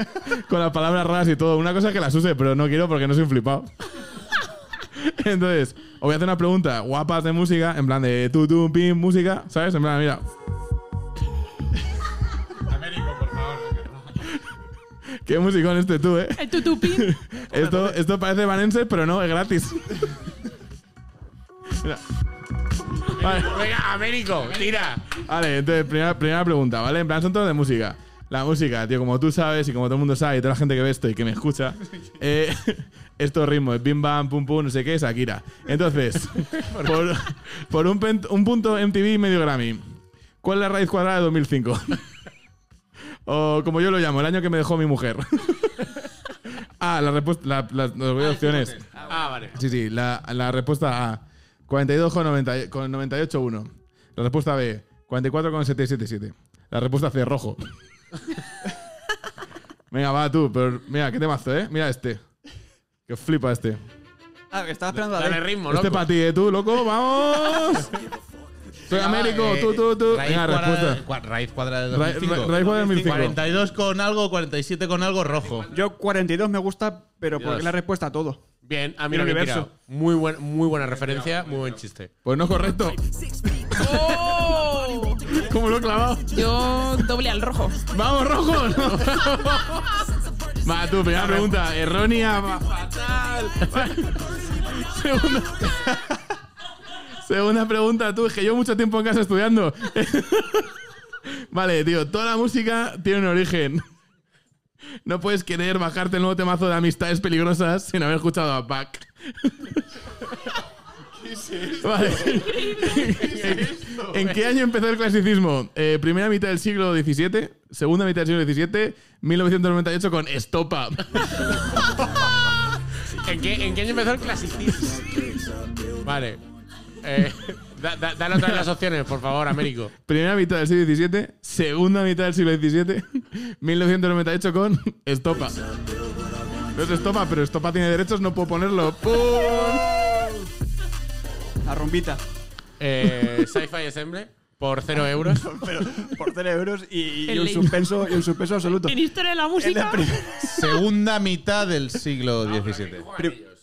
S2: Con las palabras raras y todo. Una cosa es que las use, pero no quiero porque no soy un flipado. Entonces, os voy a hacer una pregunta guapas de música, en plan de tu, tu, pim, música, ¿sabes? En plan, mira. Américo, por favor. Qué musicón este tú, eh.
S8: El tutupín.
S2: Esto, esto parece Vanense, pero no, es gratis. Mira. Vale,
S4: Venga, Américo, tira.
S2: vale, entonces, primera, primera pregunta, ¿vale? En plan, son todos de música. La música, tío, como tú sabes y como todo el mundo sabe y toda la gente que ve esto y que me escucha, eh, estos ritmos, bim bam, pum pum, no sé qué, Shakira. Entonces, por, por un, pen- un punto MTV y medio Grammy, ¿cuál es la raíz cuadrada de 2005? o como yo lo llamo, el año que me dejó mi mujer. ah, la respuesta, la, la- las opciones.
S4: Ah, vale.
S2: Sí, sí, la, la respuesta A, 42 con, 90 con 98,1. La respuesta B, 44 con 777. La respuesta C, rojo. Venga, va tú, pero mira, qué temazo, ¿eh? Mira este. Que flipa este.
S6: Ah, que estaba esperando la
S4: Dale
S6: ley.
S4: ritmo,
S2: Este
S4: loco.
S2: para ti, ¿eh? Tú, loco, vamos. Soy Américo,
S4: eh,
S2: tú, tú, tú.
S10: Eh, Raíz
S2: Venga,
S10: cuadrada,
S2: respuesta.
S10: cua- raíz cuadrada de
S2: Ra- ra-
S10: 2005.
S2: raíz cuadrada de 2005.
S10: 42 con algo, 47 con algo, rojo.
S6: Yo 42 me gusta, pero porque es la respuesta a todo.
S4: Bien, a mí
S6: El
S4: no me he
S6: universo.
S4: tirado. Muy, buen, muy buena referencia, muy buen chiste.
S2: Pues no es correcto.
S8: ¡Oh!
S2: ¿Cómo lo he clavado?
S8: Yo doble al rojo.
S2: ¡Vamos, rojo! Va, tú, primera pregunta. Errónea, va, fatal. Segunda. Segunda pregunta, tú. Es que llevo mucho tiempo en casa estudiando. vale, tío. Toda la música tiene un origen. No puedes querer bajarte el nuevo temazo de amistades peligrosas sin haber escuchado a Pac. Vale. ¿En qué año empezó el clasicismo? Eh, primera mitad del siglo XVII, segunda mitad del siglo XVII, 1998 con Estopa.
S4: ¿En qué, en qué año empezó el clasicismo? Vale. Eh, da- da- dale otra vez las opciones, por favor, Américo.
S2: primera mitad del siglo XVII, segunda mitad del siglo XVII, 1998 con Estopa. No es Estopa, pero Estopa tiene derechos, no puedo ponerlo. ¡Pum!
S6: La rombita.
S4: Eh, Sci-Fi Assembly por cero euros.
S6: Por 0 euros y, y
S8: El
S6: un
S8: ley.
S6: suspenso, y un suspenso absoluto.
S8: En historia de la
S6: En la
S8: música.
S6: primera-
S10: Segunda mitad del siglo XVII.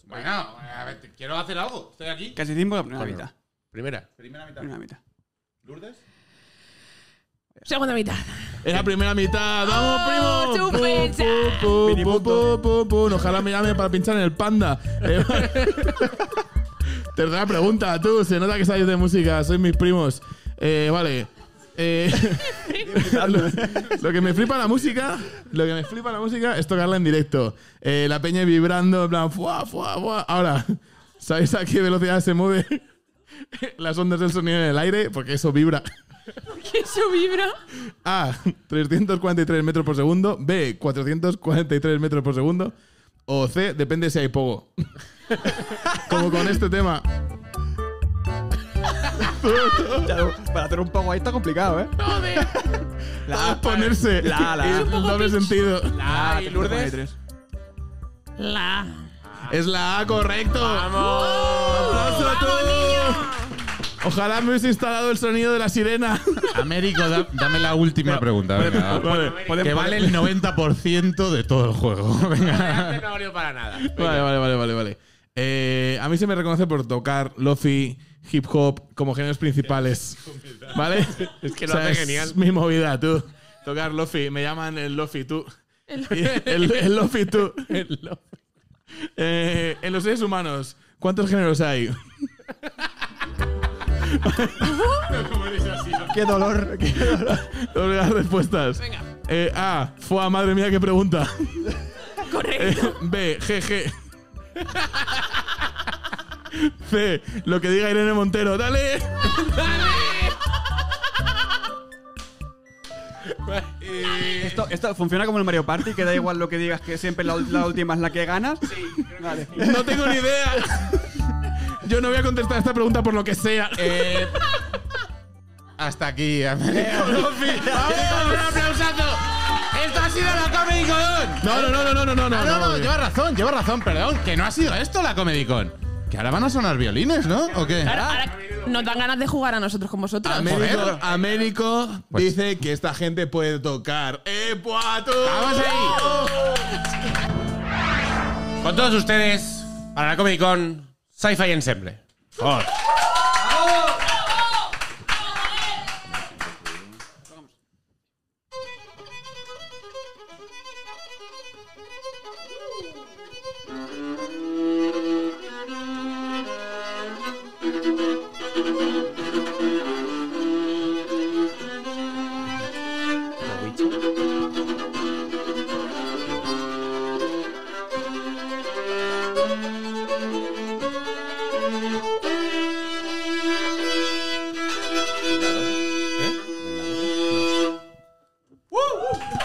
S4: Bueno, a ver, te- quiero hacer algo. Estoy aquí.
S6: Casi tiempo la primera mitad.
S4: Primera.
S6: Primera mitad.
S8: Segunda mitad.
S2: Es la primera mitad. ¡Vamos, primo!
S8: Oh, tú piensas.
S2: pu,
S6: Mini
S2: pu,
S6: punto.
S2: pu, pu, pu. Ojalá me llame para pinchar en el panda. Eh, vale. Tercera pregunta, tú. Se nota que sabes de música. Sois mis primos. Eh, vale. Eh, lo, lo que me flipa la música, lo que me flipa la música es tocarla en directo. Eh, la peña vibrando, en plan, fuá, fuá, fuá. Ahora, ¿sabéis a qué velocidad se mueve las ondas del sonido en el aire? Porque eso vibra.
S8: Que eso vibra.
S2: A. 343 metros por segundo. B. 443 metros por segundo. O C. Depende si hay pogo. Como con este tema.
S6: Claro, para hacer un pago ahí está complicado, ¿eh?
S2: La a ponerse.
S6: La A, la A.
S2: el
S6: Es un
S8: poco
S2: doble
S8: pinche.
S2: sentido.
S4: La A y Lourdes.
S6: 43.
S8: La.
S2: Es la A correcto. ¡Aplauso a todos! Ojalá me hubiese instalado el sonido de la sirena.
S10: Américo, da- dame la última pregunta. venga. que vale el 90% de todo el juego. Venga.
S4: Este no ha valido para nada.
S2: Vale, vale, vale, vale, vale. Eh, a mí se me reconoce por tocar lofi, hip hop como géneros principales. ¿Vale?
S11: Es que lo
S2: O sea,
S11: hace
S2: es
S11: genial.
S2: mi movida, tú. Tocar Lofi. Me llaman el Lofi, tú. El, el Lofi, tú. El Lofi. Eh, en los seres humanos, ¿cuántos géneros hay?
S11: Qué dolor. qué dolor.
S2: Doble las respuestas.
S8: Venga.
S2: Eh, A. Fua, madre mía, qué pregunta. Eh,
S8: Correcto.
S2: B. GG. C. Lo que diga Irene Montero. ¡Dale!
S6: Esto, esto funciona como el Mario Party, que da igual lo que digas, que siempre la, ul- la última es la que ganas. Sí, vale.
S2: No tengo ni idea. Yo no voy a contestar esta pregunta por lo que sea. Eh,
S10: Eh, hasta aquí.
S2: ¡Vamos!
S10: ¡Un aplausazo! ¡Esto ha sido la Comedy Con!
S2: No, no, no, no, no, no, no, no.
S10: Ah, no, no,
S2: no,
S10: lleva razón, lleva razón, perdón. Que no ha sido esto la Comedy Con. Que ahora van a sonar violines, ¿no? ¿O qué?
S8: Claro, ahora nos dan ganas de jugar a nosotros con vosotros.
S2: Américo,
S10: Joder.
S2: Américo
S10: Pues-
S2: dice que esta gente puede tocar. ¡Eh, puato!
S10: ¡Vamos ahí!
S4: Con todos ustedes, para la Comic Con, Sci-Fi Ensemble.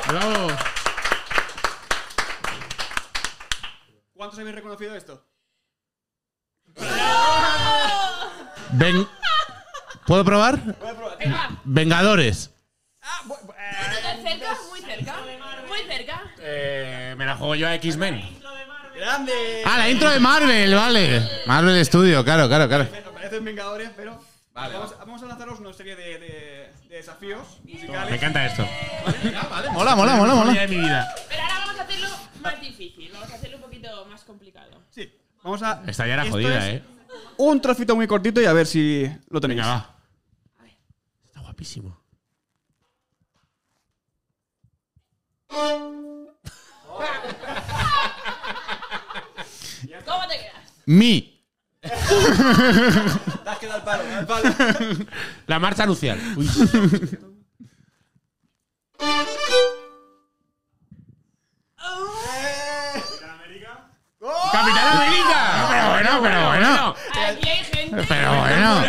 S2: ¡Bravo!
S6: ¿Cuántos habéis reconocido esto?
S10: Ven. ¿Puedo probar? Vengadores.
S8: cerca, muy cerca. Muy cerca.
S4: Eh, me la juego yo a X-Men.
S10: Ah, la intro de Marvel, vale. Marvel Studio, claro, claro, claro.
S6: Bueno, parecen vengadores, pero. vamos, vamos a lanzaros una serie de, de- de desafíos
S4: Me
S6: musicales.
S4: encanta esto.
S10: Mola, mola, mola,
S4: Historia
S10: mola.
S4: de mi vida.
S8: Pero ahora vamos a hacerlo más difícil. Vamos a hacerlo un poquito más complicado.
S6: Sí. Vamos a.
S4: Esta ya era
S6: esto
S4: jodida,
S6: es
S4: ¿eh?
S6: Un trocito muy cortito y a ver si lo tenéis.
S4: Venga, va. Está guapísimo.
S8: ¿Cómo te quedas?
S10: Mi.
S6: Te has quedado al palo,
S10: ¿eh?
S6: al palo.
S4: La marcha nupcial. Uy.
S10: ¡Capitán América! Pero bueno, pero bueno.
S8: Aquí hay gente.
S10: Pero bueno.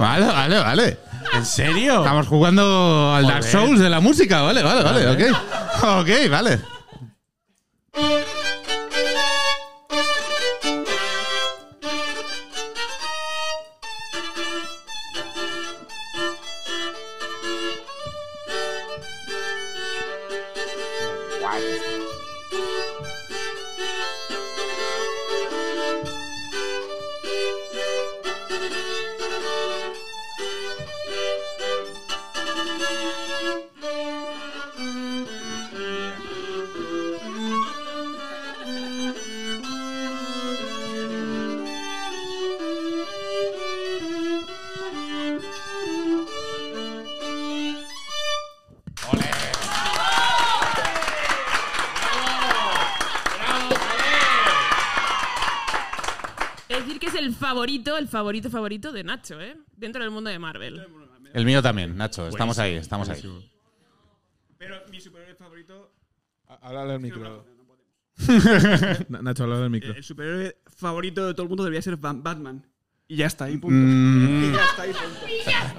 S10: Vale, vale, vale.
S4: ¿En serio?
S10: Estamos jugando al Dark
S4: Joder.
S10: Souls de la música, vale, vale, vale, ok. Ok, vale.
S8: Decir que es el favorito, el favorito favorito de Nacho, ¿eh? Dentro del mundo de Marvel.
S10: El mío también, Nacho. Estamos ahí, estamos ahí.
S6: Pero mi superhéroe favorito.
S2: Háblale al micro. Nacho, habla del micro.
S6: eh, El superhéroe favorito de todo el mundo debería ser Ban- Batman. Y ya está, y punto.
S4: Mm.
S6: Y ya está, y punto.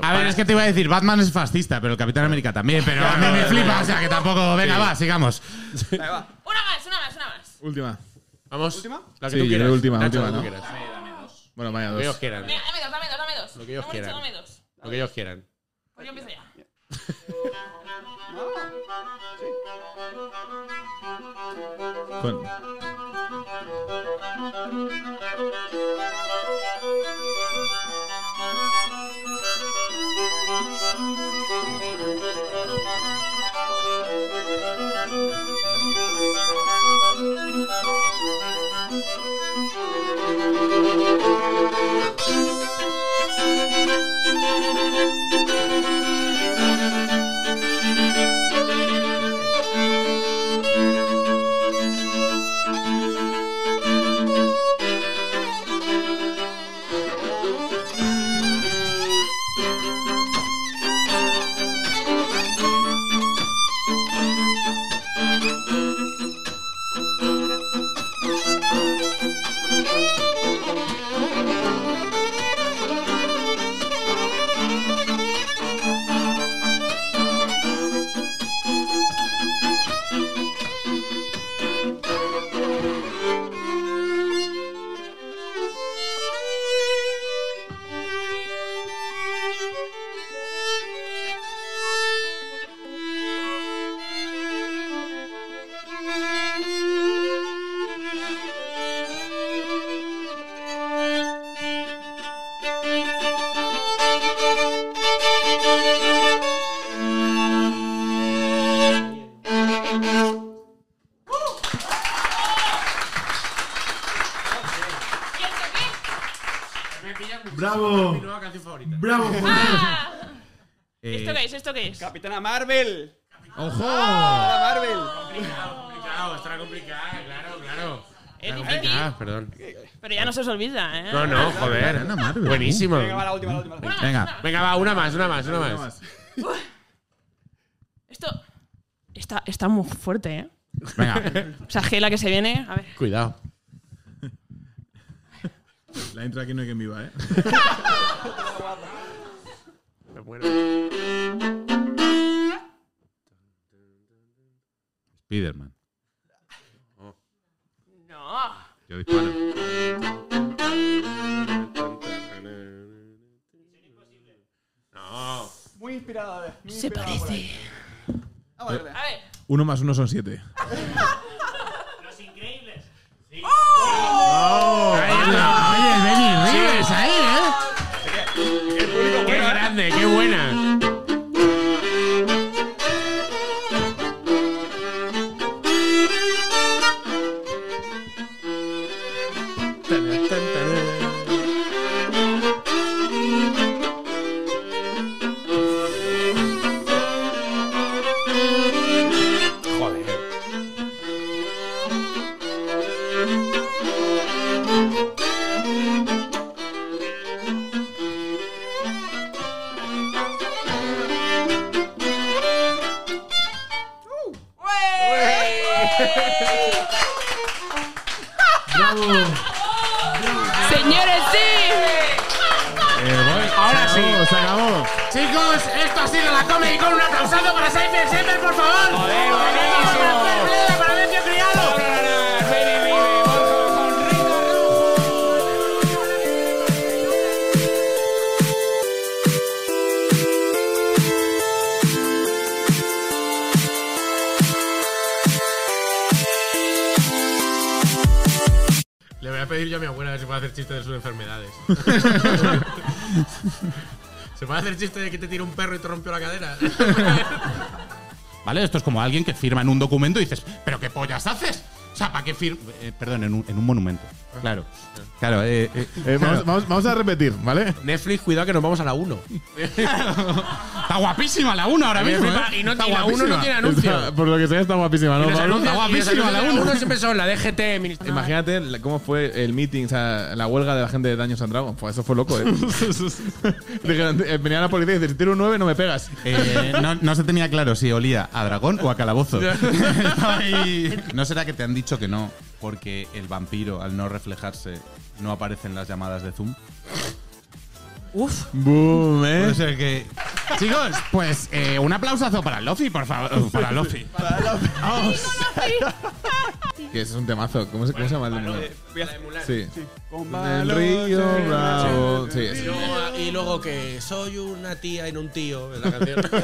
S10: A ver, es que te iba a decir, Batman es fascista, pero el Capitán América también, pero a mí me flipa, o sea que tampoco. Venga, va, sigamos.
S6: Ahí va.
S8: Una más, una más, una más.
S2: Última.
S4: Vamos.
S6: ¿Última?
S4: La
S2: Sí, yo creo última,
S4: Nacho,
S2: última,
S4: lo que
S2: ¿no?
S4: quieras.
S2: Bueno, vaya
S4: Lo que ellos
S2: dos.
S4: quieran.
S8: Venga, dame dos, dame dos, dame dos.
S4: Lo que ellos
S8: Hemos dicho,
S4: quieran.
S8: Dame dos.
S4: Lo que ellos quieran.
S8: Pues yo empiezo ya.
S2: Con-
S12: Thank
S1: Bravo.
S4: nueva canción favorita.
S1: Bravo.
S8: ¿Esto qué es? ¿Esto qué es?
S6: Capitana Marvel.
S2: ¡Ojo!
S6: Capitana Marvel.
S4: Complicado, complicado, estará complicada, claro, claro.
S8: Es difícil,
S4: Complicada, perdón.
S8: pero ya no se os olvida, ¿eh?
S4: No, no, joder. Buenísimo.
S6: Venga, va la última, la última. la última.
S3: Venga.
S4: Venga, va, una más, una más, una más.
S8: Esto está, está muy fuerte, ¿eh?
S3: Venga.
S8: O sea, Gela que se viene. A ver.
S4: Cuidado.
S2: La intro aquí no hay quien viva, ¿eh?
S4: Me muero.
S3: Spiderman.
S8: No.
S3: Yo disparo.
S6: Muy inspirada. a ver, Muy
S8: Se
S6: inspirada por ahí.
S8: parece.
S6: Vamos a ver.
S8: A ver.
S2: Uno más uno son siete.
S4: ¡Oh!
S2: ¡Oh!
S3: Oye, Benny Rivers ahí, ¿eh?
S4: ¡Qué grande, qué buena!
S8: ¡Señores, sí!
S4: Ahora sí.
S2: Se acabó.
S4: Chicos, esto ha sido la Comedy con un aplausazo para Cypher Center, por favor. ¡Joder, buenísimo! ¡Para Vencio Criado! Le voy a pedir yo a mi abuela a ver si puede hacer chiste de sus enfermedades. ¿Se puede hacer chiste de que te tira un perro y te rompió la cadera?
S3: ¿Vale? Esto es como alguien que firma en un documento y dices, ¿pero qué pollas haces? O sea, ¿para qué firma? perdón, en un, en un monumento. Claro. Claro, eh, eh,
S2: Eh,
S3: claro.
S2: vamos, vamos- vamos a repetir, ¿vale?
S4: Netflix, cuidado que nos vamos a la 1.
S3: Está guapísima la 1 ahora
S4: A mí me
S3: mismo.
S4: flipa,
S3: ¿eh?
S4: y no-
S3: Está
S4: y la uno no
S3: guapísima.
S4: tiene anuncio.
S2: Está- por lo que sea, está guapísima, ¿no?
S4: Y los
S2: Pablo?
S4: anuncios,
S3: está guapísimo,
S4: y los
S3: la
S4: anuncios
S3: uno.
S4: de uno siempre son la DGT, ministro.
S2: Imagínate la- cómo fue el meeting, o sea, la huelga de la gente de Daños and Dragon. Pues eso fue loco, ¿eh? Dijeron, eh, venía la policía y dice, si tiro un 9 no me pegas.
S3: Eh, no, no se tenía claro si olía a dragón o a calabozo. Estaba ahí. No será que te han dicho que no, porque el vampiro, al no reflejarse, no aparece en las llamadas de Zoom.
S8: Uf,
S2: Boom, ¿eh?
S3: Puede ser que. Chicos, pues eh, un aplausazo para Lofi, por favor. Para Lofi.
S2: Que ese es un temazo. ¿Cómo se, cómo se llama el de Mulan?
S6: Eh, voy a-
S2: Sí.
S6: Con
S2: El
S6: valor,
S2: río
S6: sí,
S2: bravo. Sí,
S4: Y
S2: sí.
S4: luego, y luego que soy una tía en un tío, en la canción.